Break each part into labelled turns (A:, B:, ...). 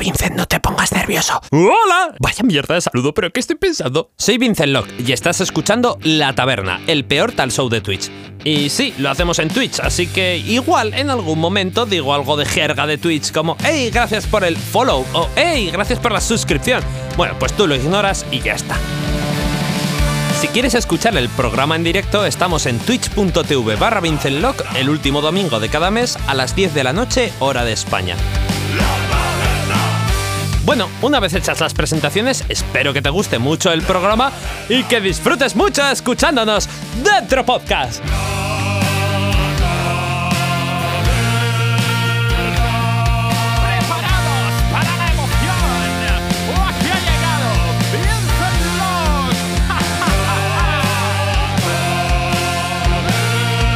A: Vincent, no te pongas nervioso.
B: ¡Hola! Vaya mierda de saludo, pero ¿qué estoy pensando?
A: Soy Vincent Locke y estás escuchando La Taberna, el peor tal show de Twitch. Y sí, lo hacemos en Twitch, así que igual en algún momento digo algo de jerga de Twitch como ¡Hey, gracias por el follow! o ¡Hey, gracias por la suscripción! Bueno, pues tú lo ignoras y ya está. Si quieres escuchar el programa en directo, estamos en twitch.tv barra VincentLock el último domingo de cada mes a las 10 de la noche, hora de España. Bueno, una vez hechas las presentaciones, espero que te guste mucho el programa y que disfrutes mucho escuchándonos dentro podcast.
C: preparados para la emoción. ¡Oh, aquí ha llegado Vincent Locke! ¡Ja, ja, ja, ja!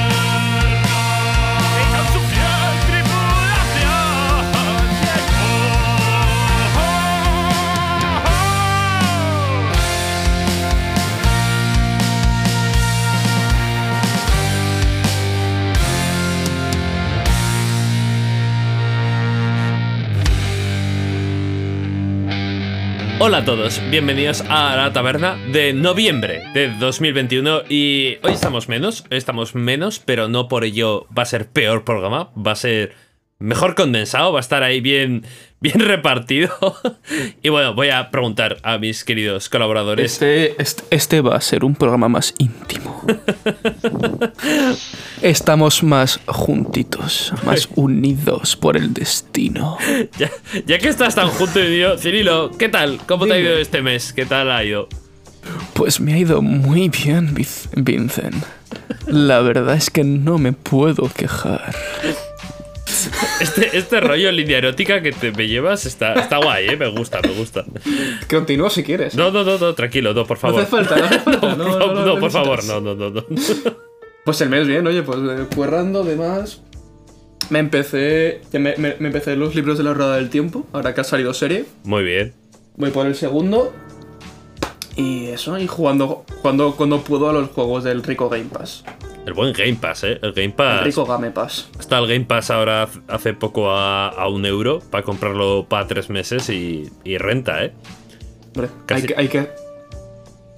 C: Y con su fiel tripulación llegó.
B: Hola a todos, bienvenidos a la taberna de noviembre de 2021 y hoy estamos menos, estamos menos, pero no por ello va a ser peor programa, va a ser mejor condensado, va a estar ahí bien, bien repartido. Y bueno, voy a preguntar a mis queridos colaboradores.
D: Este, este, este va a ser un programa más íntimo. Estamos más juntitos, más unidos por el destino.
B: Ya, ya que estás tan junto, tío, Cirilo, ¿qué tal? ¿Cómo te ha ido este mes? ¿Qué tal ha ido?
D: Pues me ha ido muy bien, Vic- Vincent. La verdad es que no me puedo quejar.
B: Este, este rollo línea erótica que te, me llevas está, está guay, ¿eh? Me gusta, me gusta.
D: Continúa si quieres.
B: No, no, no, no, tranquilo, no, por favor.
D: falta, no hace falta.
B: No, no, por favor, no, no, no, no.
D: Pues el mes bien, oye, pues eh, currando demás. Me empecé, ya me, me- me empecé los libros de la Rueda del Tiempo, ahora que ha salido serie.
B: Muy bien.
D: Voy por el segundo. Y eso, y jugando, jugando cuando puedo a los juegos del rico Game Pass.
B: El buen Game Pass, ¿eh? El Game
D: El
B: Pass.
D: rico Game Pass.
B: Está el Game Pass ahora hace poco a, a un euro para comprarlo para tres meses y, y renta, ¿eh?
D: Hombre, hay
B: Casi-
D: que, hay que.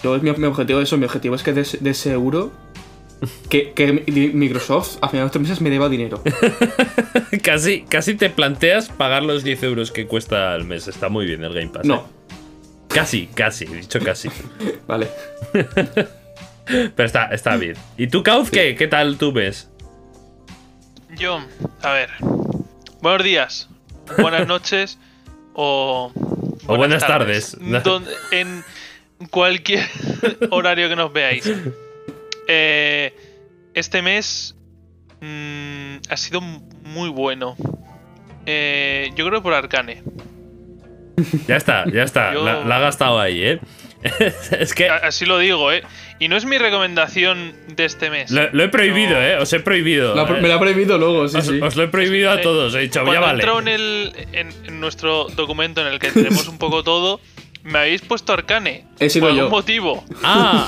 D: Yo es mi, mi objetivo eso, mi objetivo es que de, ese- de ese euro. Que, que mi- Microsoft a finales de tres meses me deba dinero.
B: Casi, casi te planteas pagar los 10 euros que cuesta al mes. Está muy bien el Game Pass.
D: No,
B: ¿eh? Casi, casi, he dicho casi.
D: vale.
B: Pero está, está bien. ¿Y tú, Kauz, qué? ¿Qué tal tú ves?
E: Yo, a ver. Buenos días, buenas noches o.
B: O buenas tardes.
E: Don- en cualquier horario que nos veáis. Eh, este mes mm, ha sido muy bueno. Eh, yo creo por Arcane.
B: Ya está, ya está.
E: Yo-
B: La, la ha gastado ahí, ¿eh? es que
E: A- Así lo digo, ¿eh? Y no es mi recomendación de este mes.
B: lo, lo he prohibido, ¿eh? Os he prohibido.
D: La-
B: ¿eh?
D: me lo ha prohibido luego, sí,
B: os,
D: sí.
B: os lo he prohibido a
E: Eh,
B: todos. He dicho, ya
E: Cuando he
B: vale.
E: entrado en, el, en, en nuestro documento en el que tenemos un poco todo, me habéis puesto Arcane.
D: He sido
E: por
D: yo.
E: algún motivo.
B: Ah,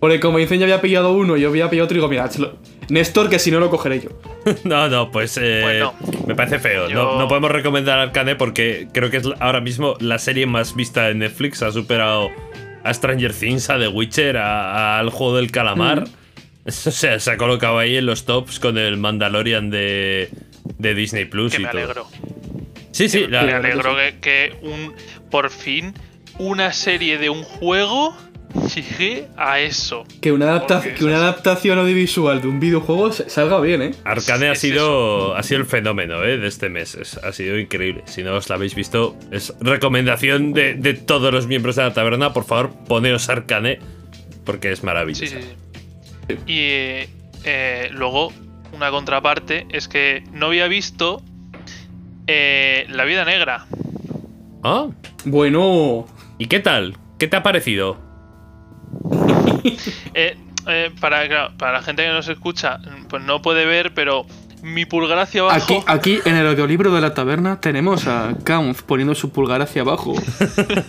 D: Porque como dicen, yo había pillado uno, yo había pillado otro y digo, mira, se lo- Néstor, que si no lo cogeré yo.
B: no, no, pues eh,
E: Bueno,
B: me parece feo.
E: yo-
B: No, no podemos recomendar Arcane porque creo que es la- ahora mismo la serie más vista en Netflix. Ha superado a Stranger Things, a The Witcher, a- al juego del
D: Mm.
B: calamar. O sea, se ha colocado ahí en los tops con el Mandalorian de, de Disney Plus.
E: que
B: y
E: me
B: todo.
E: alegro.
B: Sí, sí, la-
E: me alegro que, que un por fin una serie de un juego llegue a eso.
D: Que una, adapta-
E: Porque es
D: que una
E: así.
D: adaptación audiovisual de un videojuego se- salga bien, ¿eh?
B: Arcane ha
E: Es
B: sido, ha sido el fenómeno ¿eh? de este mes. Es- ha sido increíble. Si no os la habéis visto, es recomendación de, de todos los miembros de la taberna. Por favor, poneos Arcane porque es maravilloso.
E: Sí, sí, sí. Y eh, eh, luego una contraparte es que no había visto eh, La vida negra.
B: Ah,
D: Bueno,
B: ¿Y qué tal? ¿Qué te ha parecido?
E: Eh, eh, para, claro, para la gente que nos escucha, pues no puede ver, pero mi pulgar hacia abajo.
D: Aquí, aquí en el audiolibro de la taberna tenemos a Kampf poniendo su pulgar hacia abajo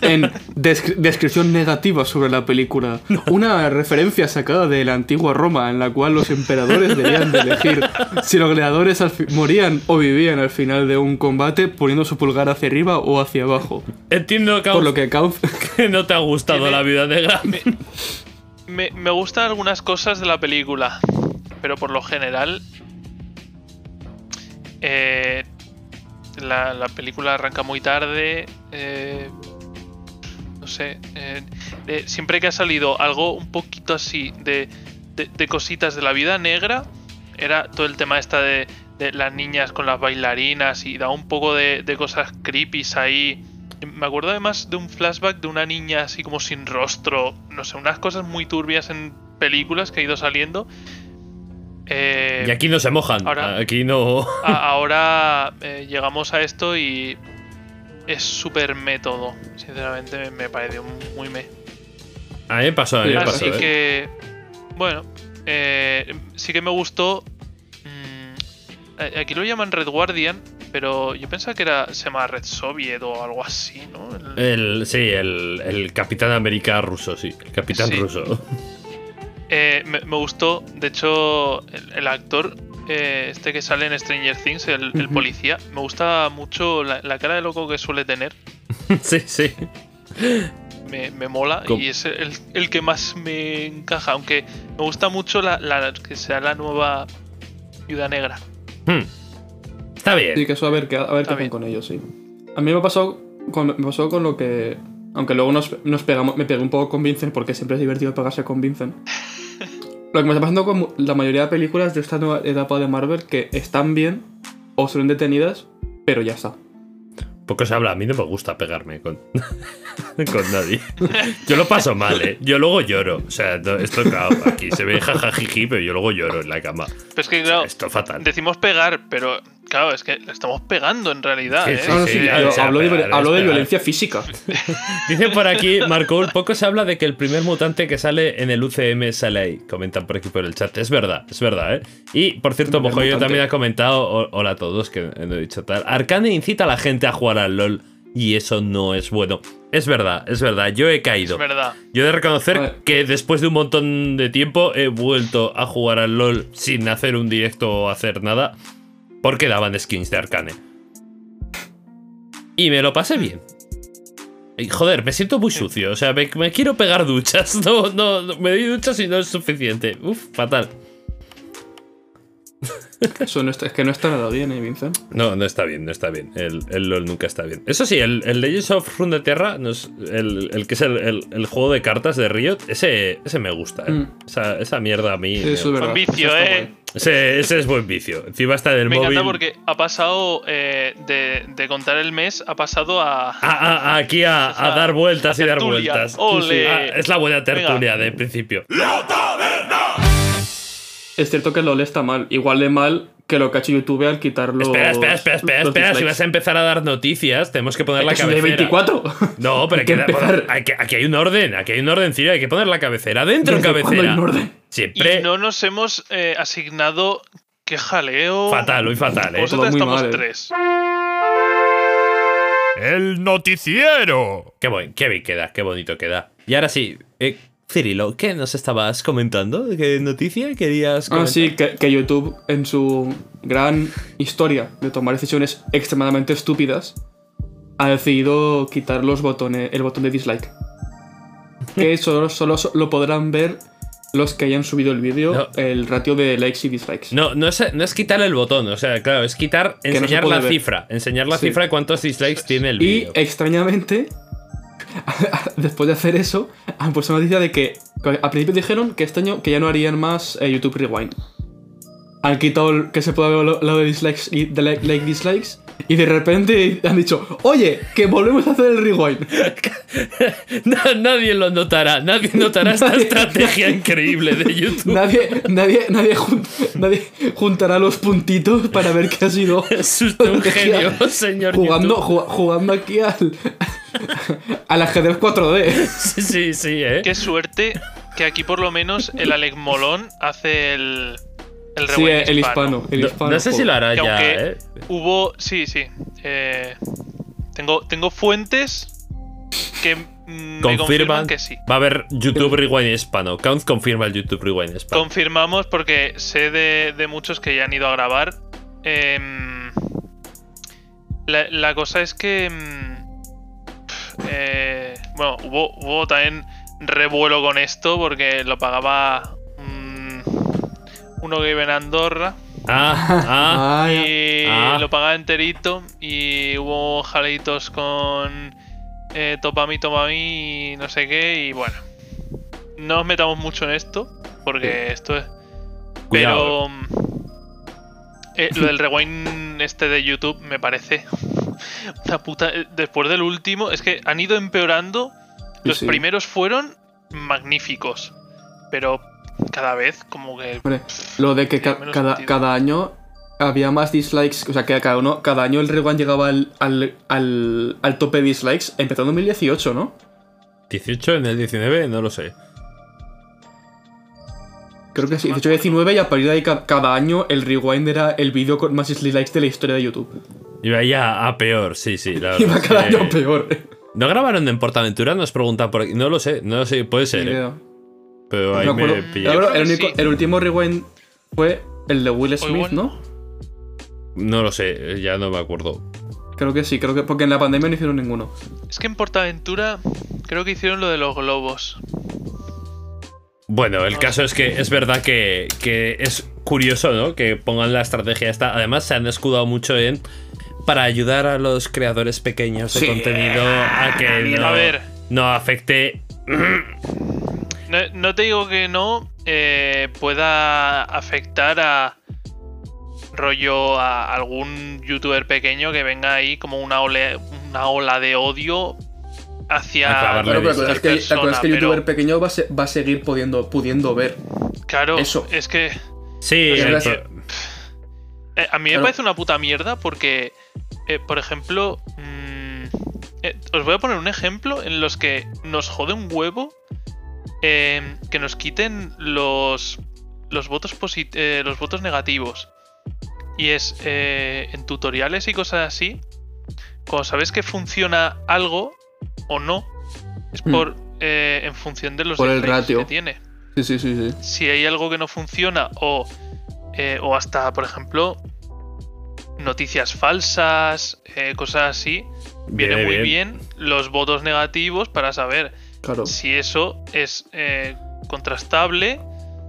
D: en descri- descripción negativa sobre la película. Una referencia sacada de la antigua Roma en la cual los emperadores debían de elegir si los gladiadores al fi- morían o vivían al final de un combate poniendo su pulgar hacia arriba o hacia abajo.
B: Entiendo, Kauf,
D: Por lo que Kampf...
B: que no te ha gustado
E: Tiene-
B: la vida de Gran.
E: Me, me gustan algunas cosas de la película, pero por lo general. eh, la, la película arranca muy tarde. eh, no sé. eh, eh, siempre que ha salido algo un poquito así de, de- de cositas de la vida negra, era todo el tema esta de, de las niñas con las bailarinas y da un poco de, de cosas creepies ahí. Me acuerdo además de un flashback de una niña así como sin rostro, no sé, unas cosas muy turbias en películas que ha ido saliendo. Eh,
B: Y aquí no se mojan.
E: ahora-
B: Aquí no.
E: a- ahora eh, llegamos a esto y es súper método, sinceramente me- me parece un- muy me.
B: A mí me pasó, a mí me
E: Así
B: pasó. ¿eh?
E: que, bueno, eh, sí que me gustó. mm, a- aquí lo llaman Red Guardian, pero yo pensaba que era se llama Red Soviet o algo así, ¿no? El-
B: El, sí, el, el Capitán América ruso, sí. El Capitán
E: Sí.
B: ruso.
E: Eh, me, me gustó, de hecho, el, el actor, eh, este que sale en Stranger Things, el, el policía, me gusta mucho la, la cara de loco que suele tener.
B: sí, sí.
E: me, me mola
B: Com-
E: y es el, el que más me encaja, aunque me gusta mucho la, la- que sea la nueva Viuda Negra.
B: Hmm. Está bien.
D: Sí, que eso a ver, qué- a ver qué
E: Está
D: hacen
E: bien.
D: con ellos, sí. A mí me pasó con, me pasó con lo que... Aunque luego nos, nos pegamos, me pegué un poco con Vincent porque siempre es divertido pegarse con Vincent. Lo que me está pasando con mu- la mayoría de películas de esta nueva etapa de Marvel que están bien o son detenidas, pero ya está.
B: Poco se habla, a mí no me gusta pegarme con, con nadie. Yo lo paso mal, ¿eh? Yo luego lloro. O sea, no- esto claro, aquí se ve jajajiji, pero yo luego lloro en la cama.
E: Pero es que, claro,
B: Esto fatal.
E: decimos pegar, pero claro, es que la estamos pegando en realidad.
B: Sí,
E: ¿eh?
B: sí,
D: No, no,
B: sí,
D: sí,
B: ya,
D: yo
B: o sea,
D: hablo, de,
B: pegar,
D: hablo de
B: es pegar.
D: violencia física.
B: Dice por aquí, Marco, poco se habla de que el primer mutante que sale en el UCM sale ahí. Comentan por aquí por el chat. Es verdad, es verdad, ¿eh? Y, por cierto,
D: El primer
B: Mojoyo
D: mutante.
B: también ha comentado, o- hola a todos, que no he dicho tal. Arcane incita a la gente a jugar al LOL y eso no es bueno. Es verdad, es verdad, yo he
E: Es
B: caído.
E: verdad.
B: Yo he de reconocer
D: Vale.
B: que después de un montón de tiempo he vuelto a jugar al LOL sin hacer un directo o hacer nada, porque daban skins de Arcane. Y me lo pasé bien. Y, joder, me siento muy sucio, o sea, me, me quiero pegar duchas. No, no, no, me doy duchas y no es suficiente. Uf, fatal.
D: Eso no está, es que no está nada bien, ¿eh, Vincent?
B: No, no está bien, no está bien. El, el LOL nunca está bien. Eso sí, el, el Legends of Runeterra, nos- el, el que es el, el- el juego de cartas de Riot, ese, ese me gusta. ¿eh?
D: Mm.
B: Esa, esa mierda a mí. me-
D: Eso es verdad.
E: vicio,
D: eso está
E: ¿eh?
D: guay.
B: Ese, ese es buen vicio. Encima está del
E: Me
B: móvil.
E: encanta porque ha pasado eh, de, de contar el mes, ha pasado a.
B: A- a- aquí a, a dar vueltas y dar
E: tertulia.
B: vueltas.
E: Ole.
B: Ah, es la buena tertulia de principio.
D: Es cierto que LOL está mal. Igual de mal que lo que ha hecho YouTube al quitarlo.
B: Espera, espera, espera, espera, espera. Si vas a empezar a dar noticias, tenemos que poner la
D: Es de
B: cabecera.
D: 24.
B: No, pero hay
D: Hay que
B: que dar-
D: empezar.
B: hay que- aquí hay un orden, aquí hay un orden, Ciro, hay que poner la cabecera. Dentro
D: ¿Desde cuándo
B: cabecera.
D: hay un orden?
B: Siempre
E: Y no nos hemos eh, asignado. ¡Qué jaleo!
B: fatal, hoy fatal, eh.
D: Todo
E: Vosotros
D: muy
E: estamos
D: mal, eh.
E: tres.
F: El noticiero.
B: Qué, buen, qué bien queda, qué bonito queda. Y ahora sí, eh, Cirilo, ¿qué nos estabas comentando? ¿Qué noticia querías
D: Ah,
B: comentar?
D: sí, que, que YouTube, en su gran historia de tomar decisiones extremadamente estúpidas, ha decidido quitar los botones, el botón de dislike. Que solo, solo lo podrán ver los que hayan subido el vídeo,
B: No.
D: el ratio de likes y dislikes.
B: No, no es, no es quitar el botón, o sea, claro, es quitar,
D: no se
B: enseñar
D: puede
B: la
D: ver.
B: cifra, enseñar la
D: Sí.
B: cifra de cuántos dislikes tiene el
D: Y eh,
B: vídeo.
D: extrañamente, después de hacer eso, han puesto una noticia de que al principio dijeron que este año que ya no harían más eh, YouTube Rewind. Han quitado el- que se pueda ver lo, lo de dislikes y de like, like dislikes. Y de repente han dicho, oye, que volvemos a hacer el rewind.
B: Na- nadie lo notará, nadie notará esta
D: Nadie-
B: estrategia increíble de YouTube.
D: Nadie, nadie, nadie, jun- nadie juntará los puntitos para ver qué ha sido.
B: Es usted un genio, señor.
D: Jugando,
B: YouTube.
D: ju- jugando aquí al, al ajedrez 4D.
B: Sí, sí, sí, eh.
E: Qué suerte que aquí por lo menos el Alec Molón hace el, El
D: Sí,
E: rewind
D: el hispano. El
B: No,
D: hispano.
B: no sé si lo hará ya,
E: Que aunque-
B: ¿eh?
E: Hubo. Sí, sí. eh, tengo, tengo fuentes que mm, me confirman que sí.
B: ¿eh? Va a haber YouTube Rewind hispano. Count confirma el YouTube Rewind hispano.
E: Confirmamos porque sé de, de muchos que ya han ido a grabar. Em, la, la cosa es que. em, pf, eh, bueno, hubo, hubo también revuelo con esto porque lo pagaba mm, uno que vive en Andorra.
B: Ah, ah.
D: Ah, ya.
E: Y
B: Ah.
E: lo pagaba enterito y hubo jaleitos con eh, Topami Topami y no sé qué y bueno. No os metamos mucho en esto porque esto es...
B: Cuidado.
E: Pero... mm, eh, lo del rewind este de YouTube me parece una puta... eh, Después del último, es que han ido empeorando. Los
D: sí.
E: primeros fueron magníficos, pero cada vez como que...
D: Hombre, lo de que
E: Tiene
D: ca-
E: menos
D: cada,
E: sentido.
D: cada año había más dislikes, o sea, que cada, uno, cada año el rewind llegaba al, al, al, al tope de dislikes, empezando en 2018, ¿no?
B: 18 en el 19, no lo sé.
D: Creo que sí,
E: me
D: 18 19 y a partir de ahí ca- cada año el rewind era el vídeo con más dislikes de la historia de YouTube.
B: Iba ya a peor, sí, sí. La verdad
D: Iba
B: Eh, es
D: cada
B: que-
D: año peor.
B: ¿No grabaron en Portaventura? Nos preguntan por aquí. No lo sé, no lo sé, puede ser.
D: Ni
B: ¿eh?
D: idea.
B: Pero ahí
D: Me
B: me,
D: acuerdo-
B: pillé.
D: me acuerdo,
E: Creo
D: el,
E: que
D: único-
E: sí.
D: el último rewind fue el de Will Smith,
E: igual
D: ¿no?
B: No lo sé, ya no me acuerdo.
D: Creo que sí, creo que porque en la pandemia no hicieron ninguno.
E: Es que en Portaventura creo que hicieron lo de los globos.
B: Bueno, el caso es que es verdad que, que es curioso, ¿no? Que pongan la estrategia esta. Además, se han escudado mucho en. Para ayudar a los creadores pequeños de
D: Sí.
B: contenido a que no,
E: A ver.
B: no afecte.
E: No, no te digo que no eh, pueda afectar a rollo a algún youtuber pequeño que venga ahí como una, ole- una ola de odio
B: A
E: hacia
B: clavarle
D: Claro, pero la
E: cualquier
D: cosa es que, la cosa es que el
E: persona, pero
D: youtuber pequeño va a, se- va a seguir pudiendo, pudiendo ver.
E: claro,
D: eso.
E: es que
B: Sí,
D: Pues
B: el
D: gracias.
B: pro-
E: Eh, a mí
D: Claro.
E: me parece una puta mierda porque, eh, por ejemplo, mm, eh, os voy a poner un ejemplo en los que nos jode un huevo eh, que nos quiten los los votos posit- eh, los votos negativos y es eh, en tutoriales y cosas así cuando sabes que funciona algo o no es
D: Mm.
E: por eh, en función de los
D: Por el
E: dislikes
D: ratio.
E: que tiene
D: Sí, sí, sí, sí.
E: si hay algo que no funciona o, eh, o hasta, por ejemplo, noticias falsas, eh, cosas así, viene
B: Viene
E: muy bien. los votos negativos para saber
D: Claro.
E: si eso es eh, contrastable.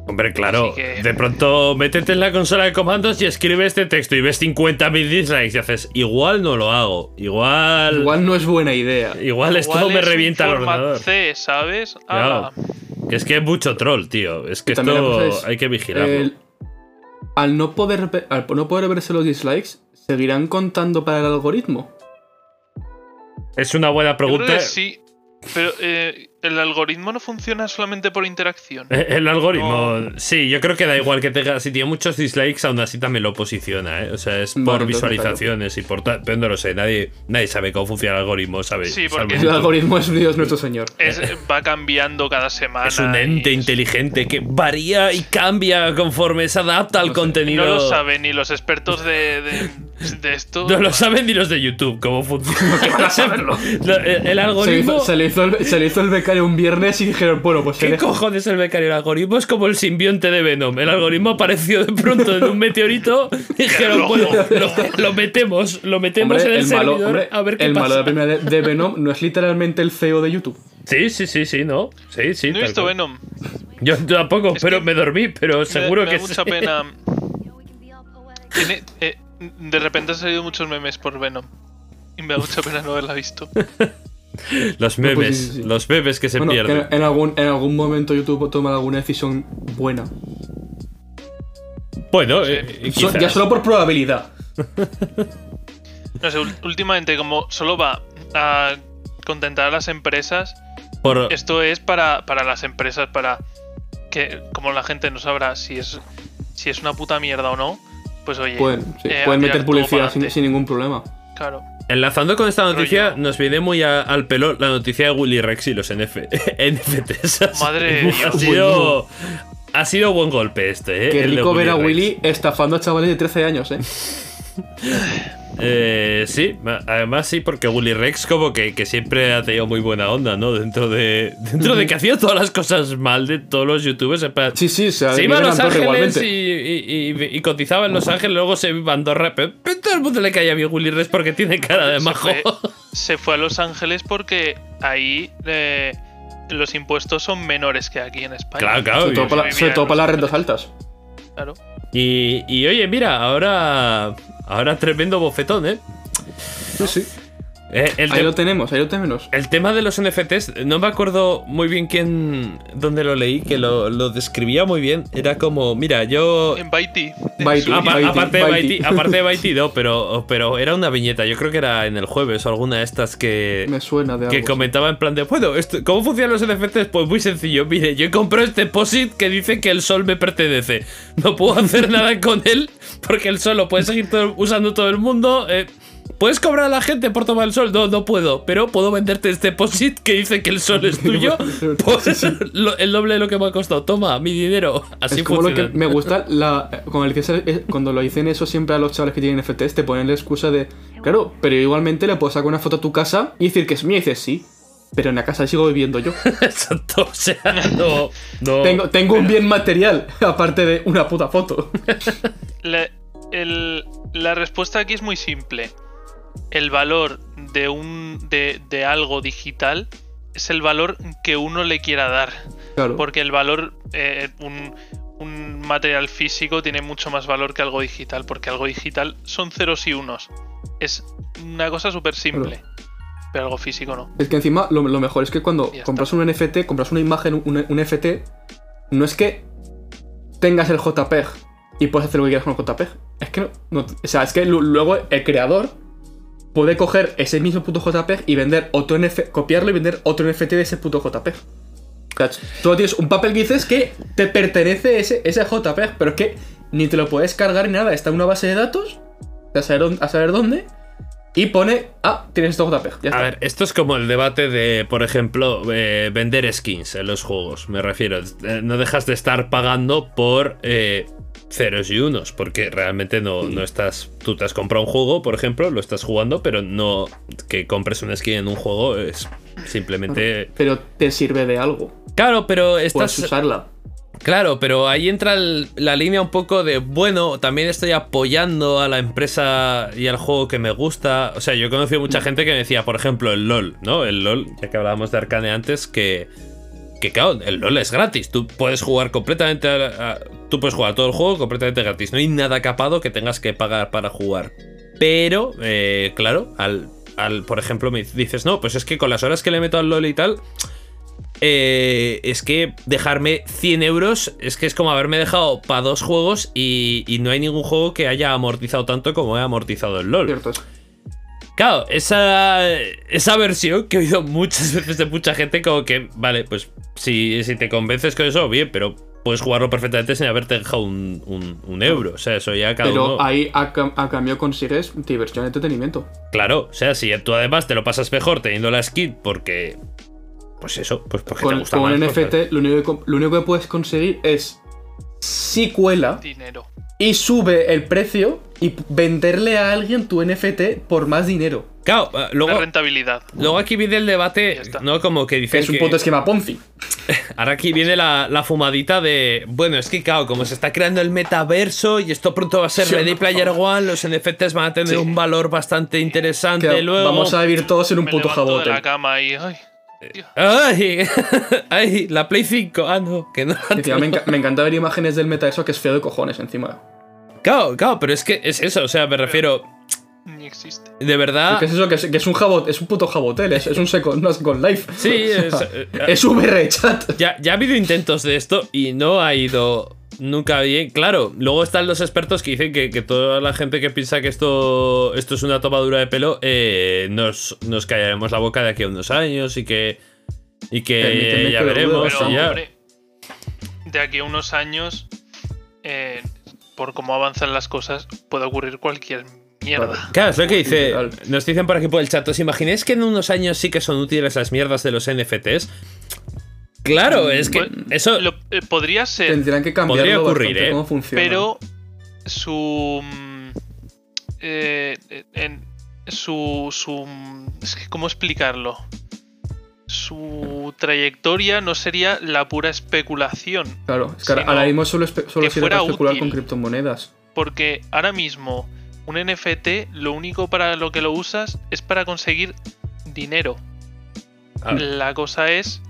B: Hombre, claro.
E: Así que-
B: De pronto métete en la consola de comandos y escribe este texto y ves 50.000 dislikes y haces, igual no lo hago. Igual. Igual,
D: Igual no es buena idea.
B: esto
E: Igual
B: me
E: es un
B: revienta el
E: format
B: ordenador.
E: C, ¿sabes?
B: Claro.
E: Ah,
B: Es que es mucho troll, tío. Es que
D: Y también la
B: esto
D: cosa es,
B: hay que vigilarlo.
D: El- al, no poder, ve- al no poder verse los dislikes, ¿seguirán contando para el algoritmo?
B: Es una buena
E: yo creo
B: pregunta.
E: que sí. Pero eh, el algoritmo no funciona solamente por interacción.
B: Eh, El algoritmo, sí, yo creo que da igual que tenga. Si tiene muchos dislikes, aún así también lo posiciona, ¿eh? O sea, es por
D: Bueno, entonces,
B: visualizaciones y por tal. Pero no lo sé, nadie, nadie sabe cómo funciona el algoritmo, ¿sabes?
E: Sí, porque-
D: El algoritmo es un Dios nuestro señor.
E: Es- va cambiando cada semana.
B: eh, Es un ente
E: y-
B: inteligente que varía y cambia conforme se adapta al contenido.
E: No lo saben ni los expertos de, de- de esto.
B: No lo saben ni los de YouTube cómo funciona. ¿Qué van a saberlo? No, El, el
D: Se,
B: algoritmo.
D: hizo, se le hizo el, se le hizo el becario un viernes y dijeron, bueno, pues se
B: ¿Qué
D: deja.
B: cojones el becario? El algoritmo es como el simbionte de Venom. El algoritmo apareció de pronto en un meteorito y dijeron, bueno, lo, lo metemos, lo metemos
D: Hombre,
B: en el,
D: el malo,
B: servidor
D: hombre,
B: a ver qué
D: el
B: pasa.
D: malo de la primera de, de Venom no es literalmente el CEO de YouTube.
B: Sí, sí, sí, sí, no. Sí, sí.
E: No he
B: tal
E: visto
B: cual.
E: Venom.
B: Yo tampoco,
E: Es
B: pero
E: que
B: me dormí, pero
E: Me-
B: seguro
E: me
B: que
E: da mucha
B: sí.
E: pena. Tiene- eh, de repente han salido muchos memes por Venom. Y me da mucha pena no haberla visto.
B: Los
D: No,
B: memes,
D: pues sí, sí, sí.
B: los memes que se
D: Bueno, que
B: pierden.
D: en, en algún, en algún momento YouTube toma alguna decisión buena.
B: Bueno, eh, eh,
D: So-
B: quizás.
D: ya solo por probabilidad.
E: No sé, ul- últimamente, como solo va a contentar a las empresas,
B: por,
E: esto es para, para las empresas, para que, como la gente no sabrá si es, si es una puta mierda o no, pues oye.
D: Pueden, sí,
E: eh, a
D: pueden
E: tirar
D: meter
E: todo
D: publicidad sin,
E: pa'lante.
D: sin ningún problema.
E: Claro.
B: Enlazando con esta noticia,
E: Rollo.
B: nos viene muy a- al pelo la noticia de Willy Rex y los NF NFTs.
E: Madre de
B: Ha
E: Dios.
B: sido Ha sido buen golpe este, ¿eh?
D: Qué
B: El de
D: rico ver a
B: Rex.
D: Willy estafando a chavales de 13 años, ¿eh?
B: Eh, sí, ma- además sí, porque Willy Rex como que, que siempre ha tenido muy buena onda, ¿no? Dentro de dentro de que hacía todas las cosas mal de todos los youtubers. en plan,
D: Sí, sí, se
B: se iba a
D: viven
B: Los
D: Andorra
B: Ángeles
D: igualmente.
B: y, y- y- y cotizaba en Los Ángeles, luego se iba a Andorra. Pero, pero todo el mundo le caía bien Willy Rex porque tiene cara de
E: Se
B: majo.
E: fue- se fue a Los Ángeles porque ahí eh, los impuestos son menores que aquí en España.
B: Claro, claro.
D: Sobre todo
B: obvio.
D: para, sobre todo para las rentas altas.
E: Claro.
B: Y, y oye, mira, ahora, ahora tremendo bofetón, ¿eh?
D: Sí, sí.
B: Eh, el
D: Ahí
B: de-
D: lo tenemos, ahí lo tenemos.
B: El tema de los NFTs, no me acuerdo muy bien quién, dónde lo leí, que lo, lo describía muy bien. Era como, mira, yo...
E: En Baiti.
D: Baiti.
B: Apa-
D: Baiti,
B: aparte, de
D: Baiti.
B: Baiti, aparte de Baiti, no, pero, pero era una viñeta, yo creo que era en el jueves o alguna de estas que,
D: Me suena de
B: Eh, que
D: algo.
B: comentaba en plan de, bueno, esto- ¿cómo funcionan los NFTs? Pues muy sencillo, mire, yo compré este POSIT que dice que el sol me pertenece. No puedo hacer nada con él porque el sol lo puede seguir todo- usando todo el mundo. eh, ¿Puedes cobrar a la gente por tomar el sol? No, no puedo, pero puedo venderte este POSIT que dice que el sol es tuyo por lo- el doble de lo que me ha costado. Toma, mi dinero. Así
D: es como lo que
B: funciona.
D: me gusta la, con el que se- eh, cuando lo dicen eso siempre a los chavales que tienen FTs te ponen la excusa de claro, pero igualmente le puedo sacar una foto a tu casa y decir que es mía y dices sí, pero en la casa sigo viviendo yo.
B: Exacto, o sea, no. no.
D: tengo tengo un bien material aparte de una puta foto.
E: La, el- la respuesta aquí es muy simple. El valor de un de, de algo digital es el valor que uno le quiera dar.
D: Claro.
E: Porque el valor, eh, un, un material físico tiene mucho más valor que algo digital. Porque algo digital son ceros y unos. Es una cosa súper simple. Pero algo físico no.
D: Es que encima lo, lo mejor es que cuando
E: Ya está.
D: compras un NFT, compras una imagen, un, un FT, no es que tengas el JPEG y puedes hacer lo que quieras con el JPEG. Es que no, no- o sea, es que lu- luego el creador puede coger ese mismo puto JPEG y vender otro NFT, copiarlo y vender otro NFT de ese puto JPEG. O sea, tú tienes un papel que dices que te pertenece ese, ese JPEG, pero es que ni te lo puedes cargar ni nada. Está en una base de datos, a saber, dónde- a saber dónde, y pone, ah, tienes este JPEG.
B: A
D: Ya está.
B: ver, esto es como el debate de, por ejemplo, eh, vender skins en los juegos, me refiero. Eh, No dejas de estar pagando por eh, ceros y unos, porque realmente no, no estás... Tú te has comprado un juego, por ejemplo, lo estás jugando, pero no que compres una skin en un juego es simplemente...
D: pero te sirve de algo.
B: Claro, pero
D: Puedes
B: estás...
D: usarla.
B: Claro, pero ahí entra el- la línea un poco de, bueno, también estoy apoyando a la empresa y al juego que me gusta. O sea, yo he conocido mucha gente que me decía, por ejemplo, el LOL, ¿no? El LOL, ya que hablábamos de Arcane antes, que, que claro, el LOL es gratis. Tú puedes jugar completamente, a- a- tú puedes jugar todo el juego completamente gratis. No hay nada capado que tengas que pagar para jugar. Pero, eh, claro, al, al, por ejemplo, me dices, no, pues es que con las horas que le meto al LOL y tal, eh, es que dejarme 100 euros es que es como haberme dejado para dos juegos y, y no hay ningún juego que haya amortizado tanto como he amortizado el LOL.
D: Cierto es.
B: Claro, esa, esa versión que he oído muchas veces de mucha gente como que, vale, pues si, si te convences con eso, bien, pero puedes jugarlo perfectamente sin haberte dejado un, un- un euro. O sea, eso ya cada
D: Pero
B: uno...
D: ahí a, cam- a cambio consigues diversión y entretenimiento.
B: Claro, o sea, si tú además te lo pasas mejor teniendo la skin porque... Pues eso, pues porque te
D: Con,
B: gusta
D: con
B: más,
D: un
B: pues,
D: NFT lo único, que, com- lo único que puedes conseguir es si cuela
E: Dinero.
D: y sube el precio y p- venderle a alguien tu NFT por más dinero.
B: Claro, eh,
E: La
B: luego,
E: rentabilidad.
B: Luego aquí viene el debate,
E: Ya está.
B: ¿no? Como que
D: Que
B: dicen
D: es un
B: que-
D: puto esquema Ponzi.
B: Ahora aquí viene la, la fumadita de... Bueno, es que claro, como se está creando el metaverso y esto pronto va a ser
D: Sí,
B: Ready
D: no.
B: Player One, los NFTs van a tener un valor bastante interesante
D: Que
B: luego...
D: vamos a vivir todos en un
E: Me
D: puto
E: levanto de
D: jabote.
E: la cama y. ay,
B: ¡Ay! ¡Ay! La Play 5. Ah, no, que no la
D: Encima me, enca- me encanta ver imágenes del metaverso que es feo de cojones encima.
B: Claro, claro, pero es que es eso. O sea, me refiero...
E: ni existe.
B: De verdad...
D: ¿Qué es eso? Que es, que es un jabote, es un puto jabotel, es, es un second, no es con life.
B: Sí, es- eh,
D: es VR chat.
B: Ya, ya ha habido intentos de esto y no ha ido nunca bien. Claro, luego están los expertos que dicen que, que toda la gente que piensa que esto, esto es una tomadura de pelo, eh, nos, nos callaremos la boca de aquí a unos años y que, y que
D: Permíteme
B: ya
D: que lo dude
B: veremos.
E: Pero,
B: y ya.
E: hombre, de aquí a unos años, eh, por cómo avanzan las cosas, puede ocurrir cualquier mierda.
B: Claro, es lo que dice.
D: Literal.
B: Nos dicen por aquí por el chat. ¿Os imagináis que en unos años sí que son útiles las mierdas de los NFTs? Claro, es que
E: Pues,
B: eso.
E: Lo- eh, podría ser,
D: Tendrán que cambiarlo
B: Podría ocurrir,
D: bastante
B: ¿eh?
D: cómo funciona.
E: pero su. mm, eh, en- su. su mm, es que, ¿Cómo explicarlo? Su trayectoria no sería la pura especulación.
D: Claro, es que
E: si
D: ahora- ahora
E: no,
D: mismo solo, espe- solo
E: que
D: sirve para
E: fuera
D: especular
E: útil.
D: con criptomonedas.
E: Porque ahora mismo un NFT lo único para lo que lo usas es para conseguir dinero.
B: Ah.
E: La cosa es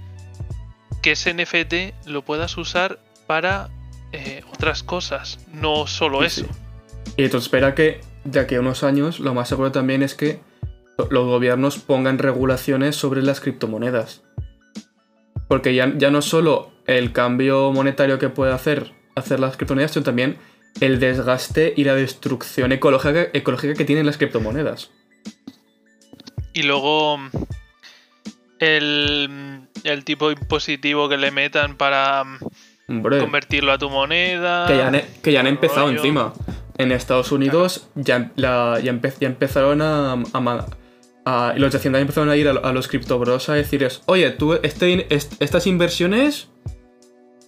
E: que ese NFT lo puedas usar para eh, otras cosas, no solo
D: Sí,
E: eso.
D: Y entonces espera que de aquí a unos años lo más seguro también es que lo- los gobiernos pongan regulaciones sobre las criptomonedas. Porque ya, ya no solo el cambio monetario que puede hacer, hacer las criptomonedas, sino también el desgaste y la destrucción ecológica, ecológica que tienen las criptomonedas.
E: Y luego mm, el, mm, el tipo impositivo que le metan para mm,
D: Hombre,
E: convertirlo a tu moneda.
D: Eh. que
B: Ah,
D: ya han, e, que ya han empezado
E: rollo.
D: encima. En Estados Unidos ya, la- ya, empe- ya empezaron a, a ma- a- y Los de Hacienda empezaron a ir a, lo- a los criptobros a decirles, oye, tú este in- est- estas inversiones,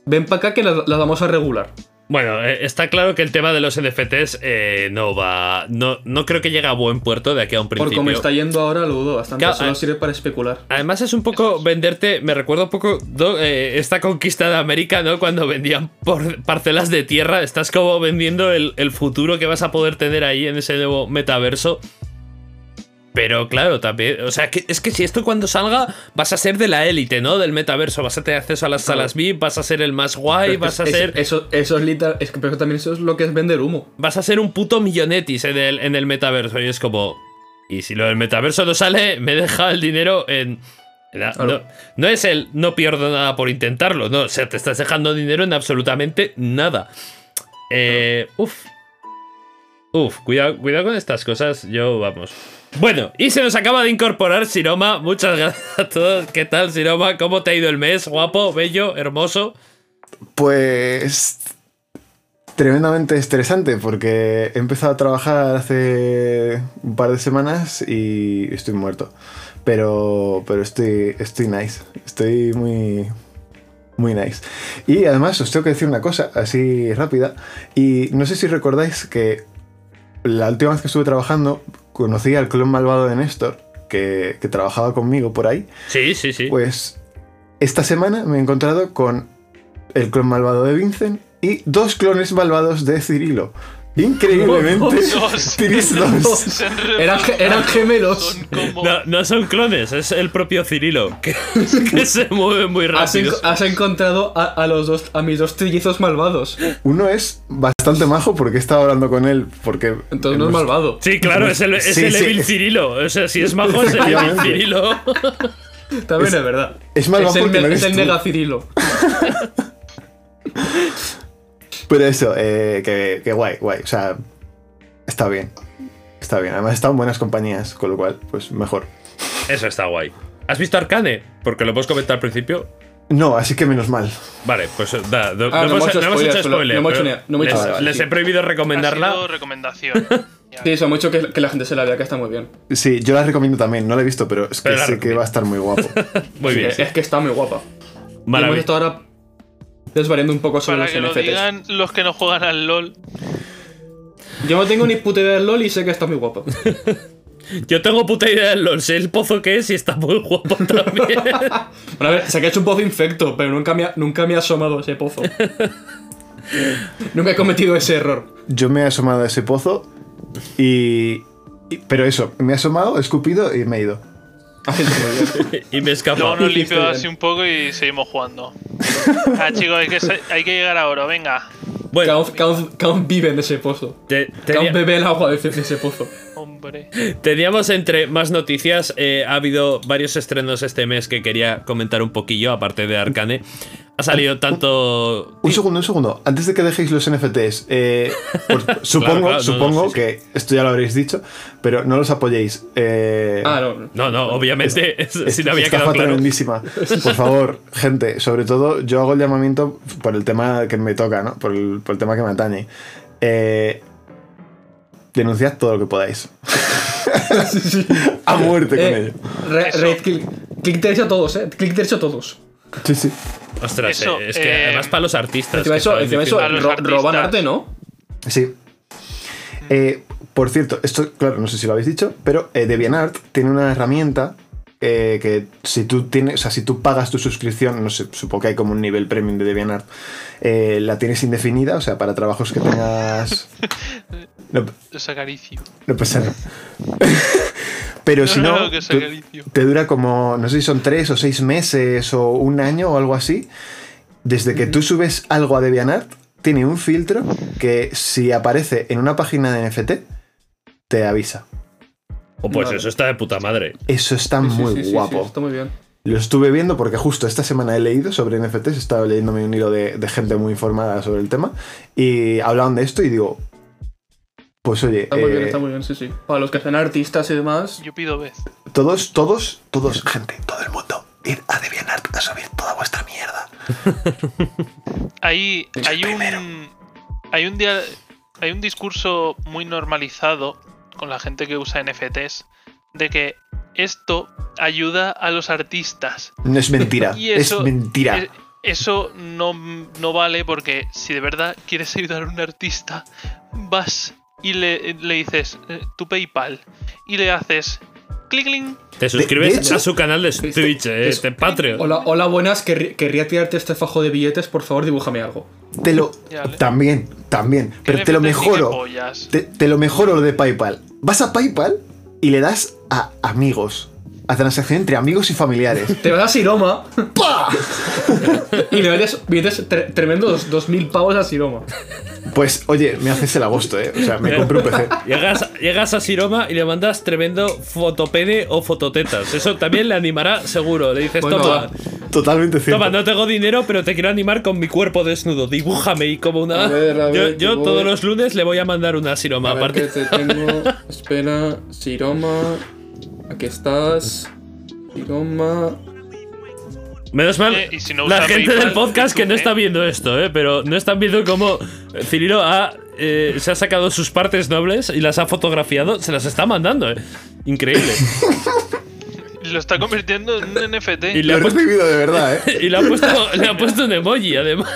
D: ven para acá que las, las vamos a regular.
B: Bueno, eh, está claro que el tema de los NFTs eh, no va. No, no creo que llegue a buen puerto de aquí a un
D: Por
B: principio.
D: como está yendo ahora, lo dudo bastante.
B: Claro,
D: Solo
B: eh.
D: sirve para especular.
B: Además es un poco venderte, me recuerda un poco do- eh, esta conquista de América, ¿no? Cuando vendían por parcelas de tierra, estás como vendiendo el, el futuro que vas a poder tener ahí en ese nuevo metaverso. Pero claro, también, o sea, que, es que si esto cuando salga vas a ser de la élite, ¿no? Del metaverso, vas a tener acceso a las salas VIP, vas a ser el más guay,
D: Pero es
B: vas
D: que
B: a
D: es-
B: ser...
D: Eso, eso es literal. Es que pero también eso es lo que es vender humo.
B: vas a ser un puto millonetis en el, en el metaverso. Y es como. Y si lo del metaverso no sale, me deja el dinero en. en la-
D: Claro.
B: no, no es el no pierdo nada por intentarlo, no. O sea, te estás dejando dinero en absolutamente nada. Eh, uf. Uf, cuidado, cuidado con estas cosas, yo vamos. Bueno, y se nos acaba de incorporar Siroma. Muchas gracias a todos. ¿Qué tal, Siroma? ¿Cómo te ha ido el mes? Guapo, bello, hermoso.
G: Pues tremendamente estresante porque he empezado a trabajar hace un par de semanas y estoy muerto. Pero, pero estoy, estoy nice. Estoy muy, muy nice. Y además os tengo que decir una cosa así rápida. Y no sé si recordáis que la última vez que estuve trabajando conocí al clon malvado de Néstor que, que trabajaba conmigo por ahí.
B: Sí, sí, sí.
G: Pues esta semana me he encontrado con el clon malvado de Vincent y dos clones malvados de Cirilo.
D: Oh,
G: Increíblemente,
E: Dos.
G: tienes dos.
E: Se han
D: Eran, ge- eran gemelos.
E: Son como-
B: No, no son clones, es el propio Cirilo, que, que se mueve muy
D: Has,
B: rápido.
D: enco- has encontrado a, a los dos, a mis dos trillizos malvados.
G: Uno es bastante majo porque he estado hablando con él. Porque
D: Entonces no es
G: hemos-
D: malvado.
B: Sí, claro, es el, es
G: Sí,
B: el
G: sí.
B: Evil Cirilo. O sea, si es majo, es el Evil
G: Efectivamente.
B: Cirilo.
D: También es, verdad.
G: es malvado
D: es el,
G: porque
D: ne-
G: no eres
D: es el
G: tú.
D: nega Cirilo.
G: Pero eso, eh, que, que guay, guay. O sea, está bien. Está bien. Además, he estado en buenas compañías, con lo cual, pues mejor.
B: Eso está guay. ¿Has visto Arcane? Porque lo puedes comentar al principio.
G: No, así que menos mal.
B: Vale, pues da, no,
D: Ah,
B: no
D: no
B: hemos,
D: hemos hecho
B: no hemos
D: spoiler,
B: hecho
D: solo-
B: spoiler.
D: no hemos
B: pero
D: hecho- no hemos
B: les,
G: hecho- vale,
B: les
D: sí.
B: he prohibido recomendarla.
E: Ha sido recomendación. Ya.
D: Sí, eso mucho que, que la gente se la vea que está muy bien.
G: Sí, yo la recomiendo también. No la he visto, pero es que
B: Pero la
G: sé que va a estar muy guapo.
B: Muy bien.
D: Es, es que eh, está muy guapa. Y Hemos
B: Maravilla.
D: estado ahora desvariando un poco sobre
E: Para
D: los
E: que lo
D: NFTs.
E: digan los que no juegan al LOL.
D: Yo no tengo ni puta idea del LOL y sé que está muy guapo.
B: Yo tengo puta idea del LOL. Sé el pozo que es y está muy guapo también.
D: Bueno, a ver, sé que he hecho un pozo infecto, pero nunca me ha, nunca me ha asomado a ese pozo. nunca he cometido ese error.
G: Yo me he asomado a ese pozo y, y- Pero eso, me he asomado, he escupido y me he ido.
D: Ah,
B: y me escapa.
E: Luego nos
D: hiciste
E: limpio
D: bien.
E: así un poco y seguimos jugando. Ah, chicos, hay que, sa- hay que llegar ahora, venga.
B: Bueno,
D: Kaunf- Kaunf Kaunf vive en ese pozo.
B: te- tenía-
D: Kaunf bebe el agua de ese, de ese pozo.
E: Hombre.
B: Teníamos entre más noticias, eh, ha habido varios estrenos este mes que quería comentar un poquillo, aparte de Arcane. Ha salido tanto...
G: Un segundo, un segundo. Antes de que dejéis los NFTs, eh, por- supongo,
B: claro, no,
G: supongo
B: no, sí, sí.
G: que esto ya lo habréis dicho, pero no los apoyéis. Eh,
D: Ah, no.
B: No, no, obviamente,
G: es-
B: si no había
G: estafa
B: quedado claro.
G: tremendísima. Por favor, gente, sobre todo yo hago el llamamiento por el tema que me toca, ¿no? Por el, por el tema que me atañe. Eh, denunciad todo lo que podáis. A muerte con
D: Eh,
G: ello.
D: re-
E: Eso.
B: Eh,
D: red click. Click eh. derecho a todos, eh. Click derecho a todos.
G: Sí, sí.
B: Ostras,
E: Eso,
B: eh, es que
E: eh,
B: además para los artistas.
D: Encima
B: que
D: eso,
B: saben
D: encima eso
B: decir-
E: A los
D: ro-
E: artistas.
D: roban arte, ¿no?
G: Sí. Eh, por cierto, esto, claro, no sé si lo habéis dicho, pero eh, DeviantArt tiene una herramienta eh, que si tú tienes, o sea, si tú pagas tu suscripción, no sé, supongo que hay como un nivel premium de DeviantArt, eh, la tienes indefinida, o sea, para trabajos que tengas. No,
E: Los acaricio.
G: no pasa nada. pero si
E: No,
G: no,
E: no, que os
G: tú-
E: acaricio.
G: te dura como, no sé si son tres o seis meses o un año o algo así. Desde que tú subes algo a DeviantArt, tiene un filtro que si aparece en una página de NFT, te avisa.
B: Oh, pues
H: Vale.
B: eso está de puta madre.
G: Eso está
H: Sí, sí,
G: muy
H: sí, sí,
G: guapo.
H: sí, está muy bien.
G: Lo estuve viendo porque justo esta semana he leído sobre NFTs, estaba leyéndome un hilo de, de gente muy informada sobre el tema y hablaban de esto y digo, pues oye,
H: Está muy bien,
G: eh,
H: está muy bien, sí, sí. Para los que hacen artistas y demás.
E: Yo pido vez.
G: todos, todos, todos, gente, todo el mundo, ir a DeviantArt a subir toda vuestra mierda.
E: Hay, hay un. Hay un día. Hay un discurso muy normalizado con la gente que usa NFTs de que esto ayuda a los artistas.
G: No es mentira,
E: Y eso-
G: es mentira.
E: E- Eso no, no vale porque si de verdad quieres ayudar a un artista, vas y le, le dices eh, tu PayPal y le haces clicling.
B: Te suscribes
G: de hecho-
B: a su canal de
E: Este
B: Twitch, eh,
D: es-
B: de Patreon.
D: Hola, hola buenas, querri- querría tirarte este fajo de billetes, por favor, dibújame algo.
G: Te lo.
E: Ya, vale.
G: También, también. Pero te lo mejoro. Te, te lo mejoro lo de PayPal. Vas a PayPal y le das a amigos. A transacción entre amigos y familiares.
D: Te vas a Siroma y le vendes billetes tre- tremendos, 2.000 pavos a Siroma.
G: Pues, oye, me haces el agosto, ¿eh? O sea, me compro un PC.
B: Llegas, llegas a Siroma y le mandas tremendo fotopene o fototetas. Eso también le animará seguro. Le dices,
H: Bueno,
B: toma,
H: va.
G: Totalmente cierto.
B: toma, no tengo dinero, pero te quiero animar con mi cuerpo desnudo. Dibújame y como una.
H: A ver, a
B: yo
H: ver,
B: yo
H: que voy.
B: todos los lunes le voy a mandar una eh. a Siroma.
H: A ver
B: Aparte,
H: que te tengo. Espera, Siroma. Aquí estás. Siroma.
B: Menos mal,
E: Eh, y si no
B: la
E: usa
B: gente
E: PayPal,
B: del podcast que no
E: YouTube,
B: está
E: eh.
B: viendo esto, eh, pero no están viendo cómo Cirilo ha, eh, se ha sacado sus partes nobles y las ha fotografiado, se las está mandando. eh. Increíble.
E: Lo está convirtiendo en un NFT.
B: Y le
G: Lo
B: ha
G: he
B: puesto,
G: recibido de verdad, ¿eh?
B: y le ha puesto, le ha puesto un emoji, además.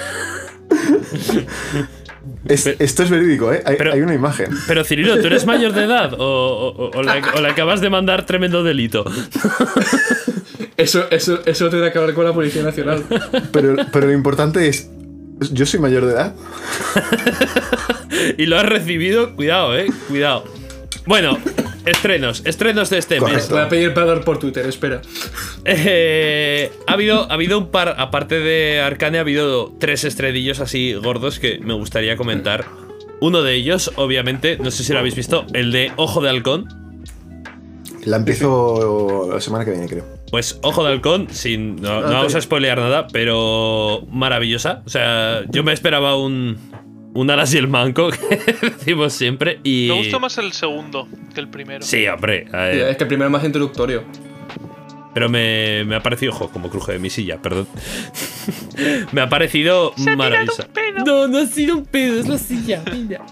G: Es- esto es verídico, ¿eh? Hay,
B: Pero-
G: hay una imagen.
B: Pero Cirilo, ¿tú eres mayor de edad o, o- o- o le, o le acabas de mandar tremendo delito?
D: Eso, eso, eso tendrá que hablar con la Policía Nacional.
G: Pero, pero lo importante es. Yo soy mayor de edad.
B: Y lo has recibido, cuidado, eh, cuidado. Bueno, estrenos, estrenos de este mes.
G: Correcto.
D: Voy a pedir pagar por Twitter, espera.
B: Eh, ha, habido, ha habido un par, aparte de Arcane, ha habido tres estrenillos así gordos que me gustaría comentar. Uno de ellos, obviamente, no sé si lo habéis visto, el de Ojo de Halcón.
G: La empiezo la semana que viene, creo.
B: Pues Ojo de Halcón, sin, no, no vamos a spoilear nada, pero maravillosa. O sea, yo me esperaba un, un Alas y el Manco, que decimos siempre. Y...
E: Me gustó más el segundo que el primero.
B: Sí, hombre. a
H: Eh.
B: ver.
D: Tía, Es que el primero es más introductorio.
B: Pero me, me ha parecido, ojo, como cruje de mi silla, perdón. me ha parecido maravillosa. No, no ha sido un pedo, es la silla. mira.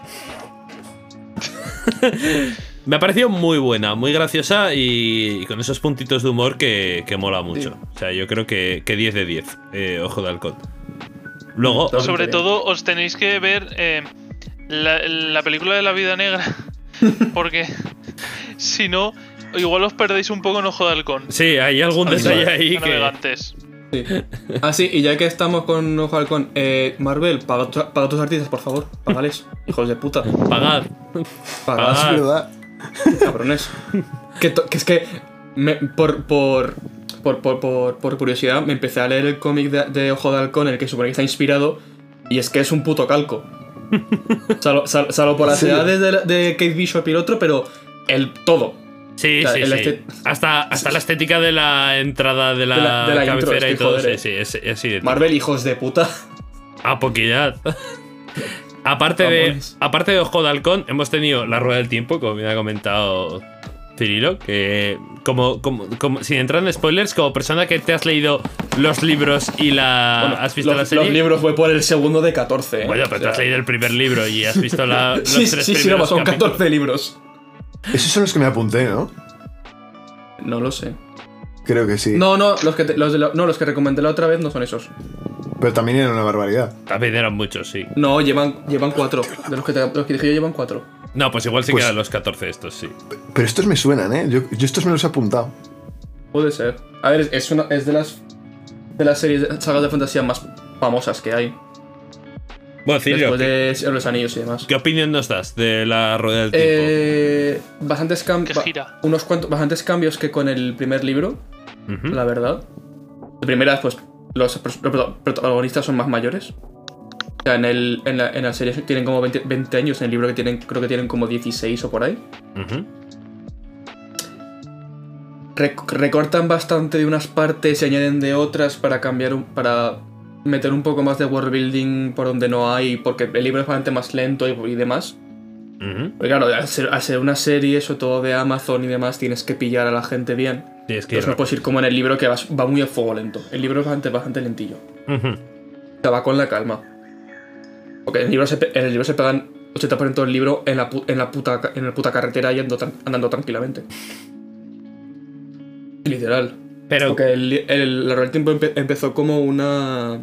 B: me ha parecido muy buena, muy graciosa y, y con esos puntitos de humor que, que mola mucho. O sea, yo creo que, que 10 de 10, eh, ojo de halcón. Luego,
E: Sobre todo os tenéis que ver eh, la, la película de la vida negra. Porque si no, igual os perdéis un poco en Ojo de Halcón.
B: sí, hay algún detalle ahí que.
E: Navegantes.
D: Sí. Ah, sí, y ya que estamos con Ojo de Halcón, eh, Marvel, paga, tu- paga a tus artistas, por favor. Págales, hijos de puta.
B: Pagad.
D: Pagad,
B: Ah.
G: Es verdad.
D: cabrones. Que, to- que es que, me- por, por, por, por, por, por curiosidad, me empecé a leer el cómic de, de Ojo de Halcón, en el que supone que está inspirado, y es que es un puto calco. Salvo, sal- salvo por las
G: Sí.
D: edades de, la- de Kate Bishop y el otro, pero el todo.
B: Sí,
D: O sea,
B: sí,
D: el
B: sí.
D: este-
B: Hasta, hasta la estética de la entrada de la,
D: De la- de la intro,
B: cabecera
D: es que
B: y todo.
D: joder, eh.
B: sí, sí, es, es así de
D: Marvel, hijos de puta.
B: Apoquillad. Ah, aparte, de,
D: Ramones.
B: aparte de Ojo de Halcón, hemos tenido la rueda del tiempo, como bien ha comentado Cirilo, que como, como, como- sin entrar en spoilers, como persona que te has leído los libros y la
D: Bueno,
B: Ah, has visto
D: los,
B: la serie.
D: los libros fue por el segundo de 14. eh.
B: Bueno, pero
D: O
B: te has
D: sea,
B: leído el primer libro y has visto la, los
D: Sí,
B: tres
D: sí, sí, no,
B: primeros
D: son
B: capítulos.
D: 14 libros.
G: Esos son los que me apunté, ¿no?
D: No lo sé.
G: Creo que sí.
D: No, no, los que, te- los de la- no, los que recomendé la otra vez no son esos.
G: Pero también era una barbaridad.
B: También eran muchos, sí.
D: No, llevan, llevan cuatro. De los que, te- los que dije yo llevan cuatro.
B: No, pues igual sí
G: Pues-
B: que eran los 14 estos, sí.
G: Pero estos me suenan, ¿eh? Yo, yo estos me los he apuntado.
D: Puede ser. A ver, es- es, una, es de las de las series sagas de fantasía más famosas que hay.
B: Bueno, Cirio,
D: después de Señor de los Anillos y demás.
B: ¿qué opinión nos das de la rueda del tiempo?
D: Eh, bastantes
E: Que
D: cambios.
E: gira.
D: Unos cuantos, bastantes cambios que con el primer libro,
B: Ujú.
D: la verdad. De primeras, pues, los pros- pro- protagonistas son más mayores. O sea, en, el, en, la, en la serie tienen como 20, 20 años, en el libro que tienen, creo que tienen como 16 o por ahí.
B: Ujú.
D: Rec- recortan bastante de unas partes y añaden de otras para cambiar un- para meter un poco más de world building por donde no hay porque el libro es bastante más lento y, y demás
B: Ujú.
D: Porque claro al ser, al ser una serie sobre todo de Amazon y demás tienes que pillar a la gente bien
B: Tienes que ir
D: entonces no puedes ir como en el libro que vas- va muy a fuego lento el libro es bastante, bastante lentillo
B: rápido. Ujú.
D: o sea va con la calma porque en el libro se, pe- en el libro se pegan 80% del libro en la, pu- en la puta ca- en la puta carretera y ando tran- andando tranquilamente literal
B: Pero
D: porque el, el, la Rueda del Tiempo empe- empezó como una.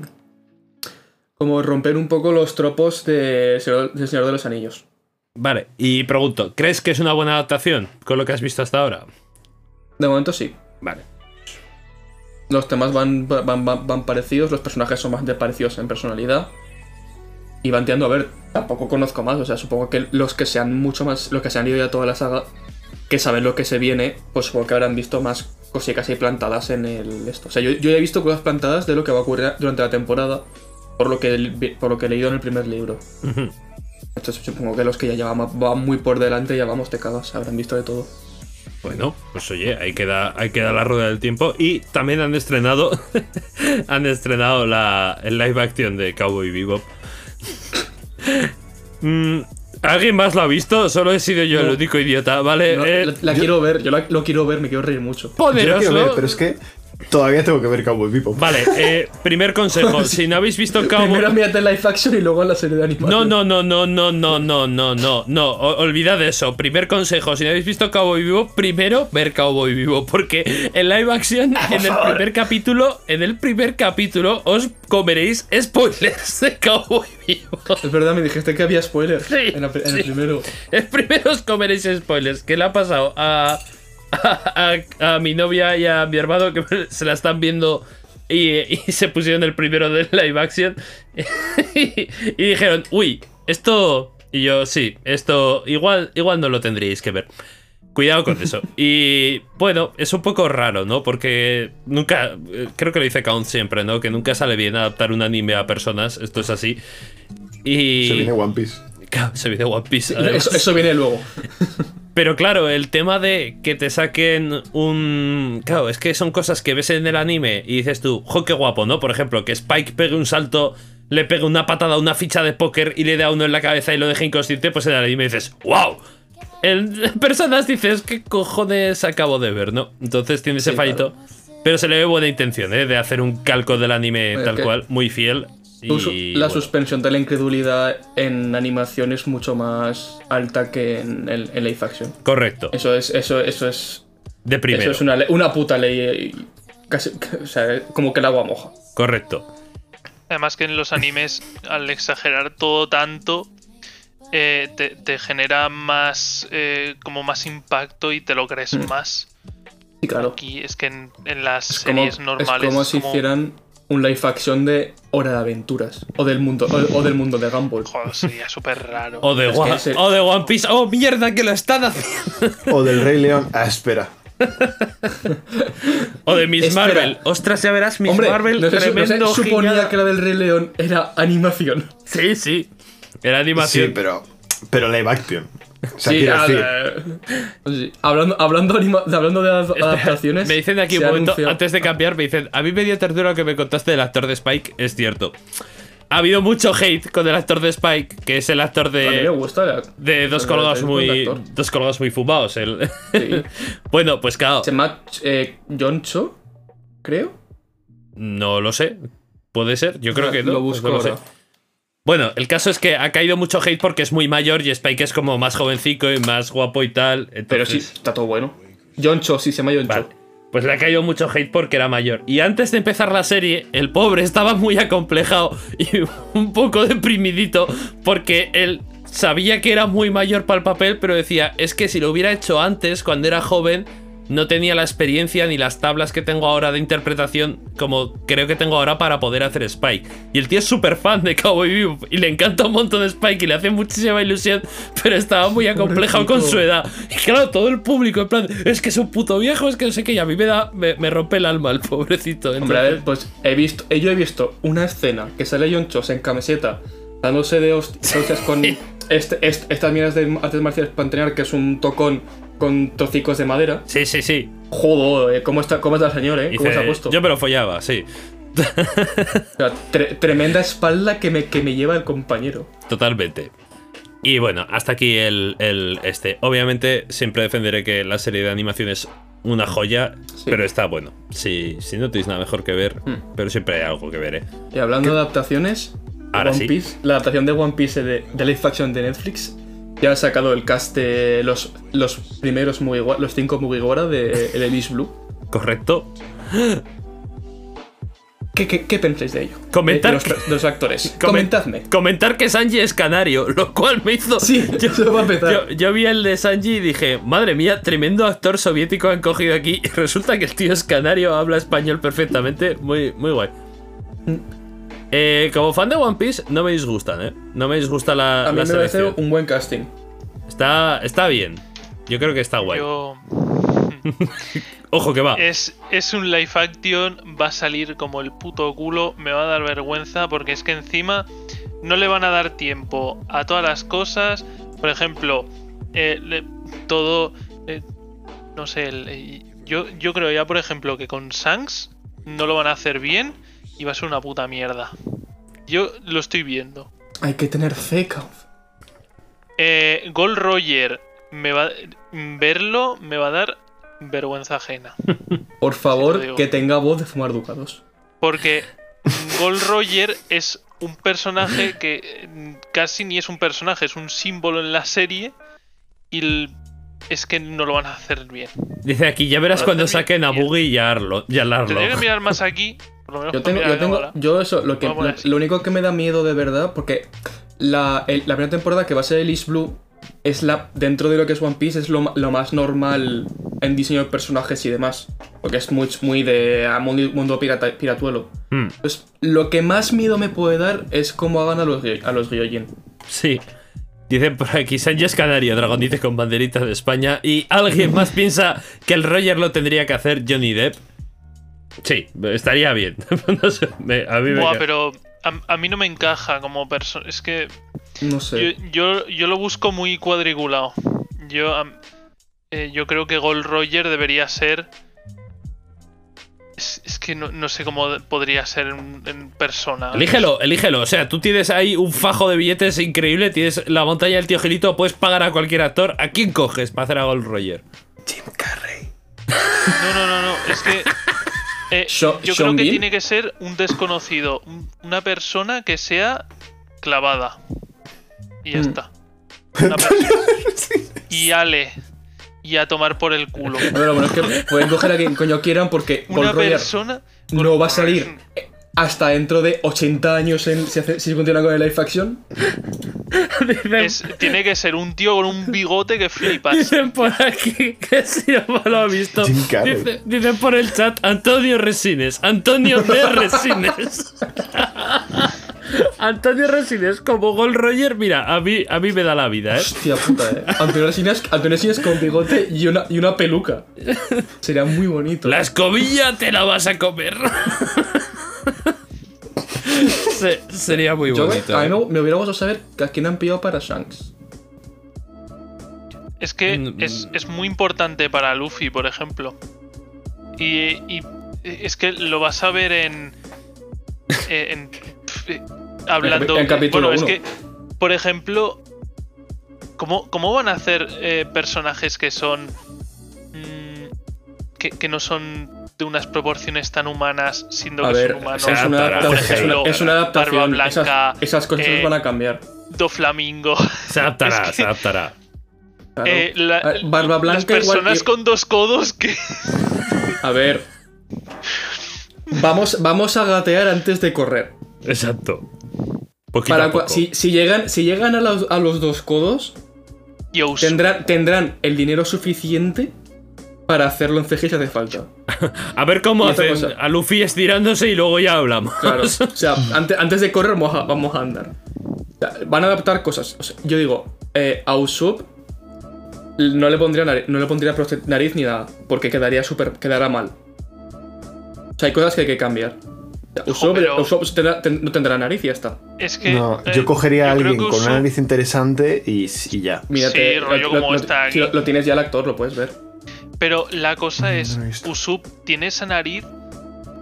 D: Como romper un poco los tropos de Señor, del Señor de los Anillos.
B: Vale, y pregunto, ¿crees que es una buena adaptación con lo que has visto hasta ahora?
D: De momento sí.
B: Vale.
D: Los temas van, van, van, van parecidos, los personajes son más de parecidos en personalidad. Y van tirando a ver, tampoco conozco más, o sea, supongo que los que sean mucho más, los que se han ido ya toda la saga, que saben lo que se viene, pues supongo que habrán visto más cositas ahí plantadas en el esto. O sea, yo, yo ya he visto cosas plantadas de lo que va a ocurrir durante la temporada, por lo que, el- por lo que he leído en el primer libro.
B: Ujú.
D: Entonces supongo que los que ya llevan van muy por delante, ya vamos de cagas, habrán visto de todo.
B: Bueno, pues oye, ahí queda, ahí queda la rueda del tiempo. Y también han estrenado. han estrenado la el live action de Cowboy Bebop. Mm, ¿Alguien más lo ha visto? Solo he sido yo el
D: No.
B: único idiota, ¿vale?
D: No,
B: eh,
D: la la quiero ver, yo la, lo quiero ver, me quiero reír mucho.
G: Yo lo quiero
B: poneroslo.
G: ver, pero es que todavía tengo que ver Cowboy Bebop.
B: Vale, eh, primer consejo. si no habéis visto Cowboy
D: Primero mírate live action y luego la serie de animación.
B: No, no, no, no, no, no, no, no, no, no. O- Olvidad eso. Primer consejo, si no habéis visto Cowboy Vivo, primero ver Cowboy Vivo, porque en live action, en el primer capítulo, en el primer capítulo, os comeréis spoilers de Cowboy Vivo.
D: Es verdad, me dijiste que había spoilers
B: Sí,
D: en, la pri- en el
B: sí.
D: primero.
B: El primero os comeréis spoilers. ¿Qué le ha pasado a, a, a- a mi novia y a mi hermano que se la están viendo y, eh, y se pusieron el primero del live action? Y, dijeron, uy, esto... Y yo, sí, esto igual, igual no lo tendríais que ver. Cuidado con eso. Y bueno, es un poco raro, ¿no? Porque nunca, eh, creo que lo dice Count siempre, ¿no? Que nunca sale bien adaptar un anime a personas, esto es así. Y
G: Se viene One Piece.
B: Claro, se viene One Piece. además.
D: Eso, eso viene luego.
B: Pero claro, el tema de que te saquen un. Claro, es que son cosas que ves en el anime y dices tú, jo, qué guapo, ¿no? Por ejemplo, que Spike pegue un salto, le pegue una patada a una ficha de póker y le da uno en la cabeza y lo deje inconsciente, pues en el anime dices, ¡wow! En personas dices, ¿qué cojones acabo de ver, no? Entonces tiene ese
D: Sí,
B: fallito. Pero se le ve buena intención, ¿eh? De hacer un calco del anime
D: Oye,
B: tal
D: que-
B: cual, muy fiel. Y,
D: Tú su- la
B: bueno.
D: suspensión de la incredulidad en animación es mucho más alta que en, el en live action.
B: Correcto.
D: Eso es, eso, eso es,
B: De primero.
D: eso es una, le- una puta ley. eh, y Casi, o sea, eh, como que el agua moja.
B: Correcto.
E: Además que en los animes, al exagerar todo tanto, eh, te, te genera más eh, como más impacto y te lo crees más.
D: Sí, claro.
E: Aquí es que en, en las
D: Mm. Es como,
E: series normales.
D: es como
E: es
D: si
E: como-
D: hicieran un live action de Hora de Aventuras o del mundo o, o del mundo de Gumball.
E: Joder, sería súper raro.
B: O de,
D: Es que
B: One,
D: ese-
B: o de One Piece. ¡Oh, mierda, que lo están haciendo!
G: O del Rey León. Ah, espera.
B: O de Miss
D: Espera.
B: Marvel. Ostras, ya verás, Miss
D: Hombre,
B: Marvel,
D: no se su- no se
B: tremendo
D: suponía
B: gigante.
D: que la del Rey León era animación.
B: Sí, sí. Era animación.
G: Sí, pero. Pero live action. O sea,
D: Sí,
G: quiero
D: a-
G: decir,
D: Sí. Hablando, hablando, anima- hablando de ad-
B: Espera,
D: adaptaciones.
B: Me dicen de aquí
D: se
B: un
D: ha
B: momento,
D: anunciado-
B: antes de cambiar, me dicen, a mí me dio ternura lo que me contaste del actor de Spike, es cierto. Ha habido mucho hate con el actor de Spike, que es el actor
D: A mí me
B: de,
D: gusta. la-
B: de dos
D: el-
B: colgados
D: el- el
B: muy.
D: actor.
B: Dos colgados muy fumados. el-
D: Sí.
B: bueno, pues claro.
D: Se llama eh, John Cho, creo.
B: No lo sé. Puede ser, yo creo que no.
D: Ah, Lo
B: pues
D: busco
B: no lo sé.
D: ahora.
B: Bueno, el caso es que ha caído mucho hate porque es muy mayor y Spike es como más jovencico y más guapo y tal.
D: Pero sí,
B: entonces-
D: está todo bueno. John Cho, sí, se llama John
B: Vale.
D: Cho.
B: Pues le ha caído mucho hate porque era mayor. Y antes de empezar la serie, el pobre estaba muy acomplejado y un poco deprimidito porque él sabía que era muy mayor para el papel, pero decía, es que si lo hubiera hecho antes, cuando era joven, no tenía la experiencia ni las tablas que tengo ahora de interpretación como creo que tengo ahora para poder hacer Spike. Y el tío es súper fan de Cowboy Bebop y le encanta un montón Spike y le hace muchísima ilusión, pero estaba muy acomplejado con su edad. Y claro, todo el público, en plan, es que es un puto viejo, es que no sé qué, y a mí me, da, me, me rompe el alma el pobrecito.
D: Hombre, a ver,
B: Entonces,
D: pues he visto, eh, yo he visto una escena que sale Yonchos en camiseta dándose de host- hostias con este- est- estas mierdas de artes marciales pantanear, que es un tocón con trocicos de madera.
B: Sí, sí, sí.
D: Joder, eh, ¿cómo está, cómo está el señor, eh? ¿Cómo
B: Dice,
D: se ha puesto?
B: Yo me lo follaba, sí.
D: O sea, tre- tremenda espalda que me, que me lleva el compañero.
B: Totalmente. Y bueno, hasta aquí el, el este. Obviamente siempre defenderé que la serie de animación es una joya, pero está bueno. Si, si no tenéis nada mejor que ver,
D: Mm.
B: pero siempre hay algo que ver, ¿eh?
D: Y hablando de adaptaciones,
B: Ahora
D: One
B: sí.
D: Piece, la adaptación de One Piece de, de Live Action de Netflix, ya ha sacado el cast de los, los primeros Mugiwara, los cinco Mugiwara de, de Miss Blue.
B: ¿Correcto?
D: ¿Qué, qué, qué pensáis de ello? Eh,
B: Comentar-
D: De, de los, de los actores.
B: Comen-
D: Comentadme.
B: Comentar que Sanji es canario, lo cual me hizo.
D: Sí, eso va a empezar.
B: Yo, yo vi el de Sanji y dije, madre mía, tremendo actor soviético han cogido aquí. Y resulta que el tío es canario, habla español perfectamente. Muy, muy guay. Eh, como fan de One Piece, no me disgustan, ¿eh? No me disgusta la,
D: a mí
B: la
D: me parece
B: selección.
D: un buen casting.
B: Está, está bien. Yo creo que está guay.
E: Yo- eh,
B: Ojo que va.
E: Es, es un live action, va a salir como el puto culo, me va a dar vergüenza porque es que encima no le van a dar tiempo a todas las cosas. Por ejemplo, eh, le- todo, eh, no sé, el- eh, yo, yo creo ya por ejemplo que con Shanks no lo van a hacer bien y va a ser una puta mierda. Yo lo estoy viendo.
D: Hay que tener fe, cabrón.
E: Eh, Gold Roger, me va, verlo me va a dar vergüenza ajena.
D: Por
E: Sí, lo
D: favor,
E: digo.
D: que tenga voz de fumar ducados.
E: Porque Gold Roger es un personaje que eh, casi ni es un personaje, es un símbolo en la serie y el- es que no lo van a hacer bien.
B: Dice aquí, ya verás cuando
E: Hacer bien.
B: saquen a Buggy y a Arlo. Y a Larlo.
E: Tendría que mirar más aquí, por lo menos
D: Yo
E: para
D: tengo,
E: mirar
D: yo
E: la
D: tengo,
E: cámara.
D: yo eso, lo, que,
E: Vamos a
D: lo,
E: ver si-
D: lo único que me da miedo de verdad, porque la, el- la primera temporada que va a ser el East Blue es la, dentro de lo que es One Piece, es lo, ma- lo más normal en diseño de personajes y demás. Porque es muy, muy de ah, mundo, mundo pirata, piratuelo.
B: Mm,
D: Pues lo que más miedo me puede dar es cómo hagan a los, Gy- a los Gyojin.
B: sí. Dicen por aquí, Sanji es canario, dragón dice con banderita de España. Y alguien más piensa que el Roger lo tendría que hacer Johnny Depp. Sí, estaría bien. No sé, me- a mí me
E: Buah,
B: ca-
E: pero a, a mí no me encaja como persona. Es que
D: No sé.
E: yo, yo, yo lo busco muy cuadriculado. Yo, am- eh, yo creo que Gold Roger debería ser. Es, es que no, no sé cómo podría ser en, en persona.
B: Elígelo, elígelo. O sea, tú tienes ahí un fajo de billetes increíble, tienes la montaña del tío Gilito, puedes pagar a cualquier actor. ¿A quién coges para hacer a Gold Roger?
E: No, no, no, no. Es que. eh,
D: Sho-
E: yo creo
D: Sean
E: que
D: Bean.
E: tiene que ser un desconocido. un- una persona que sea clavada. Y ya está. Una persona. y ale. Y a tomar por el culo.
D: A ver, lo bueno es que pueden coger a quien coño quieran porque
E: Una
D: Gold Roger
E: persona.
D: no va a salir hasta dentro de 80 años en, si, hace- si continúa con el live action.
E: Es- tiene que ser un tío con un bigote que flipas.
B: Dicen por aquí que si no me lo ha visto.
G: Jim Carrey.
B: Dice- dicen por el chat Antonio Resines. Antonio de Resines. Antonio Resines como Gold Roger, mira, a mí, a mí me da la vida, ¿eh?
D: Hostia puta, eh. Antonio Resines, Antonio Resines con bigote y una, y una peluca. Sería muy bonito.
B: La escobilla te la vas a comer. Se- sería muy
D: Yo,
B: bonito.
D: a mí
B: ¿eh?
D: me, me hubiera gustado saber que a quién han pillado para Shanks.
E: Es que
B: Mm,
E: es, es muy importante para Luffy, por ejemplo. Y, y es que lo vas a ver en. eh, en- en- hablando.
D: En capi- en capítulo
E: bueno, es
D: uno.
E: que, por ejemplo, ¿cómo, cómo van a hacer eh, personajes que son. mm, que, que no son de unas proporciones tan humanas, siendo
D: A
E: que
D: ver,
E: son humanos?
D: es una
B: Por
D: adaptación. Es una,
E: ejemplo,
D: es una adaptación.
E: Barba Blanca,
D: esas, esas cosas
E: eh,
D: van a cambiar.
E: Doflamingo.
B: Se adaptará,
E: Es que-
B: se adaptará.
D: Claro.
E: Eh, la-
D: A ver, Barba
E: las
D: Blanca igual
E: personas
D: y-
E: con dos codos que
D: A ver. Vamos, vamos a gatear antes de correr.
B: Exacto. Poquito
D: Para
B: a
D: cua-
B: poco.
D: si, si llegan, si llegan a, los, a los dos codos,
E: Yo
D: tendrán, tendrán el dinero suficiente para hacerlo en CG si hace falta.
B: A ver cómo
D: Y otra
B: hacen
D: cosa.
B: a Luffy estirándose y luego ya hablamos.
D: Claro. O sea, ante- antes de correr vamos a, vamos a andar. O sea, van a adaptar cosas. O sea, yo digo, eh, a Usopp no le pondría, nariz, no le pondría prote- nariz ni nada, porque quedaría súper quedará mal. O sea, hay cosas que hay que cambiar. O sea, Usopp,
E: pero-
D: Usopp tendrá- ten- no tendrá nariz y ya está.
E: es que.
G: no,
E: eh,
G: yo cogería a
E: creo
G: alguien
E: que
G: con
E: uso-
G: una nariz interesante y, y ya.
D: Mírate,
E: Sí, rollo como está aquí.
D: lo- lo tienes ya el actor, lo puedes ver.
E: Pero la cosa es:
G: lo he visto.
E: Usopp tiene esa nariz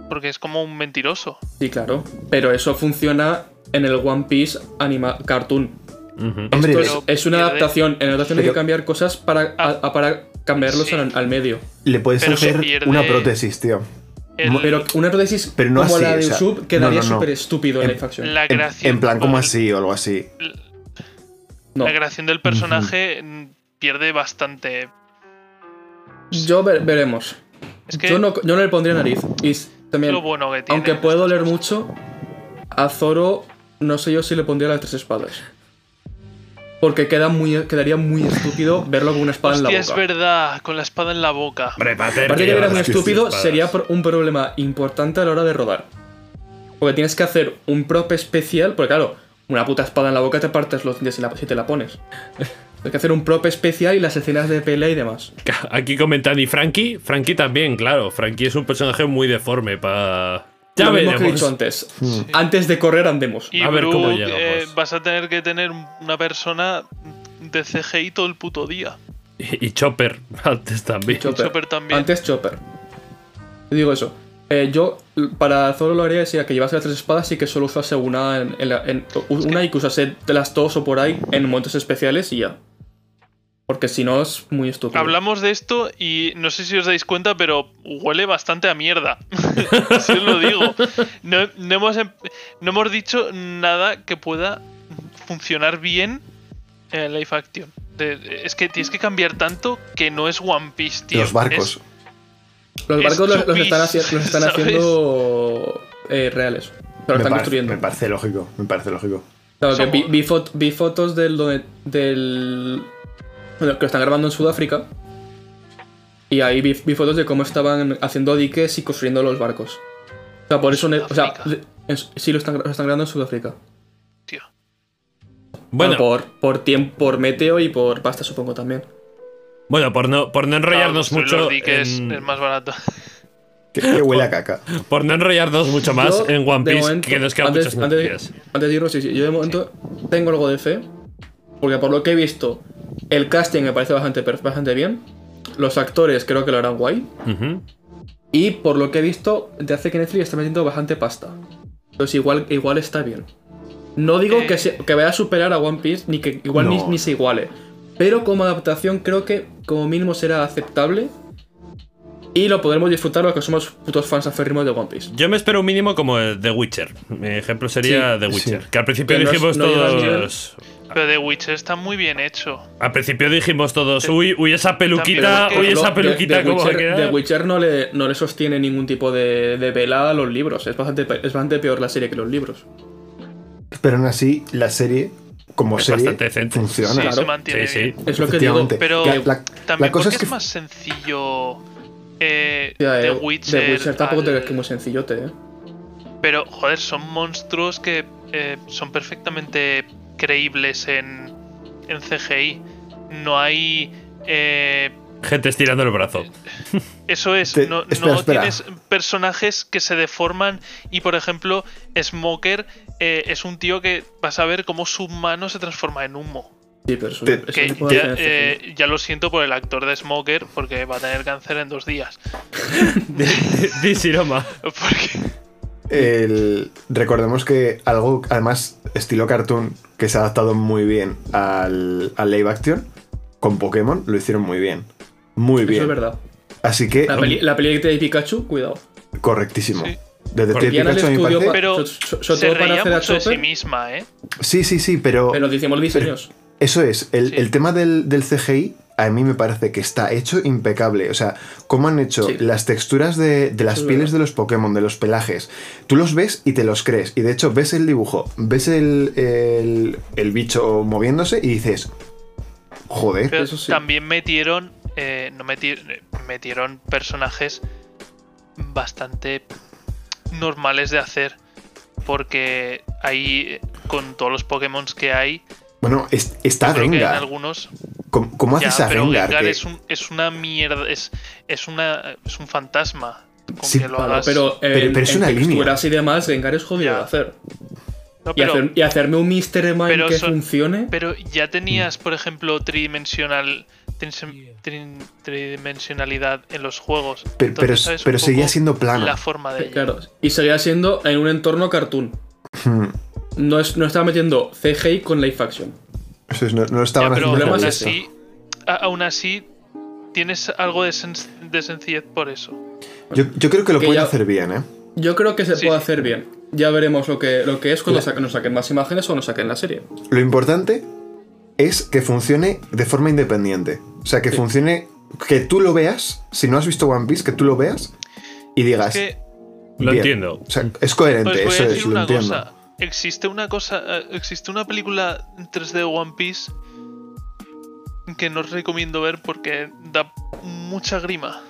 E: porque es como un mentiroso.
D: Sí, claro. Pero eso funciona en el One Piece anima cartoon.
B: Ujú.
G: Hombre,
D: Esto
E: Pero
D: es, es una
E: pierde- Ah.
D: adaptación. En la adaptación hay
G: Pero-
D: que cambiar cosas para, a- a- para cambiarlos
E: Sí.
D: al, al medio.
G: le puedes
E: pero se
G: hacer
E: pierde-
G: una prótesis, tío.
E: El-
D: Pero una prótesis
G: Pero no
D: como
G: así,
D: la
G: o
D: de
G: sea,
D: Usopp
G: no,
D: quedaría
G: no, Em, no.
D: súper estúpido en
G: En-
D: la infacción.
E: la
G: En,
E: gracia.
G: en plan, como
E: por-
G: así o algo así.
D: No.
E: La creación del personaje mm, pierde bastante.
D: Yo ve- veremos.
E: Es que
D: Yo, no, yo no le pondría nariz. Y s- también,
E: lo bueno que tiene.
D: aunque puede doler mucho, a Zoro no sé yo si le pondría las tres espadas. Porque queda muy, quedaría muy estúpido verlo con una espada en la
E: Hostia,
D: boca.
E: es verdad, con la espada en la boca.
B: Prepárate,
D: Aparte de que
B: tío.
D: eres muy
G: es que
D: estúpido,
B: espadas.
D: sería por- un problema importante a la hora de rodar. Porque tienes que hacer un prop especial, porque claro, una puta espada en la boca te partes los dientes si, la- si te la pones. Tienes que hacer un prop especial y las escenas de pelea y demás.
B: Aquí comentan, y Frankie, Frankie también, claro. Frankie es un personaje muy deforme para. Ya
D: Lo mismo
B: veremos.
D: que he dicho antes. Antes de correr andemos.
E: Y
B: A ver cómo
E: Brook,
B: llegamos.
G: pues.
E: eh, vas a tener que tener una persona de CGI todo el puto día.
B: Y, y Chopper antes también.
D: Chopper.
E: Chopper también.
D: Antes Chopper. Te Digo eso. Eh, yo l- para Zoro lo haría decía que llevase las tres espadas y que solo usase una en, en la- en- u- una y que usase las dos o por ahí en momentos especiales y ya. Porque si no es muy estúpido.
E: Hablamos de esto y no sé si os dais cuenta, pero huele bastante a mierda. Así os lo digo. No, no hemos, em- no hemos dicho nada que pueda funcionar bien en Life Action. De- es que tienes que cambiar tanto que no es One Piece, tío.
G: los barcos.
E: Es-
D: Los
E: Es
D: barcos los, los
E: chupis,
D: están, haci- los están
E: ¿sabes?
D: haciendo eh, reales. Pero
G: me,
D: están
G: par-
D: construyendo.
G: me parece lógico, me parece lógico.
D: Claro, que vi,
E: Somos-
D: vi fot- vi fotos del, donde- del. bueno, que lo están grabando en Sudáfrica. Y ahí vi, vi fotos de cómo estaban haciendo diques y construyendo los barcos. O sea, por eso. ne- O sea,
E: Sudáfrica.
D: en- sí, lo están, lo están grabando en Sudáfrica.
E: tío.
B: Bueno,
D: Claro, por, por tiempo, por meteo y por pasta, supongo también.
B: bueno por, no, por no enrollarnos
E: Claro,
B: mucho.
E: los diques
B: en-
E: es más barato.
G: Que, que huele a caca.
B: Por no enrollarnos mucho más
D: Yo,
B: en One
D: de
B: Piece,
D: momento,
B: que nos quedan
D: antes,
B: muchas
D: antes de-
B: noticias.
D: antes de irnos, sí, sí, yo de momento tengo algo de fe, porque por lo que he visto, el casting me parece bastante, per- bastante bien. Los actores creo que lo harán guay.
B: Ujú.
D: Y por lo que he visto, te hace que Netflix está metiendo bastante pasta. Entonces igual, igual está bien. No digo que, se- que vaya a superar a One Piece, ni que igual ni,
G: No.
D: ni se iguale. Pero como adaptación creo que como mínimo será aceptable. Y lo podremos disfrutar los que somos putos fans aferrimos de One Piece.
B: Yo me espero un mínimo como el The Witcher. Mi ejemplo sería
D: Sí,
B: The Witcher. Que al principio
D: Que no es-
B: dijimos
D: no lleva
B: todos.
E: Pero The Witcher está muy bien hecho.
B: Al principio dijimos todos, uy, uy, esa peluquita,
E: También
B: uy,
E: porque-
B: esa
D: Pero The-
B: peluquita,
D: The
B: ¿cómo va a
D: Witcher, The
B: quedar?
D: Witcher no le, no le sostiene ningún tipo de, de vela a los libros. Es bastante, pe- es bastante peor la serie que los libros.
G: Pero aún así, la serie, como
B: Es
G: serie,
B: bastante decente.
E: Sí,
G: funciona.
E: se
D: Claro.
E: mantiene
B: Sí, sí.
E: bien.
D: Es lo que digo.
G: Efectivamente.
E: Pero
G: La- la-
E: También
G: la
E: porque
G: cosa es
E: es,
G: que
E: más sencillo eh,
D: Hostia,
E: The
D: eh,
E: Witcher.
D: The Witcher tampoco te
E: al-
D: ves que es muy sencillote, eh.
E: Pero, joder, son monstruos que eh, son perfectamente creíbles en, en CGI. No hay. eh,
B: Gente estirando el brazo.
E: eso es,
G: Te-
E: no,
G: espera,
E: no
G: espera.
E: tienes personajes que se deforman y, por ejemplo, Smoker eh, es un tío que vas a ver cómo su mano se transforma en humo.
D: Sí, pero eso-
G: Te-
D: eso
E: Que
D: no puede
E: ya,
D: hacer en
E: eh, ya lo siento por el actor de Smoker porque va a tener cáncer en dos días.
B: Disiroma.
E: Porque
G: el- recordemos que algo, además, estilo cartoon, que se ha adaptado muy bien al, al live action, con Pokémon lo hicieron muy bien. Muy
D: Eso
G: bien. Eh,
D: es verdad.
G: Así que,
D: La, peli, la peli de Pikachu, cuidado.
G: correctísimo.
E: Sí.
G: Desde
B: Porque
D: Ya en el
G: Pikachu a mí me
D: estudio,
G: parece-
D: pa-
E: Pero
D: so- so- sobre
E: se
D: todo para
E: reía
D: hacer a
E: mucho de sí
D: Chopper,
E: misma, ¿eh?
G: Sí, sí, sí, pero,
D: pero decimos los diseños.
G: eso es. El,
E: Sí.
G: el tema del, del CGI a mí me parece que está hecho impecable. O sea, cómo han hecho las texturas de, de las pieles de los Pokémon, de los pelajes. Tú los ves y te los crees. Y de hecho, ves el dibujo, ves el, el, el bicho moviéndose y dices, joder.
E: Pero
H: eso sí.
E: también metieron. eh, no meti- metieron personajes bastante normales de hacer. Porque ahí, eh, con todos los Pokémon que hay,
G: Bueno, es- está
E: creo que en
G: Rengar.
E: algunos.
G: ¿Cómo, Ah, cómo
E: Ya,
G: haces a
E: pero
G: Rengar?
E: Gengar
G: que-
E: es, un- es una mierda. Es, es, una, es un fantasma. Con
G: Sí,
E: que lo
G: claro,
E: hagas.
D: Pero, en-
G: pero- pero es
D: en
G: una línea.
D: texturas y demás, Gengar es jodido
E: Ya.
D: de hacer.
E: No,
D: Y,
E: pero-
D: hacer- y hacerme un Mystery Mine
E: pero
D: que
E: son-
D: funcione.
E: Pero ya tenías, por ejemplo, tridimensional trin- trin- tridimensionalidad en los juegos.
G: Pero, pero,
E: Entonces, ¿sabes un
G: pero seguía
E: poco
G: siendo plano.
E: La forma de ella?
D: eh, Claro. Y seguía siendo en un entorno cartoon.
G: Hmm.
D: No, es, no estaba metiendo CGI con Life Action.
G: Eso es, no, no lo
E: Ya,
G: estaban
E: pero
G: haciendo
E: aún
G: como
D: es
G: esto.
E: así, a- aún así tienes algo de, sen- de sencillez por eso.
G: Yo, yo creo que lo
D: Que
G: pueden
D: ya-
G: hacer bien, ¿eh?
D: Yo creo que se
E: Sí,
D: puede
E: sí.
D: hacer bien. Ya veremos lo que, lo que es cuando sa- nos saquen más imágenes o nos saquen la serie.
G: Lo importante es que funcione de forma independiente. O sea, que funcione. Que tú lo veas, si no has visto One Piece, que tú lo veas y digas.
E: Es que
B: Lo
G: "Bien".
B: entiendo.
G: O sea, es coherente,
E: os voy
G: eso
E: a
G: es,
E: decir
G: lo
E: una
G: Ah, entiendo.
E: cosa. Existe una cosa, eh, existe una película en 3D de One Piece que no os recomiendo ver porque da mucha grima.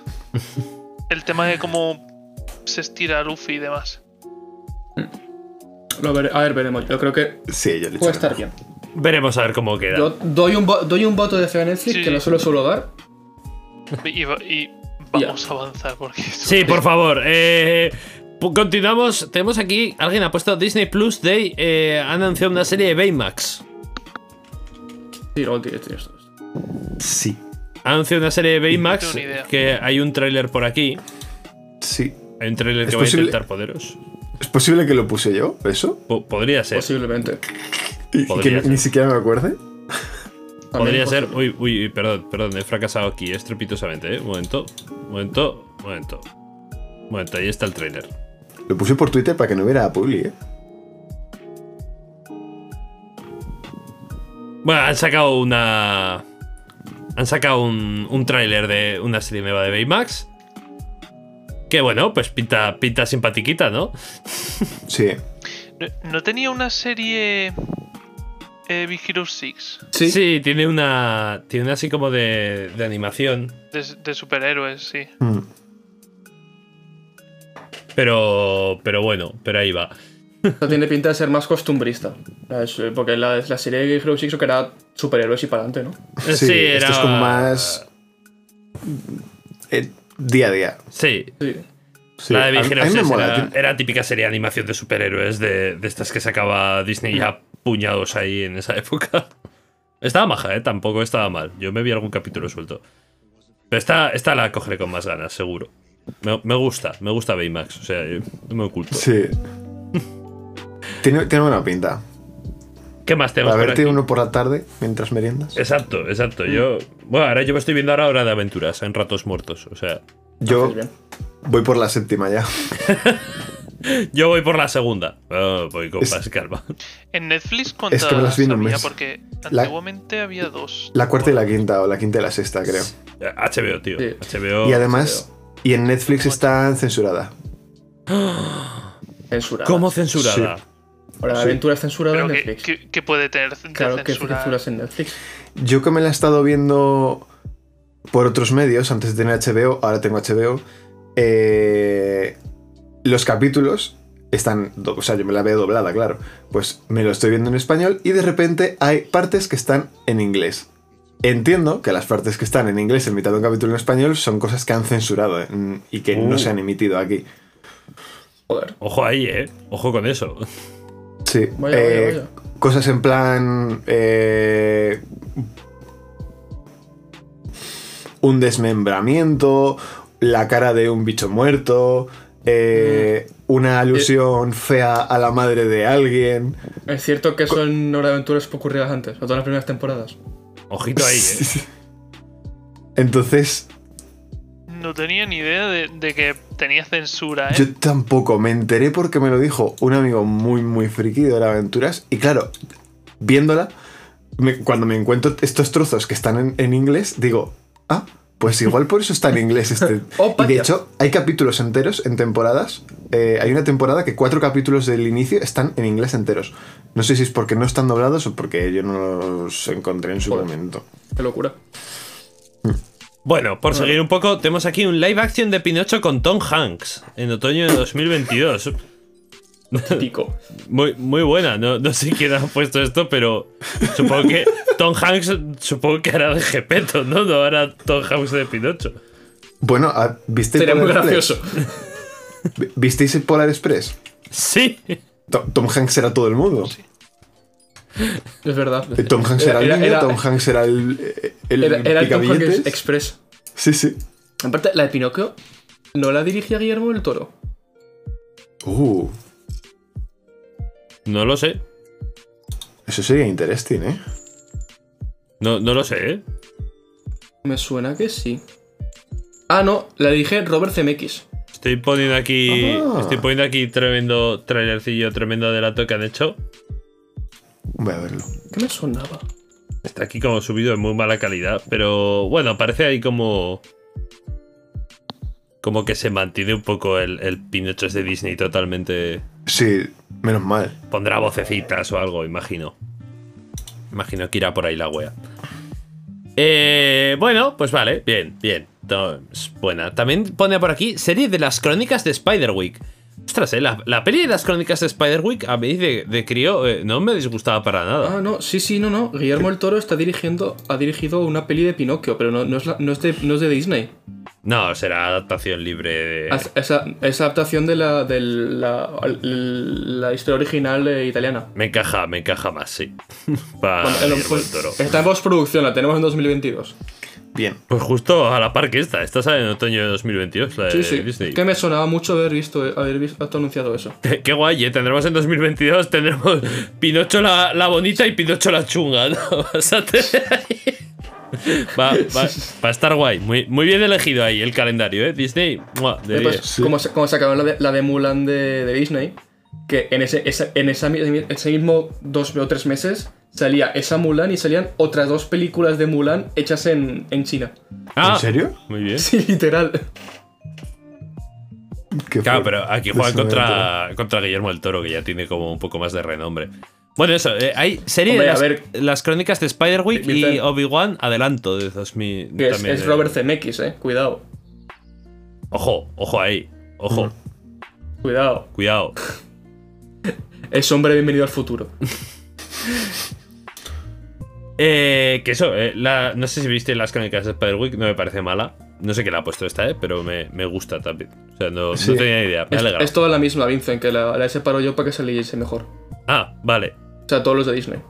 E: El tema de cómo se estira Luffy y demás.
D: Lo vere- a ver, veremos. Yo creo que
G: Sí, yo le
D: puede
G: echaré.
D: estar bien.
B: Veremos a ver cómo queda.
D: Yo doy un, vo- doy un voto de fe a Netflix
E: Sí.
D: que no se lo suelo dar.
E: Y, va- y vamos a avanzar porque esto-
B: Sí, por favor. eh, pu- continuamos. Tenemos aquí. Alguien ha puesto Disney Plus Day. Eh, ha anunciado una serie de Baymax.
D: Sí, luego tiene- tiene esto.
G: Sí,
B: Ha anunciado una serie de
E: No
B: Baymax.
E: tengo ni idea.
B: que hay un tráiler por aquí.
G: sí.
B: Hay un tráiler
G: ¿Es
B: que va a
G: posible?
B: intentar poderos.
G: ¿Es posible que lo puse yo, eso?
B: Po- podría ser.
D: Posiblemente.
G: Y, y que
B: Podría
G: ni-
B: ser.
G: ni siquiera me acuerde.
B: Podría
D: También
B: ser. Uy, uy, uy, perdón, perdón, he fracasado aquí estrepitosamente, ¿eh? Un momento, un momento, un momento. Un momento, ahí está el trailer.
G: Lo puse por Twitter para que no hubiera publi, ¿eh?
B: Bueno, han sacado una. Han sacado un, un tráiler de una serie nueva de Baymax. Que bueno, pues pinta, pinta simpatiquita, ¿no?
G: Sí.
E: ¿No, no tenía una serie eh, Big Hero 6
D: Sí.
B: tiene una. Tiene una así como de, de animación.
E: de, de superhéroes? Sí.
G: Mm.
B: Pero. Pero bueno, pero ahí va.
D: Esta tiene pinta de ser más costumbrista. La de- Porque la, la serie de Hero 6 creo que era superhéroes y para adelante, ¿no?
B: Sí, era.
G: Esto es como más. eh, día a día.
B: Sí,
D: Sí.
G: Sí.
B: La de Big
G: A-
B: Hero
G: a mí me
B: 6
G: mola,
B: era,
G: tío.
B: era típica serie de animación de superhéroes de, de estas que sacaba Disney ya puñados ahí en esa época. Estaba maja, ¿eh? Tampoco estaba mal. Yo me vi algún capítulo suelto. Pero esta, esta la cogeré con más ganas, seguro. Me, me gusta, me gusta Baymax. O sea, yo no me oculto.
G: Sí. tiene, tiene buena pinta.
B: ¿Qué más tenemos
G: Para
B: por
G: verte
B: aquí?
G: uno por la tarde mientras meriendas.
B: Exacto, exacto. Yo. Bueno, ahora yo me estoy viendo ahora Hora de Aventuras en Ratos Muertos. O sea,
G: Yo
D: Pues bien.
G: voy por la séptima ya.
B: yo voy por la segunda. Oh, voy con
G: Es-
B: más calma.
E: En Netflix cuántas
G: me las vi en un
E: había
G: mes.
E: porque
G: La-
E: antiguamente había dos.
G: La cuarta y la quinta, o la quinta y la sexta, creo.
B: HBO, tío.
D: Oh, Sí.
B: HBO.
G: y además, y en Netflix está censurada.
D: Censurada.
B: ¿Cómo censurada?
G: Sí.
D: Ahora, la
G: Sí.
D: aventura es censurada
E: Pero
D: en
E: que,
D: Netflix.
E: que- que puede tener de
D: claro que
E: censura.
D: censuras en Netflix.
G: Yo que me la he estado viendo por otros medios, antes de tener HBO, ahora tengo HBO, eh, los capítulos están, do- o sea, yo me la veo doblada, claro, pues me lo estoy viendo en español y de repente hay partes que están en inglés. Entiendo que las partes que están en inglés en mitad de un capítulo en español son cosas que han censurado eh, mm, y que
D: Uh.
G: no se han emitido aquí.
D: Joder.
B: Ojo ahí, eh. Ojo con eso.
G: Sí.
D: Vaya,
G: eh,
D: vaya, vaya.
G: Cosas en plan. eh, un desmembramiento. La cara de un bicho muerto. eh, Una alusión fea a la madre de alguien.
D: Es cierto que eso en Hora de Aventuras ocurría antes, o todas las primeras temporadas.
B: Ojito ahí, eh.
G: Entonces,
E: No tenía ni idea de, de que tenía censura, ¿eh?
G: yo tampoco me enteré porque me lo dijo un amigo muy, muy friki de las aventuras. Y claro, viéndola, me- cuando me encuentro estos trozos que están en, en inglés, digo, ah, pues igual por eso está en inglés este.
D: Oh,
G: y de
D: vaya.
G: hecho, hay capítulos enteros en temporadas. eh, hay una temporada que cuatro capítulos del inicio están en inglés enteros. No sé si es porque no están doblados o porque yo no los encontré en su momento.
D: Qué locura.
B: Bueno, por seguir un poco, tenemos aquí un live action de Pinocho con Tom Hanks en otoño de 2022.
D: Típico.
B: Muy, muy buena, no, no sé quién ha puesto esto, pero supongo que Tom Hanks supongo que hará de Gepeto, ¿no? No hará Tom Hanks de Pinocho.
G: Bueno, ah, ¿visteis
D: Sería muy
G: Polar
D: gracioso.
G: Express? Vi- ¿Visteis el Polar Express?
B: Sí.
G: To- Tom Hanks era todo el mundo.
D: Es verdad.
G: Eh, Tom Hanks era, el
D: Era-
G: niño,
D: era-
G: Tom Hanks era el, el,
D: Era, era el Tom Hanks
G: picabilletes.
D: Express.
G: Sí, sí.
D: Aparte, la de Pinocchio no la dirigía Guillermo del Toro.
G: Uh,
B: No lo sé.
G: eso sería interesting, ¿eh?
B: No, no lo sé, ¿eh?
D: Me suena que sí. Ah, no, la dirige Robert Zemeckis.
B: Estoy poniendo aquí.
G: Ah.
B: Estoy poniendo aquí tremendo trailercillo, tremendo adelanto que han hecho.
G: Voy a verlo.
D: ¿Qué me sonaba?
B: Está aquí como subido en muy mala calidad, pero bueno, parece ahí como. Como que se mantiene un poco el, el Pinocho es de Disney totalmente.
G: Sí, menos mal.
B: Pondrá vocecitas o algo, imagino. Imagino que irá por ahí la wea. Eh, bueno, pues vale, bien, bien. No, es buena. También pone por aquí serie de las crónicas de Spiderwick. Ostras, eh, la, la peli de las crónicas de Spiderwick a mí de, de crío eh, no me disgustaba para nada.
D: Ah, no, sí, sí, no, no. Guillermo del Toro está dirigiendo, ha dirigido una peli de Pinocchio, pero no, no es, la- no es de, no es de Disney.
B: No, será adaptación libre de.
D: Haz- Esa, esa adaptación de la, de la, la historia original eh, italiana.
B: Me encaja, me encaja más, sí. Para
D: Bueno, el-
B: Ah, Guillermo del Toro.
D: está en postproducción, la tenemos en 2022.
G: Bien.
B: Pues justo a la par que esta. Esta sale en otoño de 2022, la
D: Sí,
B: de
D: sí.
B: Disney.
D: Es que me sonaba mucho haber visto, haber visto, haber anunciado eso.
B: Qué, qué guay, ¿eh? Tendremos en 2022, tendremos Pinocho la, la bonita y Pinocho la chunga, ¿no? Vas a tener ahí- Va, va- va a estar guay. Muy, muy bien elegido ahí el calendario, ¿eh? Disney, ¡mua! de
D: Eh, pues,
B: 10.
D: como, se- como sacaron la de, la de Mulan de, de Disney, que en, ese, esa- en esa mi- ese mismo dos o tres meses salía esa Mulan y salían otras dos películas de Mulan hechas en, en China.
B: Ah,
G: ¿En serio?
B: Muy bien.
D: Sí, literal.
G: Qué
B: Claro,
G: fuerte.
B: pero aquí juegan
G: Eso me entero.
B: contra, contra Guillermo el Toro, que ya tiene como un poco más de renombre. Bueno, eso, eh, hay serie
D: Hombre,
B: de
D: a
B: las,
D: ver.
B: las crónicas de Spider-Wick y
D: Vicente.
B: Obi-Wan, adelanto de 2000.
D: Que es,
B: también,
D: es
B: eh.
D: Robert Zemeckis, eh. Cuidado,
B: Ojo, ojo ahí, ojo,
D: Mm. cuidado.
B: cuidado.
D: Es hombre bienvenido al futuro.
B: Eh, que eso, eh, la- no sé si viste las crónicas de Spider-Wick, no me parece mala. No sé qué la ha puesto esta, eh, pero me, me gusta también. O sea, no, no
G: Sí.
B: tenía ni idea, me
D: Es,
B: alegra.
D: es toda la misma, Vincent, que la, la separo yo para que se leyese mejor.
B: Ah, vale.
D: O sea, todos los de Disney.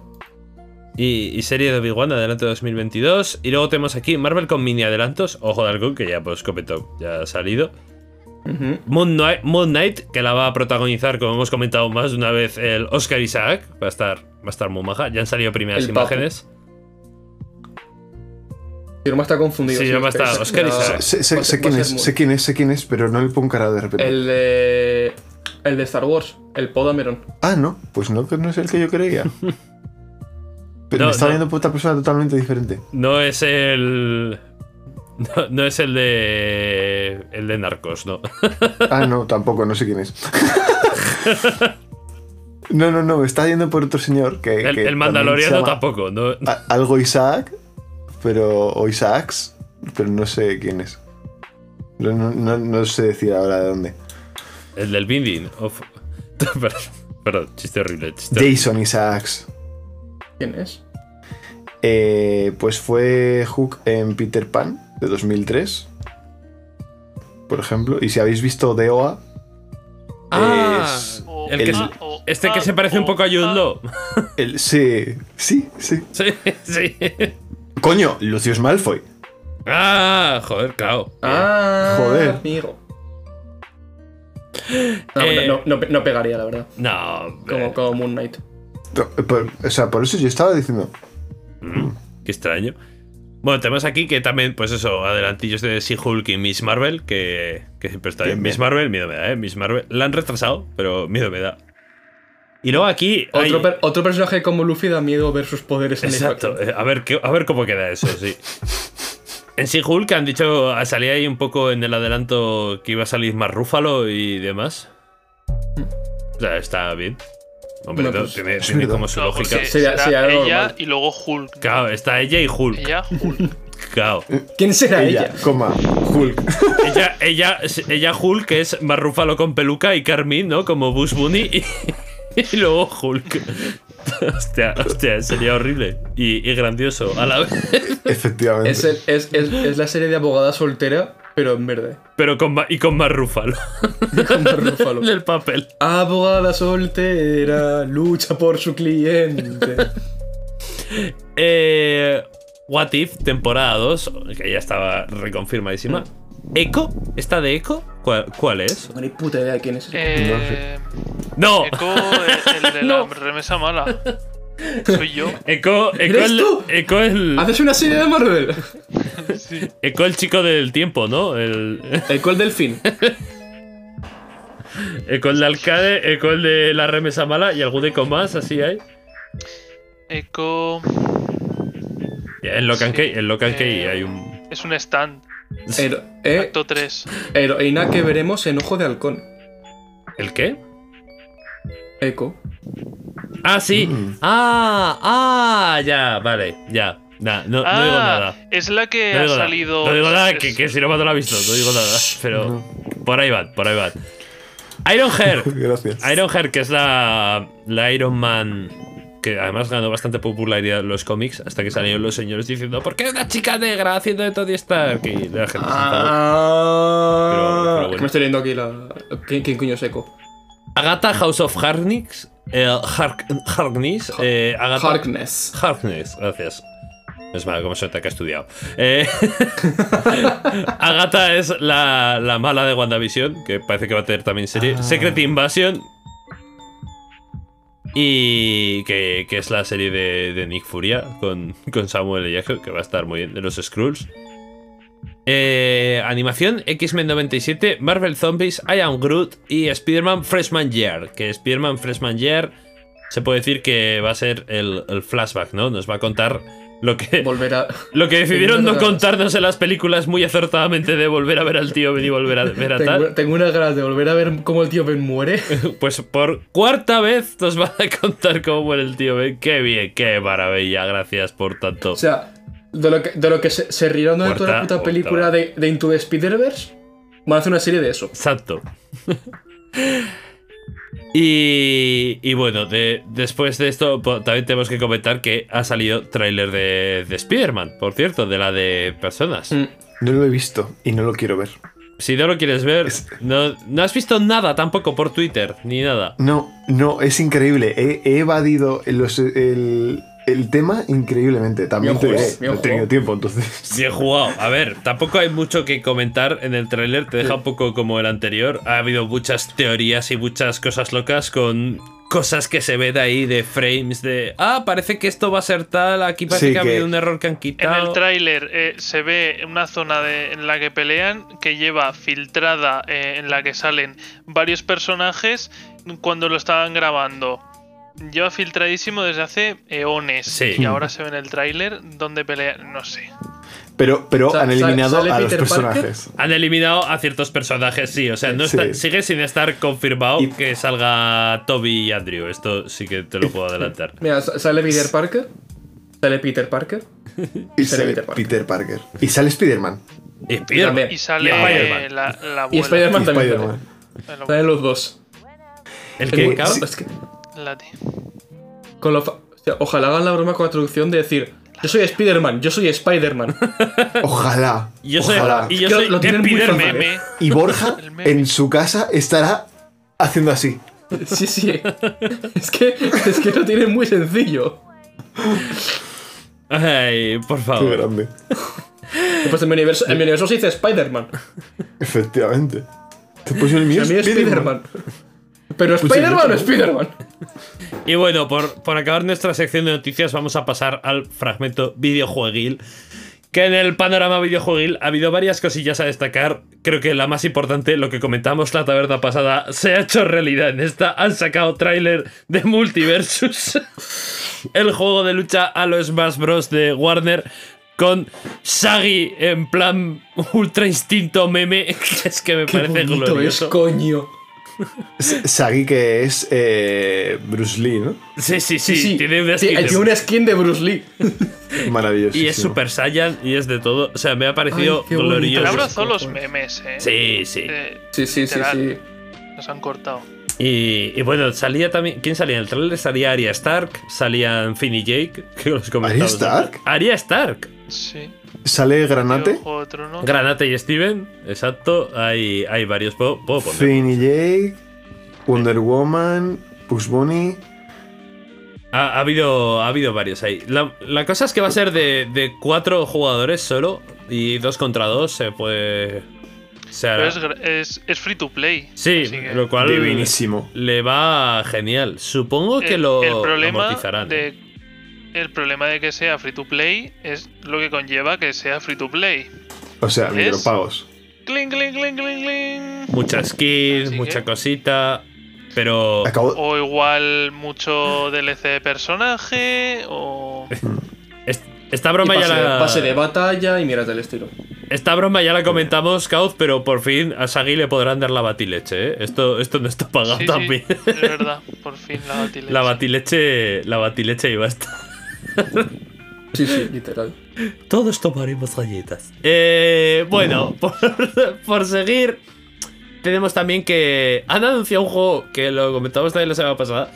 B: Y, y serie de Obi-Wan, adelanto de 2022. Y luego tenemos aquí Marvel con mini adelantos. Ojo de algo que ya pues comentó, ya ha salido.
D: Ujú.
B: Moon Knight, Moon Knight, que la va a protagonizar, como hemos comentado más de una vez, el Oscar Isaac. Va a estar, va a estar muy maja. Ya han salido primeras
D: El papu.
B: imágenes.
D: Si no me está confundido.
B: Sí,
D: si
B: no me
D: es-
B: está-
D: es-
B: Oscar
D: la-
B: Isaac.
G: Sé, sé-
D: va a
G: sé
D: ser-
G: quién
D: va a
G: es,
D: ser
G: sé quién es, sé quién es, pero no le pongo cara de repente.
D: El de. El de Star Wars, el Podameron.
G: Ah, no, pues no, que no es el que yo creía. Pero
B: No,
G: me está
B: no.
G: viendo por otra persona totalmente diferente.
B: No es el. No, no es el de. El de Narcos, no.
G: Ah, no, tampoco, no sé quién es. No, no, no, me está yendo por otro señor que.
B: El,
G: que
B: el
G: también se
B: Mandaloriano
G: llama
B: tampoco. No,
G: a- Algo Isaac, pero. O Isaacs, pero no sé quién es. No, no- no- no sé decir ahora de dónde.
B: el del Binding. of- Perdón, perdón, chiste horrible. chiste horrible.
G: Jason Isaacs.
D: ¿Quién es?
G: Eh, pues fue Hook en Peter Pan de 2003, por ejemplo. Y si habéis visto DOA,
B: Ah,
G: es
E: O-
B: el que
E: ah,
B: se-
E: o-
B: Este que
E: ah,
B: se parece un
E: o-
B: poco a Jude
E: ah.
B: Law.
G: el- sí, sí, sí.
B: Sí, sí.
G: Coño, Lucius Malfoy.
B: Ah, joder, claro.
D: Ah,
G: Joder.
D: amigo. No,
B: Eh.
D: no, no- no pegaría, la verdad.
B: No, hombre,
D: Como, como Moon Knight.
G: No, por- o sea, por eso yo estaba diciendo.
B: qué extraño. Bueno, tenemos aquí que también, pues eso, adelantillos de She-Hulk y Miss Marvel, que, que siempre está bien.
G: Bien,
B: Miss
G: bien.
B: Marvel, miedo me da, ¿eh? Miss Marvel. La han retrasado, pero miedo me da. Y luego aquí. hay-
D: Otro, per- otro personaje como Luffy da miedo ver sus poderes en
B: Exacto.
D: live action.
B: Eh, A ver, qué- a ver cómo queda eso, sí. En sí, Hulk han dicho. ah, Salía ahí un poco en el adelanto que iba a salir más Rúfalo y demás. O sea, está bien. Hombre,
D: No,
B: no,
D: pues,
B: tiene,
G: es
B: tiene
G: verdad.
B: como su
E: No,
B: lógica.
E: porque
D: Sería-
E: será
D: sería algo
E: ella
D: normal.
E: y luego Hulk.
B: Claro, está ella y Hulk.
E: Ella, Hulk.
B: Claro.
D: ¿Quién será ella?
G: Ella, coma, Hulk.
B: Ella, ella, ella Hulk es más Rúfalo con peluca y Carmín, ¿no? Como Bush Bunny y, y luego Hulk. Hostia, hostia, sería horrible y, y grandioso a la vez.
G: Efectivamente.
D: Es, el- es- es- es la serie de abogada soltera, pero en verde.
B: Pero con, ma- y con más Rúfalo
D: Como Rúfalo.
B: en el papel.
D: Abogada soltera, lucha por su cliente.
B: Eh, What If, temporada 2, que ya estaba reconfirmadísima. ¿Echo? ¿Esta de Echo? ¿Cuál, cuál es?
D: No ni puta idea de quién es. ese.
E: Eh,
B: ¡No!
E: Echo, eh, el, el de la
B: No.
E: remesa mala. Soy yo.
B: Echo, Echo
D: ¿Eres
B: el,
D: tú?
B: Echo el,
D: ¿Haces una serie de Marvel?
E: Sí.
B: Echo el chico del tiempo, ¿no? El,
D: El Col Delfín.
B: Eco el de Eh, Alcade, Eco el de la remesa mala y algún Eco más, así hay.
E: Echo
B: En Locan
E: Sí.
B: Key, en Locan
E: Eh,
B: Key hay un.
E: es un stand.
D: Hero- eh,
E: Acto 3.
D: heroína que veremos en Ojo de Halcón.
B: ¿El qué?
D: Echo.
B: Ah, sí. Ah, ah, ya, vale, ya. Nah, no, no digo nada.
E: Es la que
B: No
E: Ah, ha
B: digo nada,
E: salido.
B: no digo nada,
E: es-
B: que, que si no me lo ha visto, no digo nada. Pero por ahí van, por ahí van. Iron Hair.
G: Gracias.
B: Iron Hair, que es la, la Iron Man que además ganó bastante popularidad en los cómics hasta que salieron los señores diciendo ¿Por qué una chica negra haciendo de Tony Stark? Y la gente se enfadó. Pero- pero
D: Ah,
B: bueno.
D: que me estoy leyendo aquí la. ¿Quién, quién coño es Echo?
B: Agatha House of Harkness eh, Hark- Harkness eh, Agatha
D: Harkness.
B: Harkness, gracias. Es malo como se nota que ha estudiado. Eh, Agatha es la, la mala de WandaVision, que parece que va a tener también serie. Secret Invasion. Y que, que es la serie de, de Nick Furia con, con Samuel L. Jackson, que va a estar muy bien, de los Skrulls. Eh, animación X-Men 97, Marvel Zombies, I Am Groot y Spider-Man Freshman Year. Que Spider-Man Freshman Year se puede decir que va a ser el, el flashback, ¿no? Nos va a contar lo que,
D: Volver a.
B: lo que decidieron no
D: Volver a-
B: contarnos en las películas muy acertadamente de volver a ver al tío Ben y volver a ver a
D: Tengo,
B: tal.
D: tengo unas ganas de volver a ver cómo el tío Ben muere.
B: Pues por cuarta vez nos van a contar cómo muere el tío Ben. Qué bien, qué maravilla, gracias por tanto.
D: O sea, de lo que, de lo que se, se rieron de toda
B: Puerta,
D: la puta
B: puerta.
D: película de, de Into the Spider-Verse, van a hacer una serie de eso.
B: Exacto. Y, y bueno, de- después de esto po- también tenemos que comentar que ha salido tráiler de, de Spider-Man, por cierto, de la de personas.
D: Mm.
G: No lo he visto y no lo quiero ver.
B: Si no lo quieres ver, no, no has visto nada tampoco por Twitter, ni nada.
G: No, no, es increíble. He, he evadido los- el, el tema increíblemente. También
D: Bien
G: te
D: jugado,
G: diré,
D: bien
G: no he tenido
D: jugado.
G: tiempo, entonces.
B: Bien jugado. A ver, tampoco hay mucho que comentar en el tráiler, te deja un poco como el anterior. Ha habido muchas teorías y muchas cosas locas con cosas que se ven ahí de frames de ah, parece que esto va a ser tal, aquí parece
G: Sí,
B: que ha
G: que-
B: habido un error que han
E: En
B: quitado.
E: el tráiler eh, se ve una zona de- en la que pelean que lleva filtrada eh, en la que salen varios personajes cuando lo estaban grabando. Lleva filtradísimo desde hace eones
B: Sí.
E: y ahora se ve en el tráiler donde pelean, no sé.
G: Pero, pero
D: Sa-
G: han
D: sa-
G: eliminado
D: sale
G: a los
D: Peter Parker.
G: personajes.
B: Han eliminado a ciertos personajes, sí. O sea, no está-
G: Sí.
B: sigue sin estar confirmado
G: Y-
B: que salga Toby y Andrew. Esto sí que te lo puedo adelantar.
D: Mira, sa- sale Peter Parker. Sale Peter Parker.
G: Y
D: sale
G: sale
D: Peter Parker.
G: Peter Parker. Y sale Spider-Man.
B: Y Spiderman.
D: también.
E: Y sale
B: Spider-Man.
E: eh, la, la
D: Y
E: abuela.
D: Spider-Man
G: Y
D: también. sale.
G: Spider-Man.
E: El abuelo,
D: Salen los dos.
B: ¿El
D: Es
B: que
D: muy-
B: acaba?
D: es que
E: la tía.
D: con lo fa- o sea, ojalá hagan la broma con la traducción de decir: Yo soy Spider-Man, yo soy Spider-Man.
G: Ojalá.
B: Yo soy,
G: ojalá.
B: y yo
D: Es que
B: soy
D: lo tienen muy
B: Spiderman.
D: fácil,
E: Meme.
G: Y Borja
E: El meme.
G: en su casa estará haciendo así.
D: sí, sí. Es que, es que lo tienen muy sencillo.
B: Ay, por
D: Ah,
G: Qué
B: favor.
G: grande.
D: Pues en mi universo, en mi universo se dice Spider-Man.
G: Efectivamente. Te puse el mío
D: A mí es Spider-Man.
G: Spider-Man.
D: Pues Pero Spider-Man o Spider-Man.
B: Y bueno, por, por acabar nuestra sección de noticias, vamos a pasar al fragmento videojueguil. que en el panorama videojueguil ha habido varias cosillas a destacar. Creo que la más importante, lo que comentamos la taberna pasada, se ha hecho realidad en esta. Han sacado tráiler de Multiversus. el juego de lucha a los Smash Bros. de Warner. Con Sagi en plan ultra instinto meme. Es que me
D: Qué
B: parece
D: bonito
B: glorioso.
D: es, coño.
G: Sagi, que es eh, Bruce Lee, ¿no?
B: Sí, sí, sí,
D: Sí,
B: tiene una
D: sí,
B: skin de-
D: tiene una skin de Bruce Lee.
G: Maravilloso.
B: Y es Super Saiyan y es de todo. O sea, me ha parecido
D: Ay, qué bonito.
E: Te
B: glorioso.
D: Los
E: abrazó los
D: cojones.
E: memes, eh.
B: Sí, sí.
E: Eh,
D: Sí, sí, sí, sí.
E: Literal. nos han cortado.
B: Y, y bueno, salía también. ¿Quién salía en el trailer? Salía Arya Stark, salían Finn y Jake, que los comentamos.
G: ¿Arya Stark?
B: Arya Stark.
E: Sí.
G: Sale Granate,
E: Tío, Juego de Tronos.
B: Granate y Steven, exacto. Hay, hay varios. Puedo, puedo poner.
G: Finn y Jake, Wonder Woman, Bugs Bunny.
B: Ha, ha habido, ha habido varios ahí. La, la cosa es que va a ser de, de cuatro jugadores solo y dos contra dos se puede. Se
E: Pero
B: hará.
E: es, gra- es- es free to play.
B: Sí,
E: así que-
B: lo cual.
G: Divinísimo.
B: Le va genial. Supongo que
E: Eh,
B: lo,
E: el
B: lo
E: problema
B: amortizarán. ¿eh?
E: de el problema de que sea free to play es lo que conlleva que sea free to play.
G: O sea,
E: ¿Es?
G: micropagos.
E: Cling, cling, cling, cling, cling.
B: Muchas skins,
E: Así
B: mucha
E: que-
B: cosita.
E: Oh.
B: Pero.
G: Acabo.
E: O igual mucho DLC de personaje. O.
B: es- Esta
D: Y
B: broma,
D: pase,
B: ya la,
D: pase de batalla y miras del estilo.
B: esta broma ya la comentamos, Cauz, pero por fin a Sagi le podrán dar la batileche. ¿eh? Esto, esto no está pagado
E: Sí, sí,
B: también.
E: es verdad, por fin la batileche.
B: La batileche, la batileche iba a estar.
D: Sí, sí, literal.
B: Todos tomaremos galletas. Eh, bueno, por, por seguir, tenemos también que han anunciado un juego que lo comentamos también la semana pasada: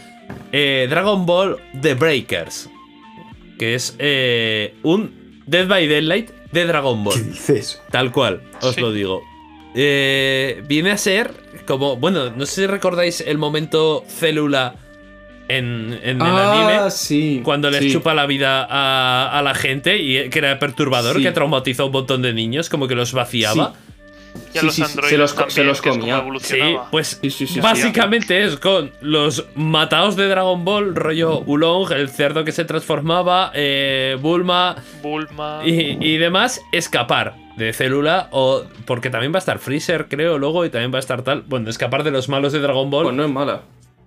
B: eh, Dragon Ball The Breakers. Que es eh, un Dead by Daylight de Dragon
E: Oh.
G: ¿Qué
B: Ball.
G: dices?
B: Tal cual, os
E: Sí.
B: lo digo. Eh, viene a ser como, bueno, no sé si recordáis el momento célula en, en
D: Ah,
B: el anime.
D: sí.
B: Cuando les
D: sí.
B: chupa la vida a, a la gente y eh, que era perturbador,
D: Sí.
B: que traumatizó a un montón de niños, como que los vaciaba.
E: Y a
D: Sí,
E: los
D: sí, sí,
E: androides
D: se los co-
E: también,
D: se los
E: que es como
D: comía.
B: Sí,
E: evolucionaba.
B: pues
D: Sí, sí, sí, sí.
B: básicamente es con los matados de Dragon Ball, rollo Ulong, el cerdo que se transformaba, eh, Bulma
E: Bulma.
B: y, y demás, escapar de célula o porque también va a estar Freezer, creo, luego y también va a estar tal, bueno, escapar de los malos de Dragon Ball.
D: Pues no es mala.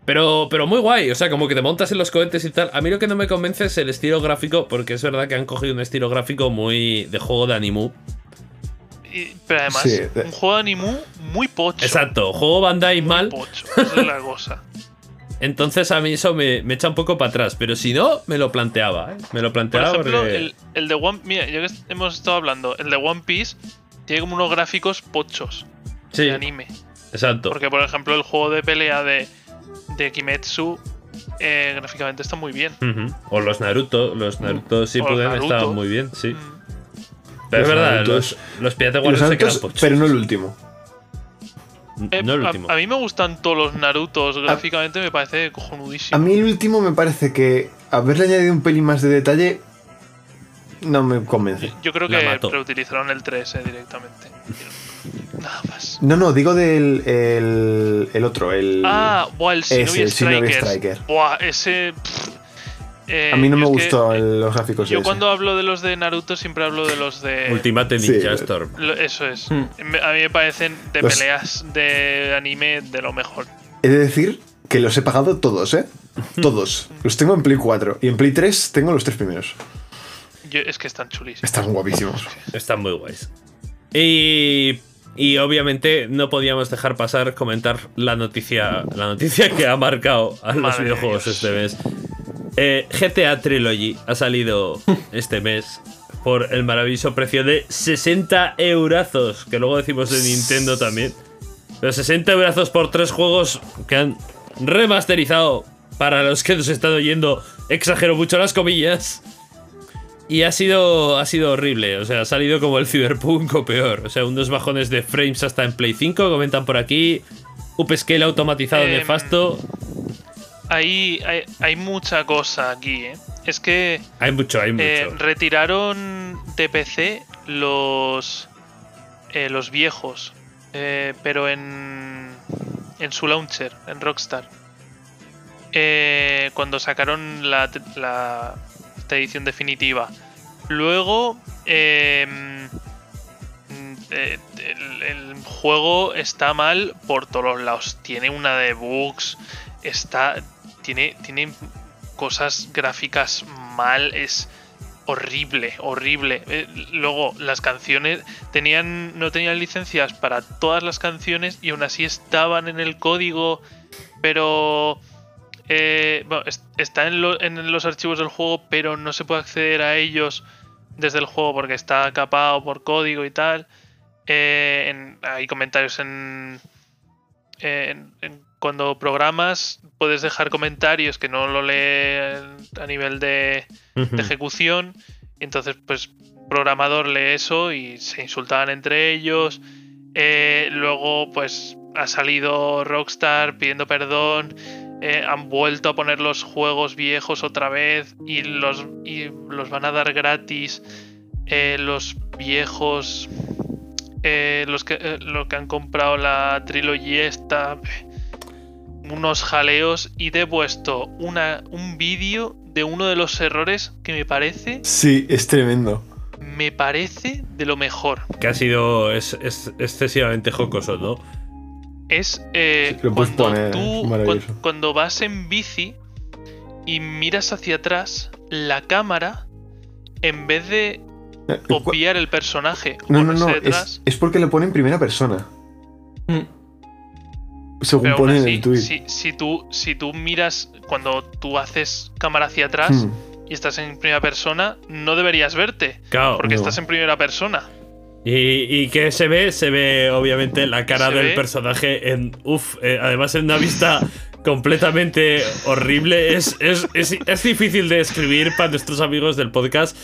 B: Pero, pero muy guay, o sea, como que te montas en los cohetes y tal. A mí lo que no me convence es el estilo gráfico, porque es verdad que han cogido un estilo gráfico muy de juego de animu.
E: Y- pero además,
G: Sí, de-
E: un juego de animu muy pocho.
B: Exacto, juego Bandai mal.
E: Pocho, esa es la cosa.
B: Entonces a mí eso me, me echa un poco para atrás, pero si no, me lo planteaba, ¿eh? Me lo
E: Por
B: planteaba
E: ejemplo,
B: porque-
E: el, el de One Mira, ya que hemos estado hablando, el de One Piece tiene como unos gráficos pochos
B: Sí,
E: de anime.
B: exacto.
E: Porque, por ejemplo, el juego de pelea de, de Kimetsu eh, gráficamente está muy bien.
B: Ujú. O los Naruto, los Naruto sí
E: Mm. O los
B: pueden
E: Naruto.
B: estaban muy bien, sí.
E: Mm.
B: Pero es
G: Los
B: verdad,
G: Narutos-
B: los, los Piratas
G: Y Los
B: Guardianes se quedan
G: altos,
B: pochos. Mm,
G: pero no el último.
E: Eh,
B: No el
E: a-
B: último.
E: A, mí me gustan todos los Narutos, gráficamente me parece cojonudísimo.
G: A mí el último me parece que haberle añadido un pelín más de detalle no me convence.
E: Yo creo
B: La
E: que
B: mató.
E: reutilizaron el 3 eh, directamente. Nada más.
G: No, no, digo del el, el otro, el...
E: Ah, buah, el Shinobi,
G: Ese, el Shinobi
E: Strikers.
G: Striker.
E: Buah, ese. pff, eh,
G: a mí no me
E: yo es que-
G: gustó el- los gráficos de
E: Yo
G: ese.
E: cuando hablo de los de Naruto siempre hablo de los de.
B: Ultimate
G: Sí.
B: Ninja Storm.
E: Lo- Eso es.
D: Hmm.
E: Me- A mí me parecen de
G: Los-
E: peleas de anime de lo mejor.
G: He de decir que los he pagado todos, ¿eh? Todos. Los tengo en Play 4 y en Play 3 tengo los tres primeros.
E: Yo- es que están chulísimos.
G: Están guapísimos.
B: Están muy guays. Y, y obviamente no podíamos dejar pasar comentar la noticia, la noticia que ha marcado a los
E: Madre de
B: videojuegos
E: Dios.
B: este mes. Eh, GTA Trilogy ha salido este mes por el maravilloso precio de 60 eurazos, que luego decimos de Nintendo también. Pero 60 eurazos por tres juegos que han remasterizado para los que nos están oyendo. Exagero mucho las comillas. Y ha sido, ha sido horrible, o sea, ha salido como el Cyberpunk o peor. O sea, unos bajones de frames hasta en Play 5, comentan por aquí. Upscale automatizado
E: Em,
B: nefasto.
E: Ahí hay, hay mucha cosa aquí, ¿eh? Es que
B: Hay mucho, hay mucho.
E: eh, retiraron de PC los. eh, los viejos. eh, pero en. En su launcher, en Rockstar. Eh, cuando sacaron la, la- esta edición definitiva. Luego, em, mm, eh, el, el juego está mal por todos los lados. Tiene una de bugs, está, tiene, tiene cosas gráficas mal, es horrible, horrible. Eh, luego, las canciones tenían, no tenían licencias para todas las canciones y aún así estaban en el código, pero... Eh, bueno, es- está en, lo- en los archivos del juego, pero no se puede acceder a ellos desde el juego porque está capado por código y tal. Eh, en- hay comentarios en, en- en- Cuando programas, puedes dejar comentarios que no lo lee a nivel de, de ejecución. Entonces, pues, programador lee eso y se insultaban entre ellos. Eh, luego, pues, ha salido Rockstar pidiendo perdón. Eh, han vuelto a poner los juegos viejos otra vez y los, y los van a dar gratis. Eh, los viejos, eh, los que, eh, lo que han comprado la trilogía esta, unos jaleos y te he puesto una, un vídeo de uno de los errores que me parece,
G: Sí, es tremendo.
E: me parece de lo mejor.
B: Que ha sido es- es excesivamente jocoso, ¿no?
E: es eh,
G: Sí, lo puedes
E: cuando
G: poner,
E: tú
G: es maravilloso.
E: cuan- cuando vas en bici y miras hacia atrás la cámara en vez de
G: Eh, cu-
E: copiar el personaje o
G: No, no,
E: ponerse
G: no,
E: detrás
G: es, es porque lo pone en primera persona.
B: Hmm.
G: Según
E: pero aún
G: pone en
E: así,
G: el tweet.
E: si, si tú si tú miras cuando tú haces cámara hacia atrás
G: Hmm.
E: y estás en primera persona no deberías verte
B: Claro.
E: porque
G: no.
E: estás en primera persona
B: Y, y que se ve, se ve obviamente la cara
E: Se
B: del
E: ve.
B: personaje en. Uf, eh, además en una vista completamente horrible. Es, es, es- es difícil de escribir para nuestros amigos del podcast.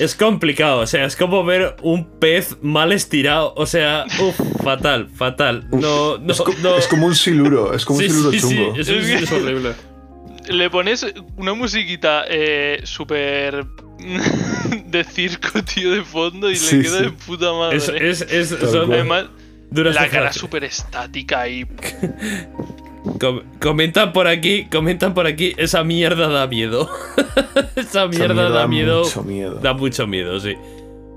B: Es complicado, o sea, es como ver un pez mal estirado. O sea, uf, fatal, fatal. No, no,
G: es, co-
B: no.
G: es como un siluro, es como
B: Sí,
G: un siluro
B: sí, sí,
G: chungo.
B: es- es- es horrible.
E: le pones una musiquita eh, súper de circo tío de fondo y
G: Sí,
E: le queda
G: sí.
E: de puta madre
B: Es, es, es-
G: Tal
B: son
G: cual.
E: Además,
B: duras
E: la
B: de
E: cara
B: frase.
E: súper estática y
B: Com- comentan por aquí, comentan por aquí, esa mierda da miedo. esa
G: Esa
B: mierda da miedo.
G: Mucho miedo.
B: Da mucho miedo, sí.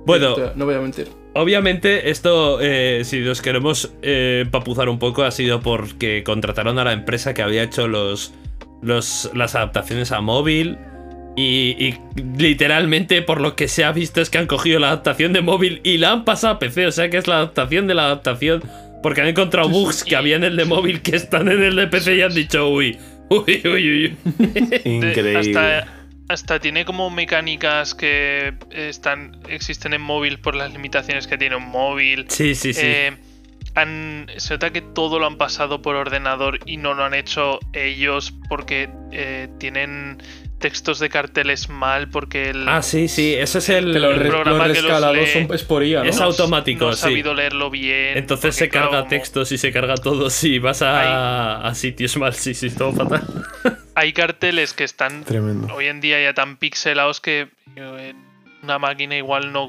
B: Bueno,
D: O sea, no voy a mentir.
B: obviamente esto, eh, si nos queremos eh, papuzar un poco, ha sido porque contrataron a la empresa que había hecho los, los, las adaptaciones a móvil. Y, y literalmente por lo que se ha visto es que han cogido la adaptación de móvil y la han pasado a PC, o sea que es la adaptación de la adaptación, porque han encontrado bugs que había en el de móvil que están en el de PC y han dicho, uy, uy, uy, uy. uy".
E: de-
G: Increíble.
E: Hasta, hasta tiene como mecánicas que eh, están existen en móvil por las limitaciones que tiene un móvil.
B: Sí, sí, sí.
E: Eh, han- se nota que todo lo han pasado por ordenador y no lo han hecho ellos porque eh, tienen textos de carteles mal porque el,
B: ah, sí, sí, eso es el...
D: Que los, re-
E: programa
D: los
E: que los
D: rescalados
E: lee-
D: son, es por IA, ¿no?
B: Es
E: no-
B: automático,
E: no ha
B: sí.
E: sabido leerlo bien.
B: Entonces
E: porque,
B: se carga
E: claro, como
B: textos y se carga todo si vas a, a sitios mal, sí, sí, todo fatal.
E: Hay carteles que están
G: Tremendo.
E: hoy en día ya tan pixelados que eh, una máquina igual no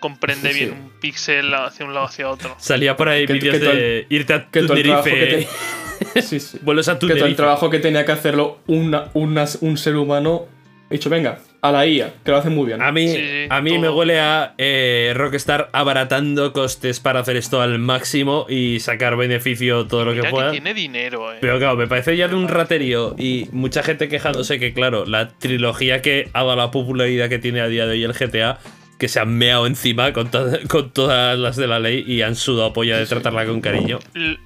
E: comprende
D: Sí, sí.
E: bien un píxel hacia un lado hacia otro.
B: Salía por ahí
D: Que-
B: vídeos
D: que todo el-
B: de irte a
D: Que todo el trabajo
B: Tenerife.
D: que te- Sí, sí.
B: Vuelves a
D: que todo el
B: Tenerife.
D: trabajo que tenía que hacerlo una, unas- un ser humano, he dicho, venga, a la IA, que lo hacen muy bien.
B: A mí,
E: Sí, sí,
B: a mí
E: todo.
B: me huele a eh, Rockstar abaratando costes para hacer esto al máximo y sacar beneficio todo lo que
E: Mira que
B: pueda.
E: tiene dinero, eh.
B: Pero claro, me parece ya de un raterío y mucha gente quejándose que, claro, la trilogía que ha dado la popularidad que tiene a día de hoy el GTA, que se han meado encima con, to- con todas las de la ley y han sudado polla de tratarla con cariño.
E: L-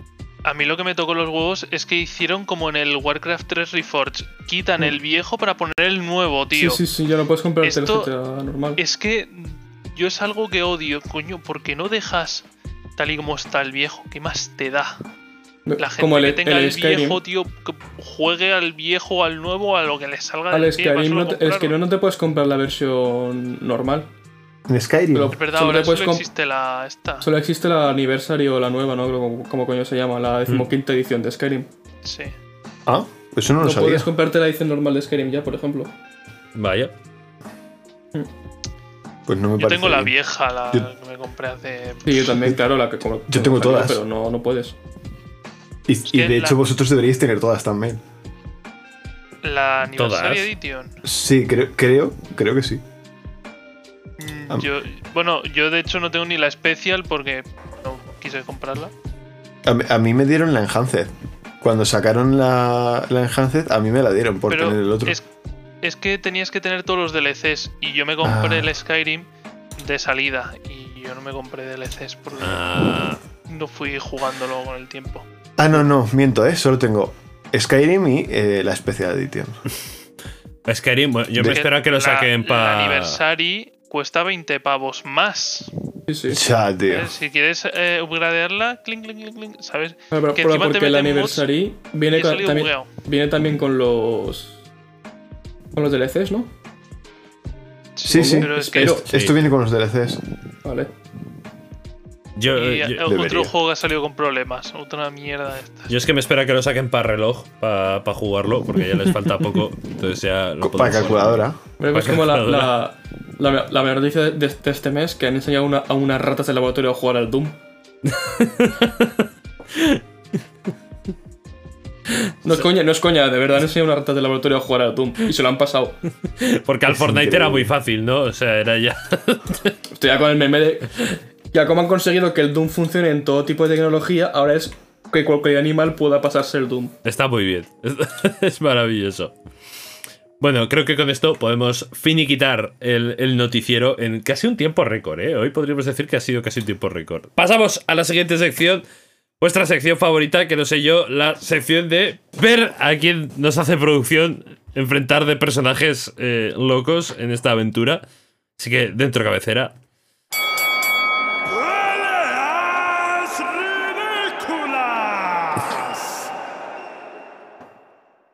E: A mí lo que me tocó los huevos es que hicieron como en el Warcraft 3 Reforged. Quitan
B: Mm.
E: el viejo para poner el nuevo,
D: sí,
E: tío.
D: sí, sí, ya no puedes comprar el
E: esto
D: GTA normal.
E: Es que yo es algo que odio, coño, porque no dejas tal y como está el viejo. ¿Qué más te da? La gente
D: Como el,
E: que tenga
D: el
E: el,
D: Skyrim.
E: viejo, tío, que juegue al viejo, al nuevo, a lo que le salga
D: Al
E: del pie, para
D: Skyrim
E: solo
D: no te, el
E: comprarlo.
D: Skyrim no te puedes comprar la versión normal.
G: En Skyrim.
D: Pero-
E: Es verdad,
D: solo te
E: ahora
D: puedes
E: solo
D: comp-
E: existe la esta.
D: Solo existe la Anniversary o la nueva, ¿no? Como, como coño se llama,
G: Mm.
D: la decimoquinta edición de Skyrim.
E: Sí.
G: Ah, eso no lo
D: No
G: sabía.
D: puedes comprarte la edición normal de Skyrim ya, por ejemplo.
B: Vaya.
G: Pues no me
E: Yo
G: parece.
E: tengo la
G: bien.
E: vieja, la
G: Yo-
E: que me compré hace.
D: Sí, yo también, claro, la que como-
G: Yo
D: como
G: tengo
D: salió,
G: todas.
D: Pero no, no puedes.
G: Y, y
E: que
G: de hecho
E: la-
G: vosotros deberíais tener todas también.
E: La
B: Todas.
E: Anniversary Edition.
G: Sí, creo, creo, creo que sí. Am-
E: Yo, bueno, yo de hecho no tengo ni la especial porque no quise comprarla.
G: A, mí- a mí me dieron la Enhanced. Cuando sacaron la, la Enhanced, a mí me la dieron por
E: pero
G: tener el otro.
E: Es, es que tenías que tener todos los DLCs y yo me compré
G: Ah.
E: el Skyrim de salida y yo no me compré DLCs porque
B: Ah,
E: no fui jugándolo con el tiempo.
G: Ah, no, no, miento, ¿eh? Solo tengo Skyrim y eh, la Special Edition.
B: Skyrim, bueno, yo me
E: Que
B: espero a que lo
E: la-
B: saquen
E: El
B: para.
E: Anniversary cuesta 20 pavos más.
D: Sí, sí.
G: Ya, tío.
E: ¿eh? Si quieres eh, upgradearla, clink, clink, clink, clink, ¿sabes?
D: Ah, pero-
E: que
D: pero
E: encima te
D: porque el
E: meten mods
D: Anniversary
E: Y
D: viene,
E: he
D: con-
E: salido
D: también,
E: bugueado.
D: viene también con los. Con los DLCs, ¿no?
G: Sí, sí.
E: Pero es que
D: Espero.
G: Est- Esto
B: sí.
G: viene con los DLCs.
D: Vale.
B: Yo,
E: y, eh,
B: yo,
E: otro
G: debería.
E: juego que ha salido con problemas. Otra mierda de estas.
B: yo es que me espero a que lo saquen para reloj, para jugarlo, porque ya les falta poco. Entonces ya lo podemos
G: Co- Para
B: jugar.
G: calculadora.
D: Pero es
B: Para
D: como la, la,
B: calculadora.
D: la- la mejor noticia de, de este mes que han enseñado una- a unas ratas del laboratorio a jugar al Doom. No es coña, no es coña, de verdad han enseñado a unas ratas del laboratorio a jugar al Doom y se lo han pasado.
B: Porque al
G: Es
B: Fortnite era
G: increíble.
B: muy fácil, ¿no? O sea, era ya.
D: Estoy ya con el meme de. Ya como han conseguido que el Doom funcione en todo tipo de tecnología, ahora es que cualquier animal pueda pasarse el Doom.
B: Está muy bien. Es maravilloso. Bueno, creo que con esto podemos finiquitar el, el noticiero en casi un tiempo récord, ¿eh? Hoy podríamos decir que ha sido casi un tiempo récord. Pasamos a la siguiente sección. Vuestra sección favorita, que no sé yo, la sección de ver a quién nos hace producción enfrentar de personajes eh, locos en esta aventura. Así que dentro cabecera.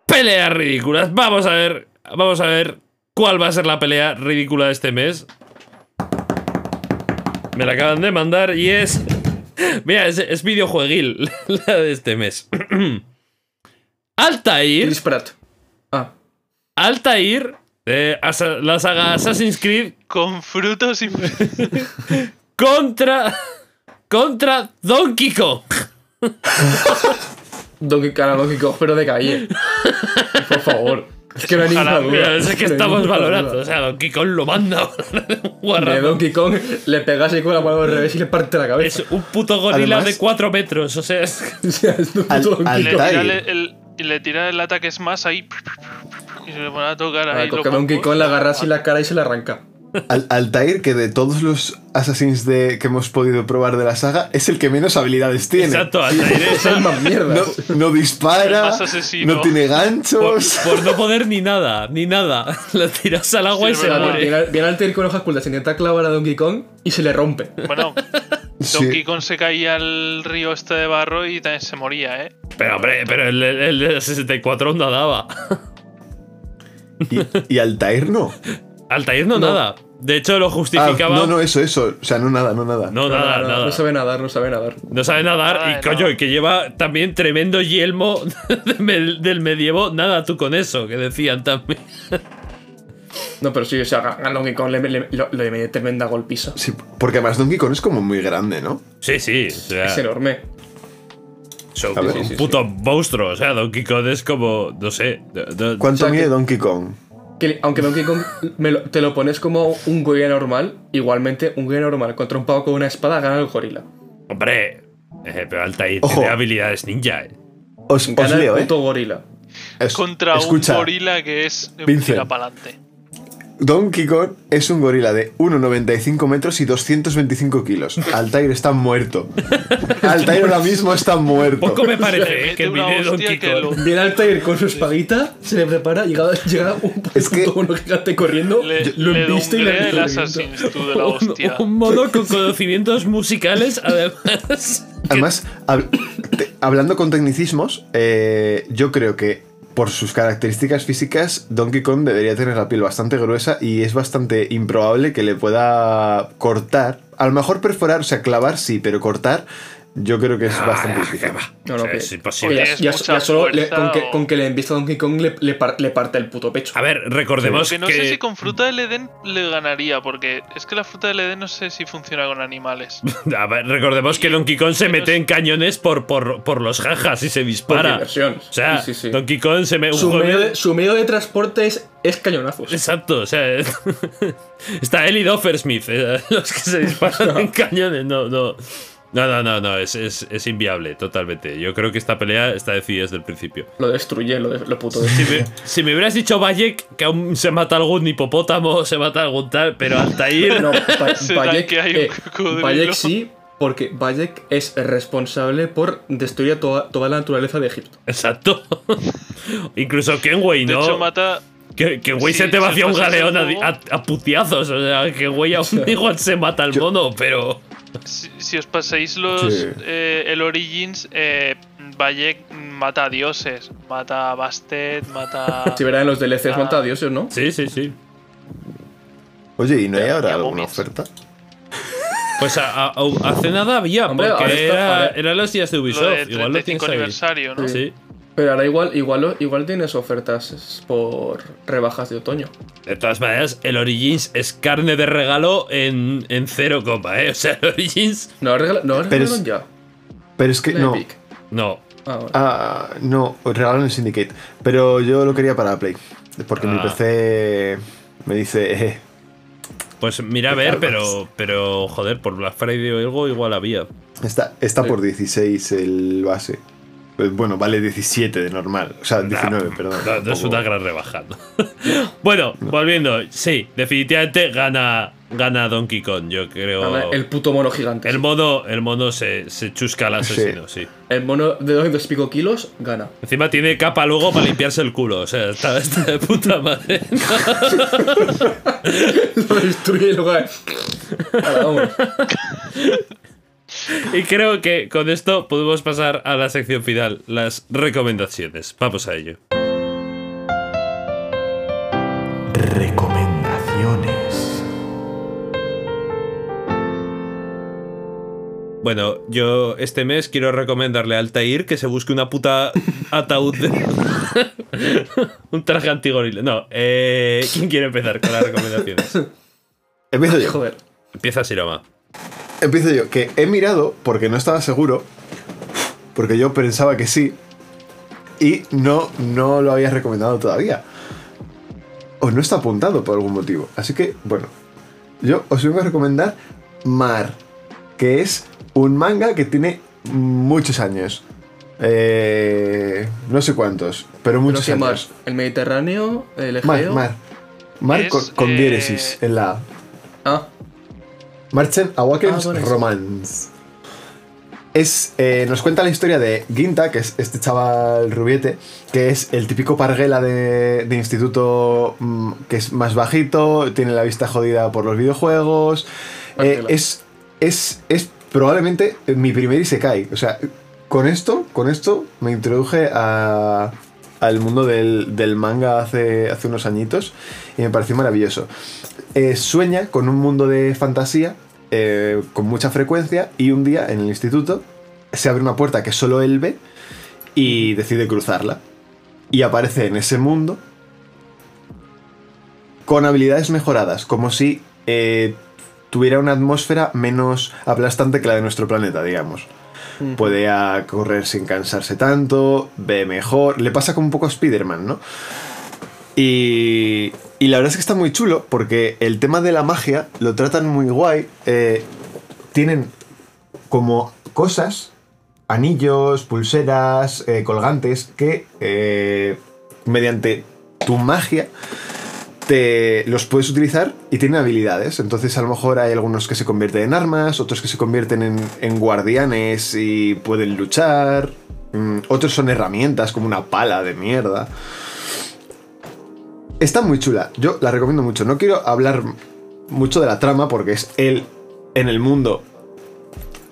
B: peleas ridículas. Vamos a ver, vamos a ver cuál va a ser la pelea ridícula de este mes. Me la acaban de mandar y es. Mira, es, es videojueguil la de este mes. Altair.
D: Chris Pratt. Ah,
B: Altair. De Asa- la saga Assassin's Creed
E: Con frutos y.
B: contra. Contra Donkey Kong.
D: Donkey Kong, Donkey Kong, pero de calle. Por favor. Es que no hay
B: Ojalá,
D: ninguna duda.
B: mira, es que
D: No hay
B: estamos
D: ninguna
B: valorando.
D: duda.
B: O sea, Donkey Kong lo manda.
D: De
B: Guarra.
D: Donkey Kong le pegas ahí con la mano al revés y le parte la
B: Es
D: cabeza.
B: un puto gorila
G: Además-
B: de 4 metros. O sea, es-
D: O sea, es un
G: Al-
D: puto
E: y
D: Donkey
G: al-
E: le
D: Kong.
E: tira el,
G: Detalle.
E: el- y le tira el ataque Smash ahí. Y se le pone a tocar
D: Ah,
E: ahí.
D: con
E: los
D: que Donkey
E: combos.
D: Kong la agarra así la cara y se la arranca.
G: Al- Altair, que de todos los Assassins de, que hemos podido probar de la saga, es el que menos habilidades tiene.
B: Exacto, Altair es-
D: Es el más mierda.
G: No, no
E: El
G: dispara,
E: más asesino.
G: no tiene
B: Por,
G: ganchos.
B: por no poder ni nada, ni nada. La tiras al agua
E: Sí,
B: y
E: es
B: se
E: verdad.
D: Viene-
B: muere.
D: Viene, viene al Terry con hojas cultas, intenta clavar a Donkey Kong y se le rompe.
E: Bueno,
G: Sí.
E: Donkey Kong se caía al río este de barro y también se moría, ¿eh?
B: Pero hombre, pero el, el de 64 no daba.
G: Y, y Altair no.
B: Altair no, nada. De hecho, lo
G: Ah,
B: justificaba.
G: no, no, eso, eso. O sea, no nada, no nada.
B: No, nada,
D: no, no,
B: nada.
D: no sabe nadar, no sabe nadar.
B: No sabe nadar
E: Nada
B: y
E: de
B: coño,
E: nada.
B: que lleva también tremendo yelmo de me- del medievo. Nada tú con eso, que decían también.
D: No, pero sí, o sea, a Donkey Kong le, le, lo- le mete tremenda golpiza.
G: Sí, porque además Donkey Kong es como muy grande, ¿no?
B: Sí, sí. O sea,
D: Es enorme.
B: es un,
G: A ver.
B: un puto monstruo. O sea, Donkey Kong es como. No sé. no- no-
G: ¿Cuánto
D: O sea,
G: mide
D: que-
G: Donkey Kong?
D: Que, aunque Donkey Kong me lo- te lo pones como un gorila normal, igualmente un gorila normal contra un pavo con una espada gana el gorila.
B: Hombre. eh, pero Altair
G: Ojo.
B: tiene habilidades ninja. eh.
G: Os, os
D: Gana
G: leo,
D: el
G: ¿eh?
D: puto gorila.
G: Es-
E: Contra
G: escucha,
E: un gorila que es.
G: Vincent.
E: Tira pa'lante.
B: Eh,
G: Donkey Kong es un gorila de 1,95 metros y 225 kilos. Altair está muerto. Altair ahora mismo está muerto.
B: Poco me
E: Le
B: parece eh,
E: mete
B: que
E: una
B: mide
E: hostia
B: Donkey
E: que
B: Kong.
E: lo-
D: Viene Altair con su espadita, se le prepara, llega, llega un
G: Es que-
D: puto mono gigante corriendo,
E: Le,
D: lo
E: le
D: embiste y
E: dunglea
D: le
E: el
D: revienta.
E: Assassin's tú de la
B: Un-
E: hostia.
B: Un, mono con conocimientos musicales, además.
G: Además, hab- te- hablando con tecnicismos, eh, yo creo que por sus características físicas, Donkey Kong debería tener la piel bastante gruesa y es bastante improbable que le pueda cortar. A lo mejor perforar, o sea, clavar sí, pero cortar Yo creo que es bastante difícil.
D: No, no, que-
B: Es imposible.
D: que ya- ya,
E: Tienes mucha
D: ya solo le-
E: fuerza
D: con, que,
E: o-
D: con que le empiece a Donkey Kong le, le par- le parte el puto pecho.
B: A ver, recordemos
E: Que no sé si con fruta del Edén le ganaría, porque es que la fruta del Edén no sé si funciona con animales.
B: A ver, recordemos que Donkey Kong se mete en cañones por, por, por los jajas y se
D: por
B: dispara.
D: diversión.
B: O sea,
D: Sí, sí, sí.
B: Donkey Kong se mete.
D: Su medio, de, su medio de transporte es, es cañonazos.
B: Exacto, o sea. está él y Doffersmith, eh, los que se disparan en cañones. No, no. No, no, no, no, es, es- es inviable, totalmente. Yo creo que esta pelea está decidida desde el principio.
D: Lo destruye, lo, de- lo puto
B: Si
D: destruye.
B: me, si me hubieras dicho Bayek, que aún se mata algún hipopótamo, se mata algún tal, pero hasta ir.
D: No, Ba-
E: Se
D: Bayek,
E: tanquea ahí un
D: eh,
E: cocodrilo.
D: Bayek sí, porque Bayek es responsable por destruir a toda, toda la naturaleza de Egipto.
B: Exacto. Incluso Kenway,
E: De
B: ¿no?
E: hecho, mata.
B: Que, que güey
E: Sí,
B: se te
E: se
B: va hacia un
E: pasa ese
B: galeón a,
E: juego.
B: a- a putiazos. O sea, que güey aún igual se mata al mono, pero.
E: Si, si os pasáis los
G: Sí.
E: eh, el Origins, eh, Bayek mata a dioses, mata a Bastet, mata.
D: Si verán en los DLCs
E: Ah.
D: mata a dioses, ¿no?
B: Sí, sí, sí.
G: Oye, ¿y no hay ahora
E: ya
G: alguna
E: momias.
G: oferta?
B: Pues a- a- a- hace nada había,
D: Hombre, ahora
B: porque
D: está-
B: era,
D: ahora-
B: eran los días de
E: lo
B: Ubisoft.
E: del
B: igual lo
E: 35
B: tienes ahí.
E: aniversario, ¿no?
B: Sí.
D: Pero ahora igual, igual, igual tienes ofertas por rebajas de otoño.
B: De todas maneras, el Origins es carne de regalo en, en cero coma, ¿eh? O sea, el Origins.
D: No, regala, no
G: Pero es-
D: regalaron ya.
G: Pero es que
D: La
G: no.
D: Epic.
B: No.
D: Ah, vale.
G: Ah, no, os regalaron el Syndicate. Pero yo lo quería para Play. Porque mi
B: Ah.
G: PC me dice. "Eh,
B: Pues mira a ver, pero, pero joder, por Black Friday o algo igual había.
G: está, está
D: Sí.
G: por 16 el base. Pues Bueno, vale 17 de normal. O sea, 19,
B: Nah,
G: perdón.
B: No, no es
G: Ah, tampoco.
B: una gran rebaja. ¿no? bueno, volviendo, sí, definitivamente gana, gana Donkey Kong, yo creo.
D: Ahora Ah, el puto mono gigante.
B: el
D: sí.
B: mono, el mono se, se chusca al asesino, sí.
D: El mono de dos, dos y pico kilos gana.
B: Encima tiene capa luego para limpiarse el culo, o sea, está, está de puta madre.
D: Lo destruye y luego. Ahora, vamos.
B: y creo que con esto podemos pasar a la sección final, las recomendaciones. Vamos a ello.
I: Recomendaciones.
B: Bueno, yo este mes quiero recomendarle a Altair que se busque una puta ataúd de- Un traje antigorila. No, eh, ¿quién quiere empezar con las recomendaciones?
G: Empiezo yo.
D: Joder.
B: Empieza Siroma.
G: Empiezo yo, que he mirado porque no estaba seguro, porque yo pensaba que sí, y no, no lo había recomendado todavía. O no está apuntado por algún motivo. Así que, bueno, yo os vengo a recomendar Mar, que es un manga que tiene muchos años. Eh, no sé cuántos, pero
D: Pero
G: muchos
D: ¿qué más?
G: años.
D: El Mediterráneo, el Egeo.
G: Mar, Mar. Mar
E: Es,
G: con, con
E: eh,
G: diéresis en la A.
D: Ah,
G: Marchen Awakens
D: Ah, vale.
G: Romance. Es, eh, nos cuenta la historia de Ginta, que es este chaval rubiete, que es el típico parguela de, de instituto mm, que es más bajito, tiene la vista jodida por los videojuegos. Eh,
D: Parguela.
G: es, es, es probablemente mi primer Isekai. O sea, con esto, con esto me introduje a- al mundo del, del manga hace, hace unos añitos y me pareció maravilloso eh, sueña con un mundo de fantasía eh, con mucha frecuencia y un día en el instituto se abre una puerta que solo él ve y decide cruzarla. Y aparece en ese mundo con habilidades mejoradas, como si eh, tuviera una atmósfera menos aplastante que la de nuestro planeta, digamos. Puede ah, correr sin cansarse tanto, ve mejor, le pasa como un poco a Spider-Man, ¿no? Y, y la verdad es que está muy chulo porque el tema de la magia lo tratan muy guay. eh, tienen como cosas, anillos, pulseras, eh, colgantes, que eh, mediante tu magia te los puedes utilizar y tienen habilidades. Entonces, a lo mejor hay algunos que se convierten en armas, otros que se convierten en, en guardianes y pueden luchar. mm, Otros son herramientas como una pala de mierda. Está muy chula, yo la recomiendo mucho. No quiero hablar mucho de la trama porque es él en el mundo.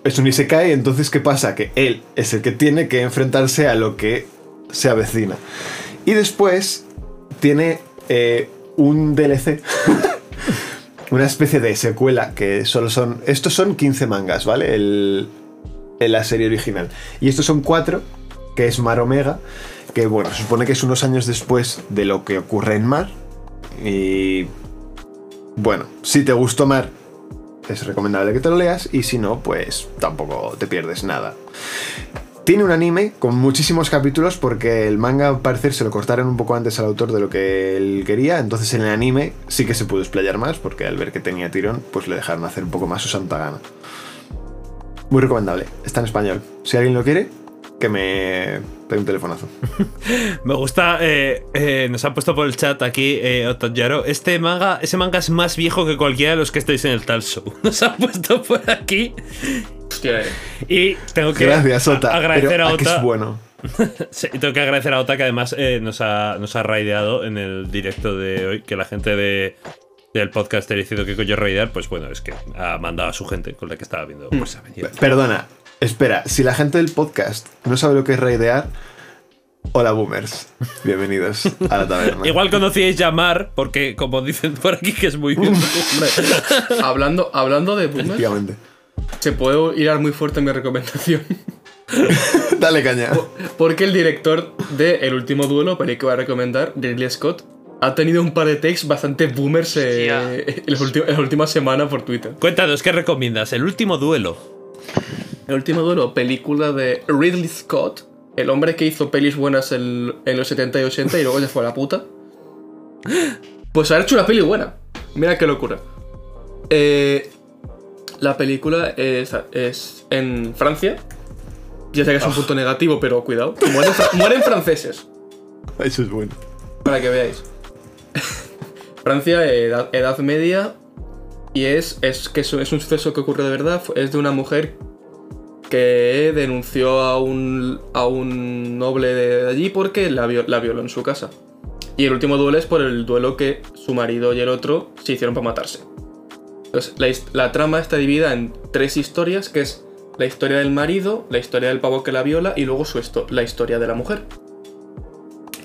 G: Es un Isekai, entonces ¿qué pasa? Que él es el que tiene que enfrentarse a lo que se avecina. Y después tiene eh, un DLC, una especie de secuela que solo son... Estos son 15 mangas, ¿vale? El, en la serie original. Y estos son cuatro, que es Mar Omega, que bueno, se supone que es unos años después de lo que ocurre en Mar. Y bueno, si te gustó Mar, es recomendable que te lo leas y si no, pues tampoco te pierdes nada. Tiene un anime con muchísimos capítulos porque el manga al parecer se lo cortaron un poco antes al autor de lo que él quería, entonces en el anime sí que se pudo explayar más porque al ver que tenía tirón, pues le dejaron hacer un poco más su santa gana. Muy recomendable, está en español. Si alguien lo quiere, que me pegue un telefonazo.
B: Me gusta, eh, eh, nos ha puesto por el chat aquí eh, Otoyaro, Este manga, ese manga es más viejo que cualquiera de los que estáis en el tal show. Nos ha puesto por aquí
D: Hostia, eh.
B: y tengo que
G: Gracias, Ota.
B: a- agradecer
G: pero
B: a
G: ¿a qué
B: Ota.
G: es bueno.
B: Sí, tengo que agradecer a Ota que además eh, nos, ha, nos ha raideado en el directo de hoy, que la gente de, del podcast te ha decidido que coño raidear, pues bueno, es que ha mandado a su gente con la que estaba viendo. Pues ha venido.
G: Perdona, espera, si la gente del podcast no sabe lo que es raidear, hola boomers, bienvenidos a la taberna.
B: Igual conocíais llamar, porque como dicen por aquí que es muy
D: hablando, hablando de boomers,
G: Efectivamente.
D: se puede hilar muy fuerte mi recomendación.
G: Dale caña.
D: Porque el director de El último duelo, para que va a recomendar, Ridley Scott, ha tenido un par de takes bastante boomers eh,
E: Hostia.
D: en, las ulti- en la última semana por Twitter.
B: Cuéntanos, ¿qué recomiendas? El último duelo.
D: El último duelo, película de Ridley Scott, el hombre que hizo pelis buenas en, en los 70 y 80 y luego se fue a la puta. Pues ha hecho una peli buena. Mira qué locura. Eh, la película es, es en Francia. Ya sé que es un punto negativo, pero cuidado. Mueren, fra- mueren franceses.
G: Eso es bueno.
D: Para que veáis. Francia, edad, edad media. Y es, es que es, un- es un suceso que ocurre de verdad. Fu- Es de una mujer que denunció a un, a un noble de allí porque la, vio- la violó en su casa. Y el último duelo es por el duelo que su marido y el otro se hicieron para matarse. Entonces, la, his- la trama está dividida en tres historias, que es la historia del marido, la historia del pavo que la viola y luego su esto- la historia de la mujer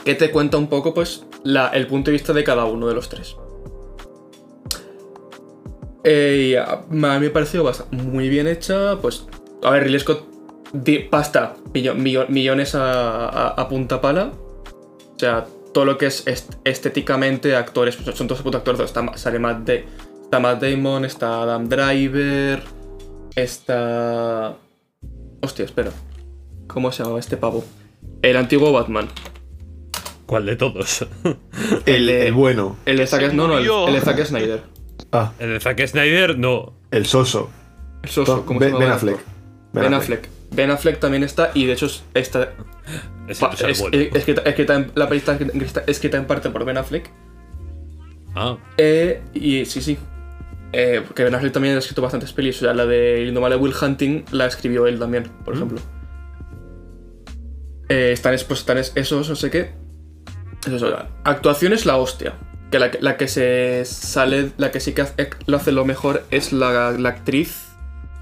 D: que te cuenta un poco pues la- el punto de vista de cada uno de los tres. Eh, y a, a mí me pareció bast- muy bien hecha, pues a ver, Ridley Scott di- pasta millo- millo- millones a, a- a punta pala. O sea, todo lo que es est- estéticamente actores, pues son todos putos actores, está, Ma- sale Matt Da- está Matt Damon, está Adam Driver, está... Hostia, espera. ¿Cómo se llama este pavo? El antiguo Batman.
B: ¿Cuál de todos?
G: El, el bueno, Ah,
D: El eh, de Zack,
E: Se
D: no, no, el,
E: murió.
D: el de Zack Snyder.
B: ¿El de Zack Snyder? No.
G: el soso.
D: El soso,
G: Tom-
D: ¿cómo se
G: ben,
D: llama?
G: Ben Affleck.
D: Ben Affleck. Ben Affleck también está, y de hecho es- está.
B: pues Es
D: pa-
B: el ser
D: es-
B: bueno.
D: es- escrita- escrita en- la película está escrita- escrita en parte por Ben Affleck.
B: Ah,
D: Eh, y sí, sí. Eh, porque Ben Affleck también ha escrito bastantes pelis. O sea, la de El Indomable Will Hunting la escribió él también, por
B: Mm.
D: ejemplo. Eh, están, es- pues, están es- esos, no sé qué. Eso, eso, la actuación es la hostia. Que la, que- la que se sale, la que sí que hace, lo hace lo mejor es la, la actriz.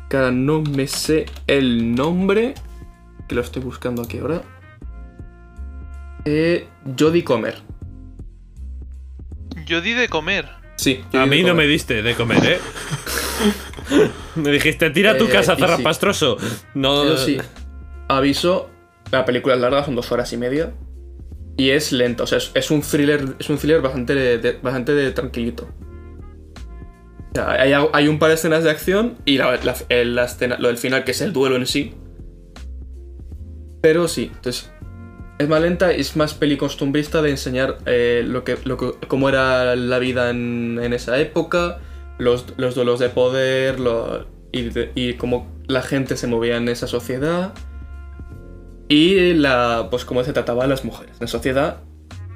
D: Que ahora no me sé el nombre. Que lo estoy buscando aquí ahora. Eh, Jodie Comer.
E: Yo di de comer.
D: Sí.
B: a
D: Jodie
B: mí no
D: Comer.
B: me diste de comer, ¿eh? me dijiste, tira a tu
D: Eh,
B: casa,
D: y sí.
B: zarrapastroso. No.
D: Eso sí, aviso, la película es larga, son dos horas y media. Y es lenta, o sea, es, es un thriller, es un thriller bastante, de- de- bastante de tranquilito. O sea, hay, hay un par de escenas de acción y la, la- eh, la escena- lo del final, que es el duelo en sí. Pero sí, entonces es más lenta, es más peli costumbrista de enseñar eh, lo que, lo que- cómo era la vida en, en esa época, los, los duelos de poder lo- y, de- y cómo la gente se movía en esa sociedad y la, pues, cómo se trataban las mujeres en la sociedad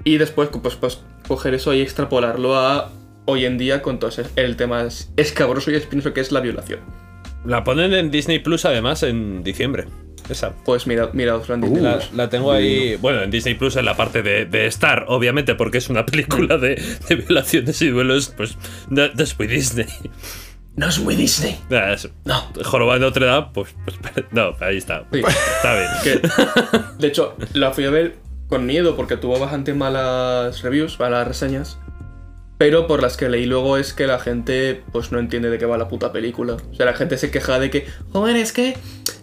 D: y después pues, pues, coger eso y extrapolarlo a hoy en día con todo ese- el tema es- escabroso y espinoso que es la violación.
B: La ponen en Disney Plus además en diciembre. Esa.
D: Pues mira, miraos, lo han dicho.
B: La, la tengo ahí. Bueno, en Disney Plus en la parte de, de Star, obviamente, porque es una película de, de violaciones y duelos, pues. No, no es muy Disney.
D: No es muy Disney.
B: Nada, es-
D: No.
B: Joroba de Notre Dame, pues, pues. No, ahí está.
D: Sí.
B: Está bien.
D: Que, de hecho, la fui a ver con miedo porque tuvo bastante malas reviews, malas reseñas. Pero por las que leí luego es que la gente pues no entiende de qué va la puta película. O sea, la gente se queja de que, joder, es que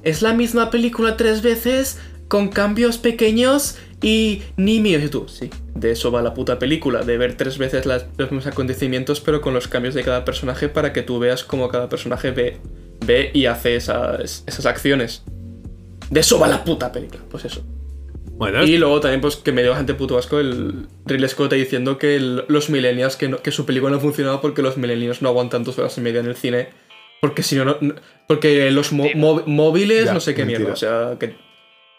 D: es la misma película tres veces, con cambios pequeños y nimios. Y tú, sí, de eso va la puta película, de ver tres veces las- los mismos acontecimientos, pero con los cambios de cada personaje para que tú veas cómo cada personaje ve, ve y hace esas, esas acciones. De eso va la puta película, pues eso.
B: Bueno,
D: Y luego también, pues, que me dio bastante puto asco el Ridley Scott ahí diciendo que el- los millennials, que, no- que su película no funcionaba porque los millennials no aguantan dos horas y media en el cine. Porque si no, no- no- porque los mo- mo- móviles,
G: Ya,
D: no sé qué
G: mentira.
D: mierda. O sea, que,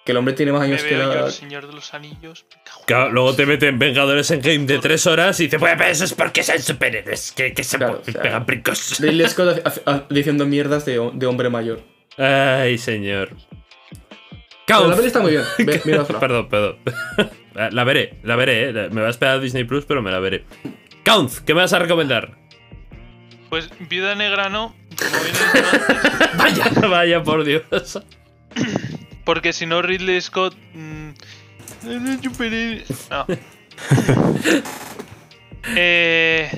D: que el hombre tiene más
E: Me
D: años que
E: veo yo
D: la.
E: el señor de los anillos. Me cago en-
B: claro, luego te meten Vengadores en game de tres horas y te puede pero eso es porque son superhéroes, que, que se
D: Claro,
B: po-
D: o sea.
B: pegan brincos.
D: Ridley Scott hace- hace- diciendo mierdas de, de hombre mayor.
B: Ay, señor.
D: Pero la
B: Kauf.
D: peli está muy bien. Ve, míratela.
B: Perdón, perdón. La- La veré, la veré, eh. La- Me va a esperar Disney Plus, pero me la veré. Counts, ¿qué me vas a recomendar?
E: Pues Viuda Negra no, como bien he dicho antes,
B: Vaya, vaya, por Dios.
E: porque si no Ridley Scott... mm, no. Eh,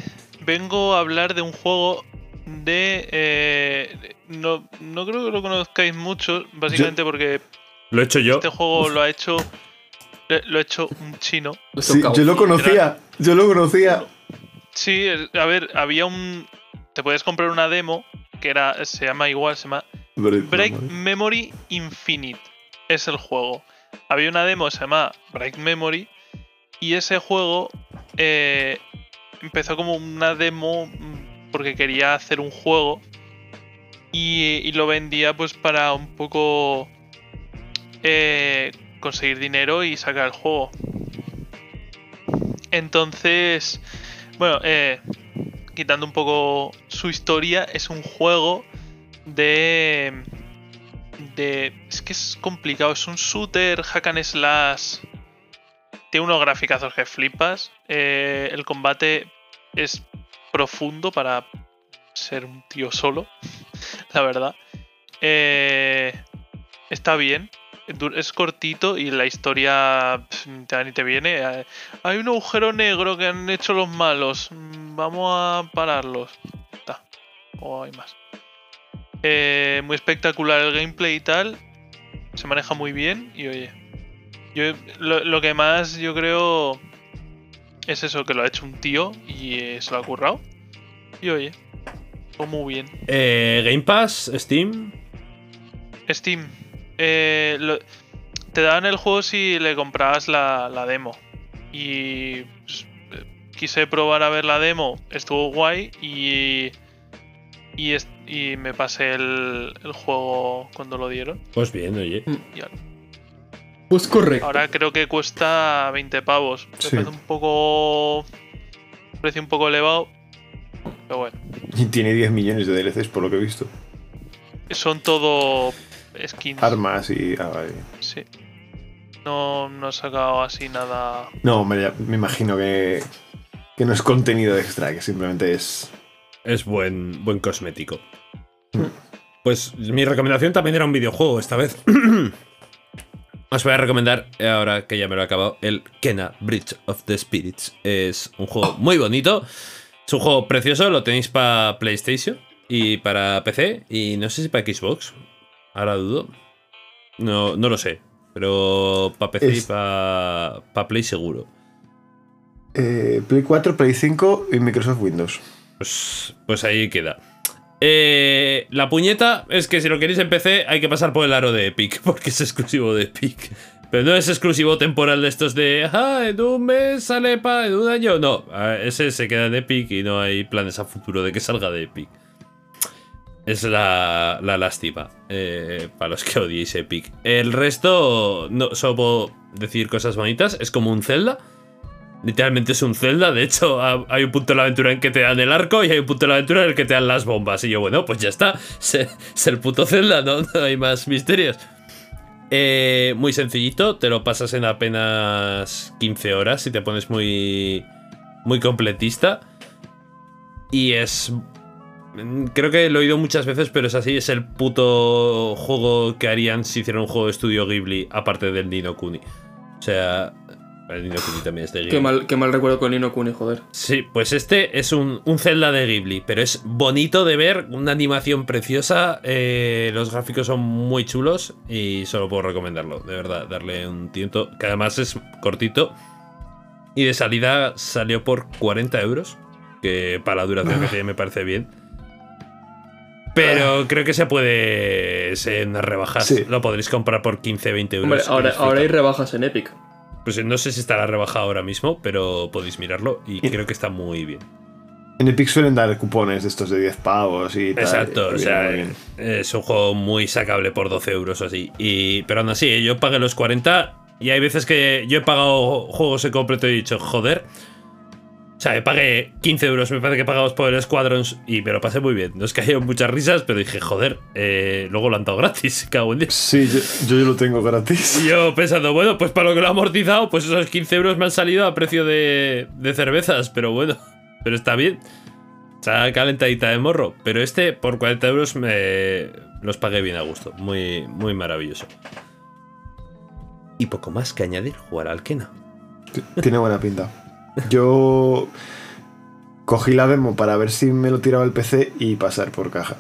E: vengo a hablar de un juego de... eh, no, no creo que lo conozcáis mucho, básicamente porque
B: Lo he hecho yo.
E: este juego lo ha hecho... eh, Lo ha hecho un chino.
D: Lo
G: Sí,
D: toca.
G: yo lo conocía, yo lo conocía.
E: Sí, el- a ver, había un... Te podías comprar una demo que era se llama igual, se llama Break Memory Infinite es el juego. Había una demo, se llama Break Memory, y ese juego eh, empezó como una demo mm, porque quería hacer un juego y, y lo vendía pues para un poco eh, conseguir dinero y sacar el juego. Entonces, bueno, eh, quitando un poco su historia, es un juego de. de. Es que es complicado, es un shooter, hack and slash. Tiene unos graficazos que flipas. eh, el combate es profundo para ser un tío solo, la verdad. Eh, está bien. du- Es cortito y la historia pf, ni te va ni te viene. Eh, Hay un agujero negro que han hecho los malos. mm, Vamos a pararlos. Está. O hay más. Eh, muy espectacular el gameplay y tal. Se maneja muy bien y oye. Yo, lo, lo que más yo creo es eso, que lo ha hecho un tío y eh, se lo ha currado. Y oye, fue muy bien.
B: Eh, Game Pass, Steam.
E: Steam, eh, lo- te daban el juego si le comprabas la, la demo. Y pues, eh, quise probar a ver la demo, estuvo guay y, y, es- y me pasé el- el juego cuando lo dieron.
B: Pues bien, oye.
D: Pues correcto.
E: Ahora creo que cuesta 20 pavos. Me
G: Sí.
E: parece un poco. Precio un poco elevado. Pero bueno.
G: Y tiene 10 millones de DLCs por lo que he visto.
E: Son todo skins.
G: Armas y. ah, vale.
E: Sí. No, no he sacado así nada.
G: No, hombre, ya me imagino que, que no es contenido extra, que simplemente es.
B: Es buen, buen cosmético. Pues mi recomendación también era un videojuego esta vez. Os voy a recomendar, ahora que ya me lo he acabado, el Kena Bridge of the Spirits. Es un juego muy bonito. Es un juego precioso, lo tenéis para PlayStation y para PC. Y no sé si para Xbox. Ahora dudo. No, no lo sé. Pero para PC y
G: Es-
B: para Play seguro.
G: eh, Play 4, Play 5 y Microsoft Windows.
B: Pues, pues ahí queda. Eh, la puñeta es que si lo queréis en PC hay que pasar por el aro de Epic, porque es exclusivo de Epic. Pero no es exclusivo temporal de estos de, ah, en un mes sale para, en un año. No, Ah, ese se queda en Epic y no hay planes a futuro de que salga de Epic. Es la, la lástima eh, para los que odiéis Epic. El resto, no, solo puedo decir cosas bonitas. Es como un Zelda. Literalmente es un Zelda, de hecho ha- hay un punto de la aventura en que te dan el arco y hay un punto de la aventura en el que te dan las bombas. Y yo, bueno, pues ya está, es es el puto Zelda, ¿no? No hay más misterios. Eh, muy sencillito, te lo pasas en apenas 15 horas y te pones muy, muy completista. Y es... mm, Creo que lo he oído muchas veces, pero es así, es el puto juego que harían si hicieran un juego de estudio Ghibli aparte del Nino Kuni. O sea, El Nino Kuni también es de Ghibli.
D: Qué mal, qué mal recuerdo con Nino Kuni, joder.
B: Sí, pues este es un, un Zelda de Ghibli, pero es bonito de ver, una animación preciosa, eh, los gráficos son muy chulos y solo puedo recomendarlo, de verdad, darle un tiento, que además es cortito y de salida salió por 40 euros, que para la duración que tiene me parece bien.
D: Ah.
B: Pero creo que se puede en rebajas,
G: Sí.
B: lo podréis comprar por 15-20 euros.
D: Hombre,
B: y
D: ahora,
B: disfrutar.
D: ahora hay rebajas en Epic.
B: Pues no sé si estará rebajado ahora mismo, pero podéis mirarlo y creo que está muy bien.
G: En Epic suelen dar cupones de estos de 10 pavos y tal.
B: Exacto,
G: Muy
B: o
G: bien,
B: sea,
G: eh,
B: eh.
G: muy bien.
B: es un juego muy sacable por 12 euros o así. Y, pero aún así, eh, yo pagué los 40 y hay veces que yo he pagado juegos en completo y he dicho, joder. O sea, pagué 15 euros, me parece que pagamos por el Squadrons y me lo pasé muy bien. Nos cayeron muchas risas, pero dije, joder, eh, luego lo han dado gratis, cago en Dios.
G: Sí, yo, yo lo tengo gratis.
B: Y yo pensando, bueno, pues para lo que lo he amortizado, pues esos 15 euros me han salido a precio de, de cervezas, pero bueno, pero está bien. Está calentadita de morro. Pero este, por 40 euros, me los pagué bien a gusto. Muy, muy maravilloso. Y poco más que añadir, jugar al Kena.
G: Tiene buena pinta. Yo cogí la demo para ver si me lo tiraba el PC y pasar por caja.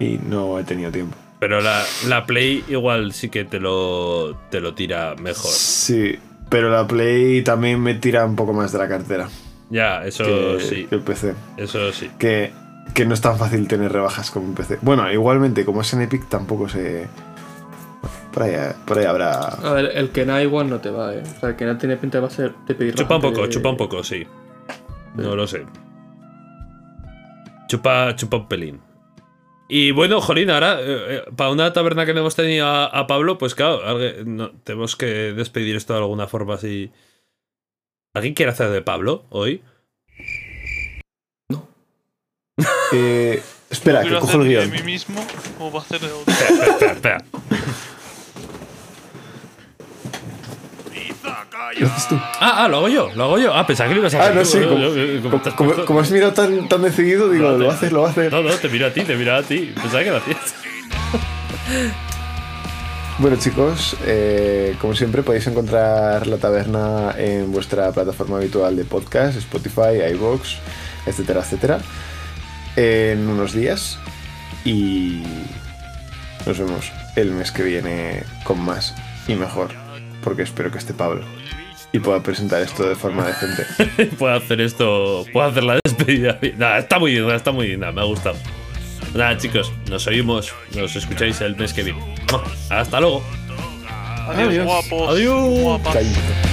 G: Y no he tenido tiempo.
B: Pero la, la Play igual sí que te lo, te lo tira mejor.
G: Sí, pero la Play también me tira un poco más de la cartera
B: Ya, eso
G: que,
B: sí.
G: que el PC.
B: Eso sí.
G: Que, que no es tan fácil tener rebajas como un PC. Bueno, igualmente, como es en Epic, tampoco se. Por ahí, por ahí habrá.
D: A ver, el Kena igual no te va, eh. O sea, el Kena tiene pinta de, va a ser, eh, de pedir
B: Chupa un
D: bastante
B: poco,
D: de-
B: chupa un poco, sí. No lo sé. Chupa, chupa un pelín. Y bueno, Jolín, ahora, eh, para una taberna que no hemos tenido a, a Pablo, pues claro, alguien- no, tenemos que despedir esto de alguna forma así. ¿Alguien quiere hacer de Pablo hoy?
G: Eh, espera, que
E: ¿Quiero
G: cojo el
E: hacer
G: guión.
E: de mí mismo o va a hacer de otro?
B: Espera, espera, espera.
G: ¿Lo haces tú?
B: Ah, ah, lo hago yo, lo hago yo. Ah, pensaba que lo ibas a
G: Ah,
B: hacer.
G: no
B: tú,
G: sé.
B: yo- yo-
G: Como,
B: como te has
G: como-
B: puesto-
G: como has mirado tan, tan decidido, digo,
B: No,
G: lo
B: te-
G: haces, lo haces.
B: No, no, te miro a ti, te miro a ti. Pensaba que lo hacías.
G: Bueno chicos, eh, como siempre podéis encontrar la taberna en vuestra plataforma habitual de podcast, Spotify, iVoox, etcétera, etcétera, en unos días y nos vemos el mes que viene con más y mejor, porque espero que esté Pablo y pueda presentar esto de forma decente.
B: puedo hacer esto, puedo hacer la despedida. Nada, está muy bien, está muy bien, nada, me ha gustado. Nada, chicos, nos oímos, nos escucháis el mes que viene. Hasta luego.
E: Adiós, guapos.
B: Adiós.
E: guapas.
G: Chaito.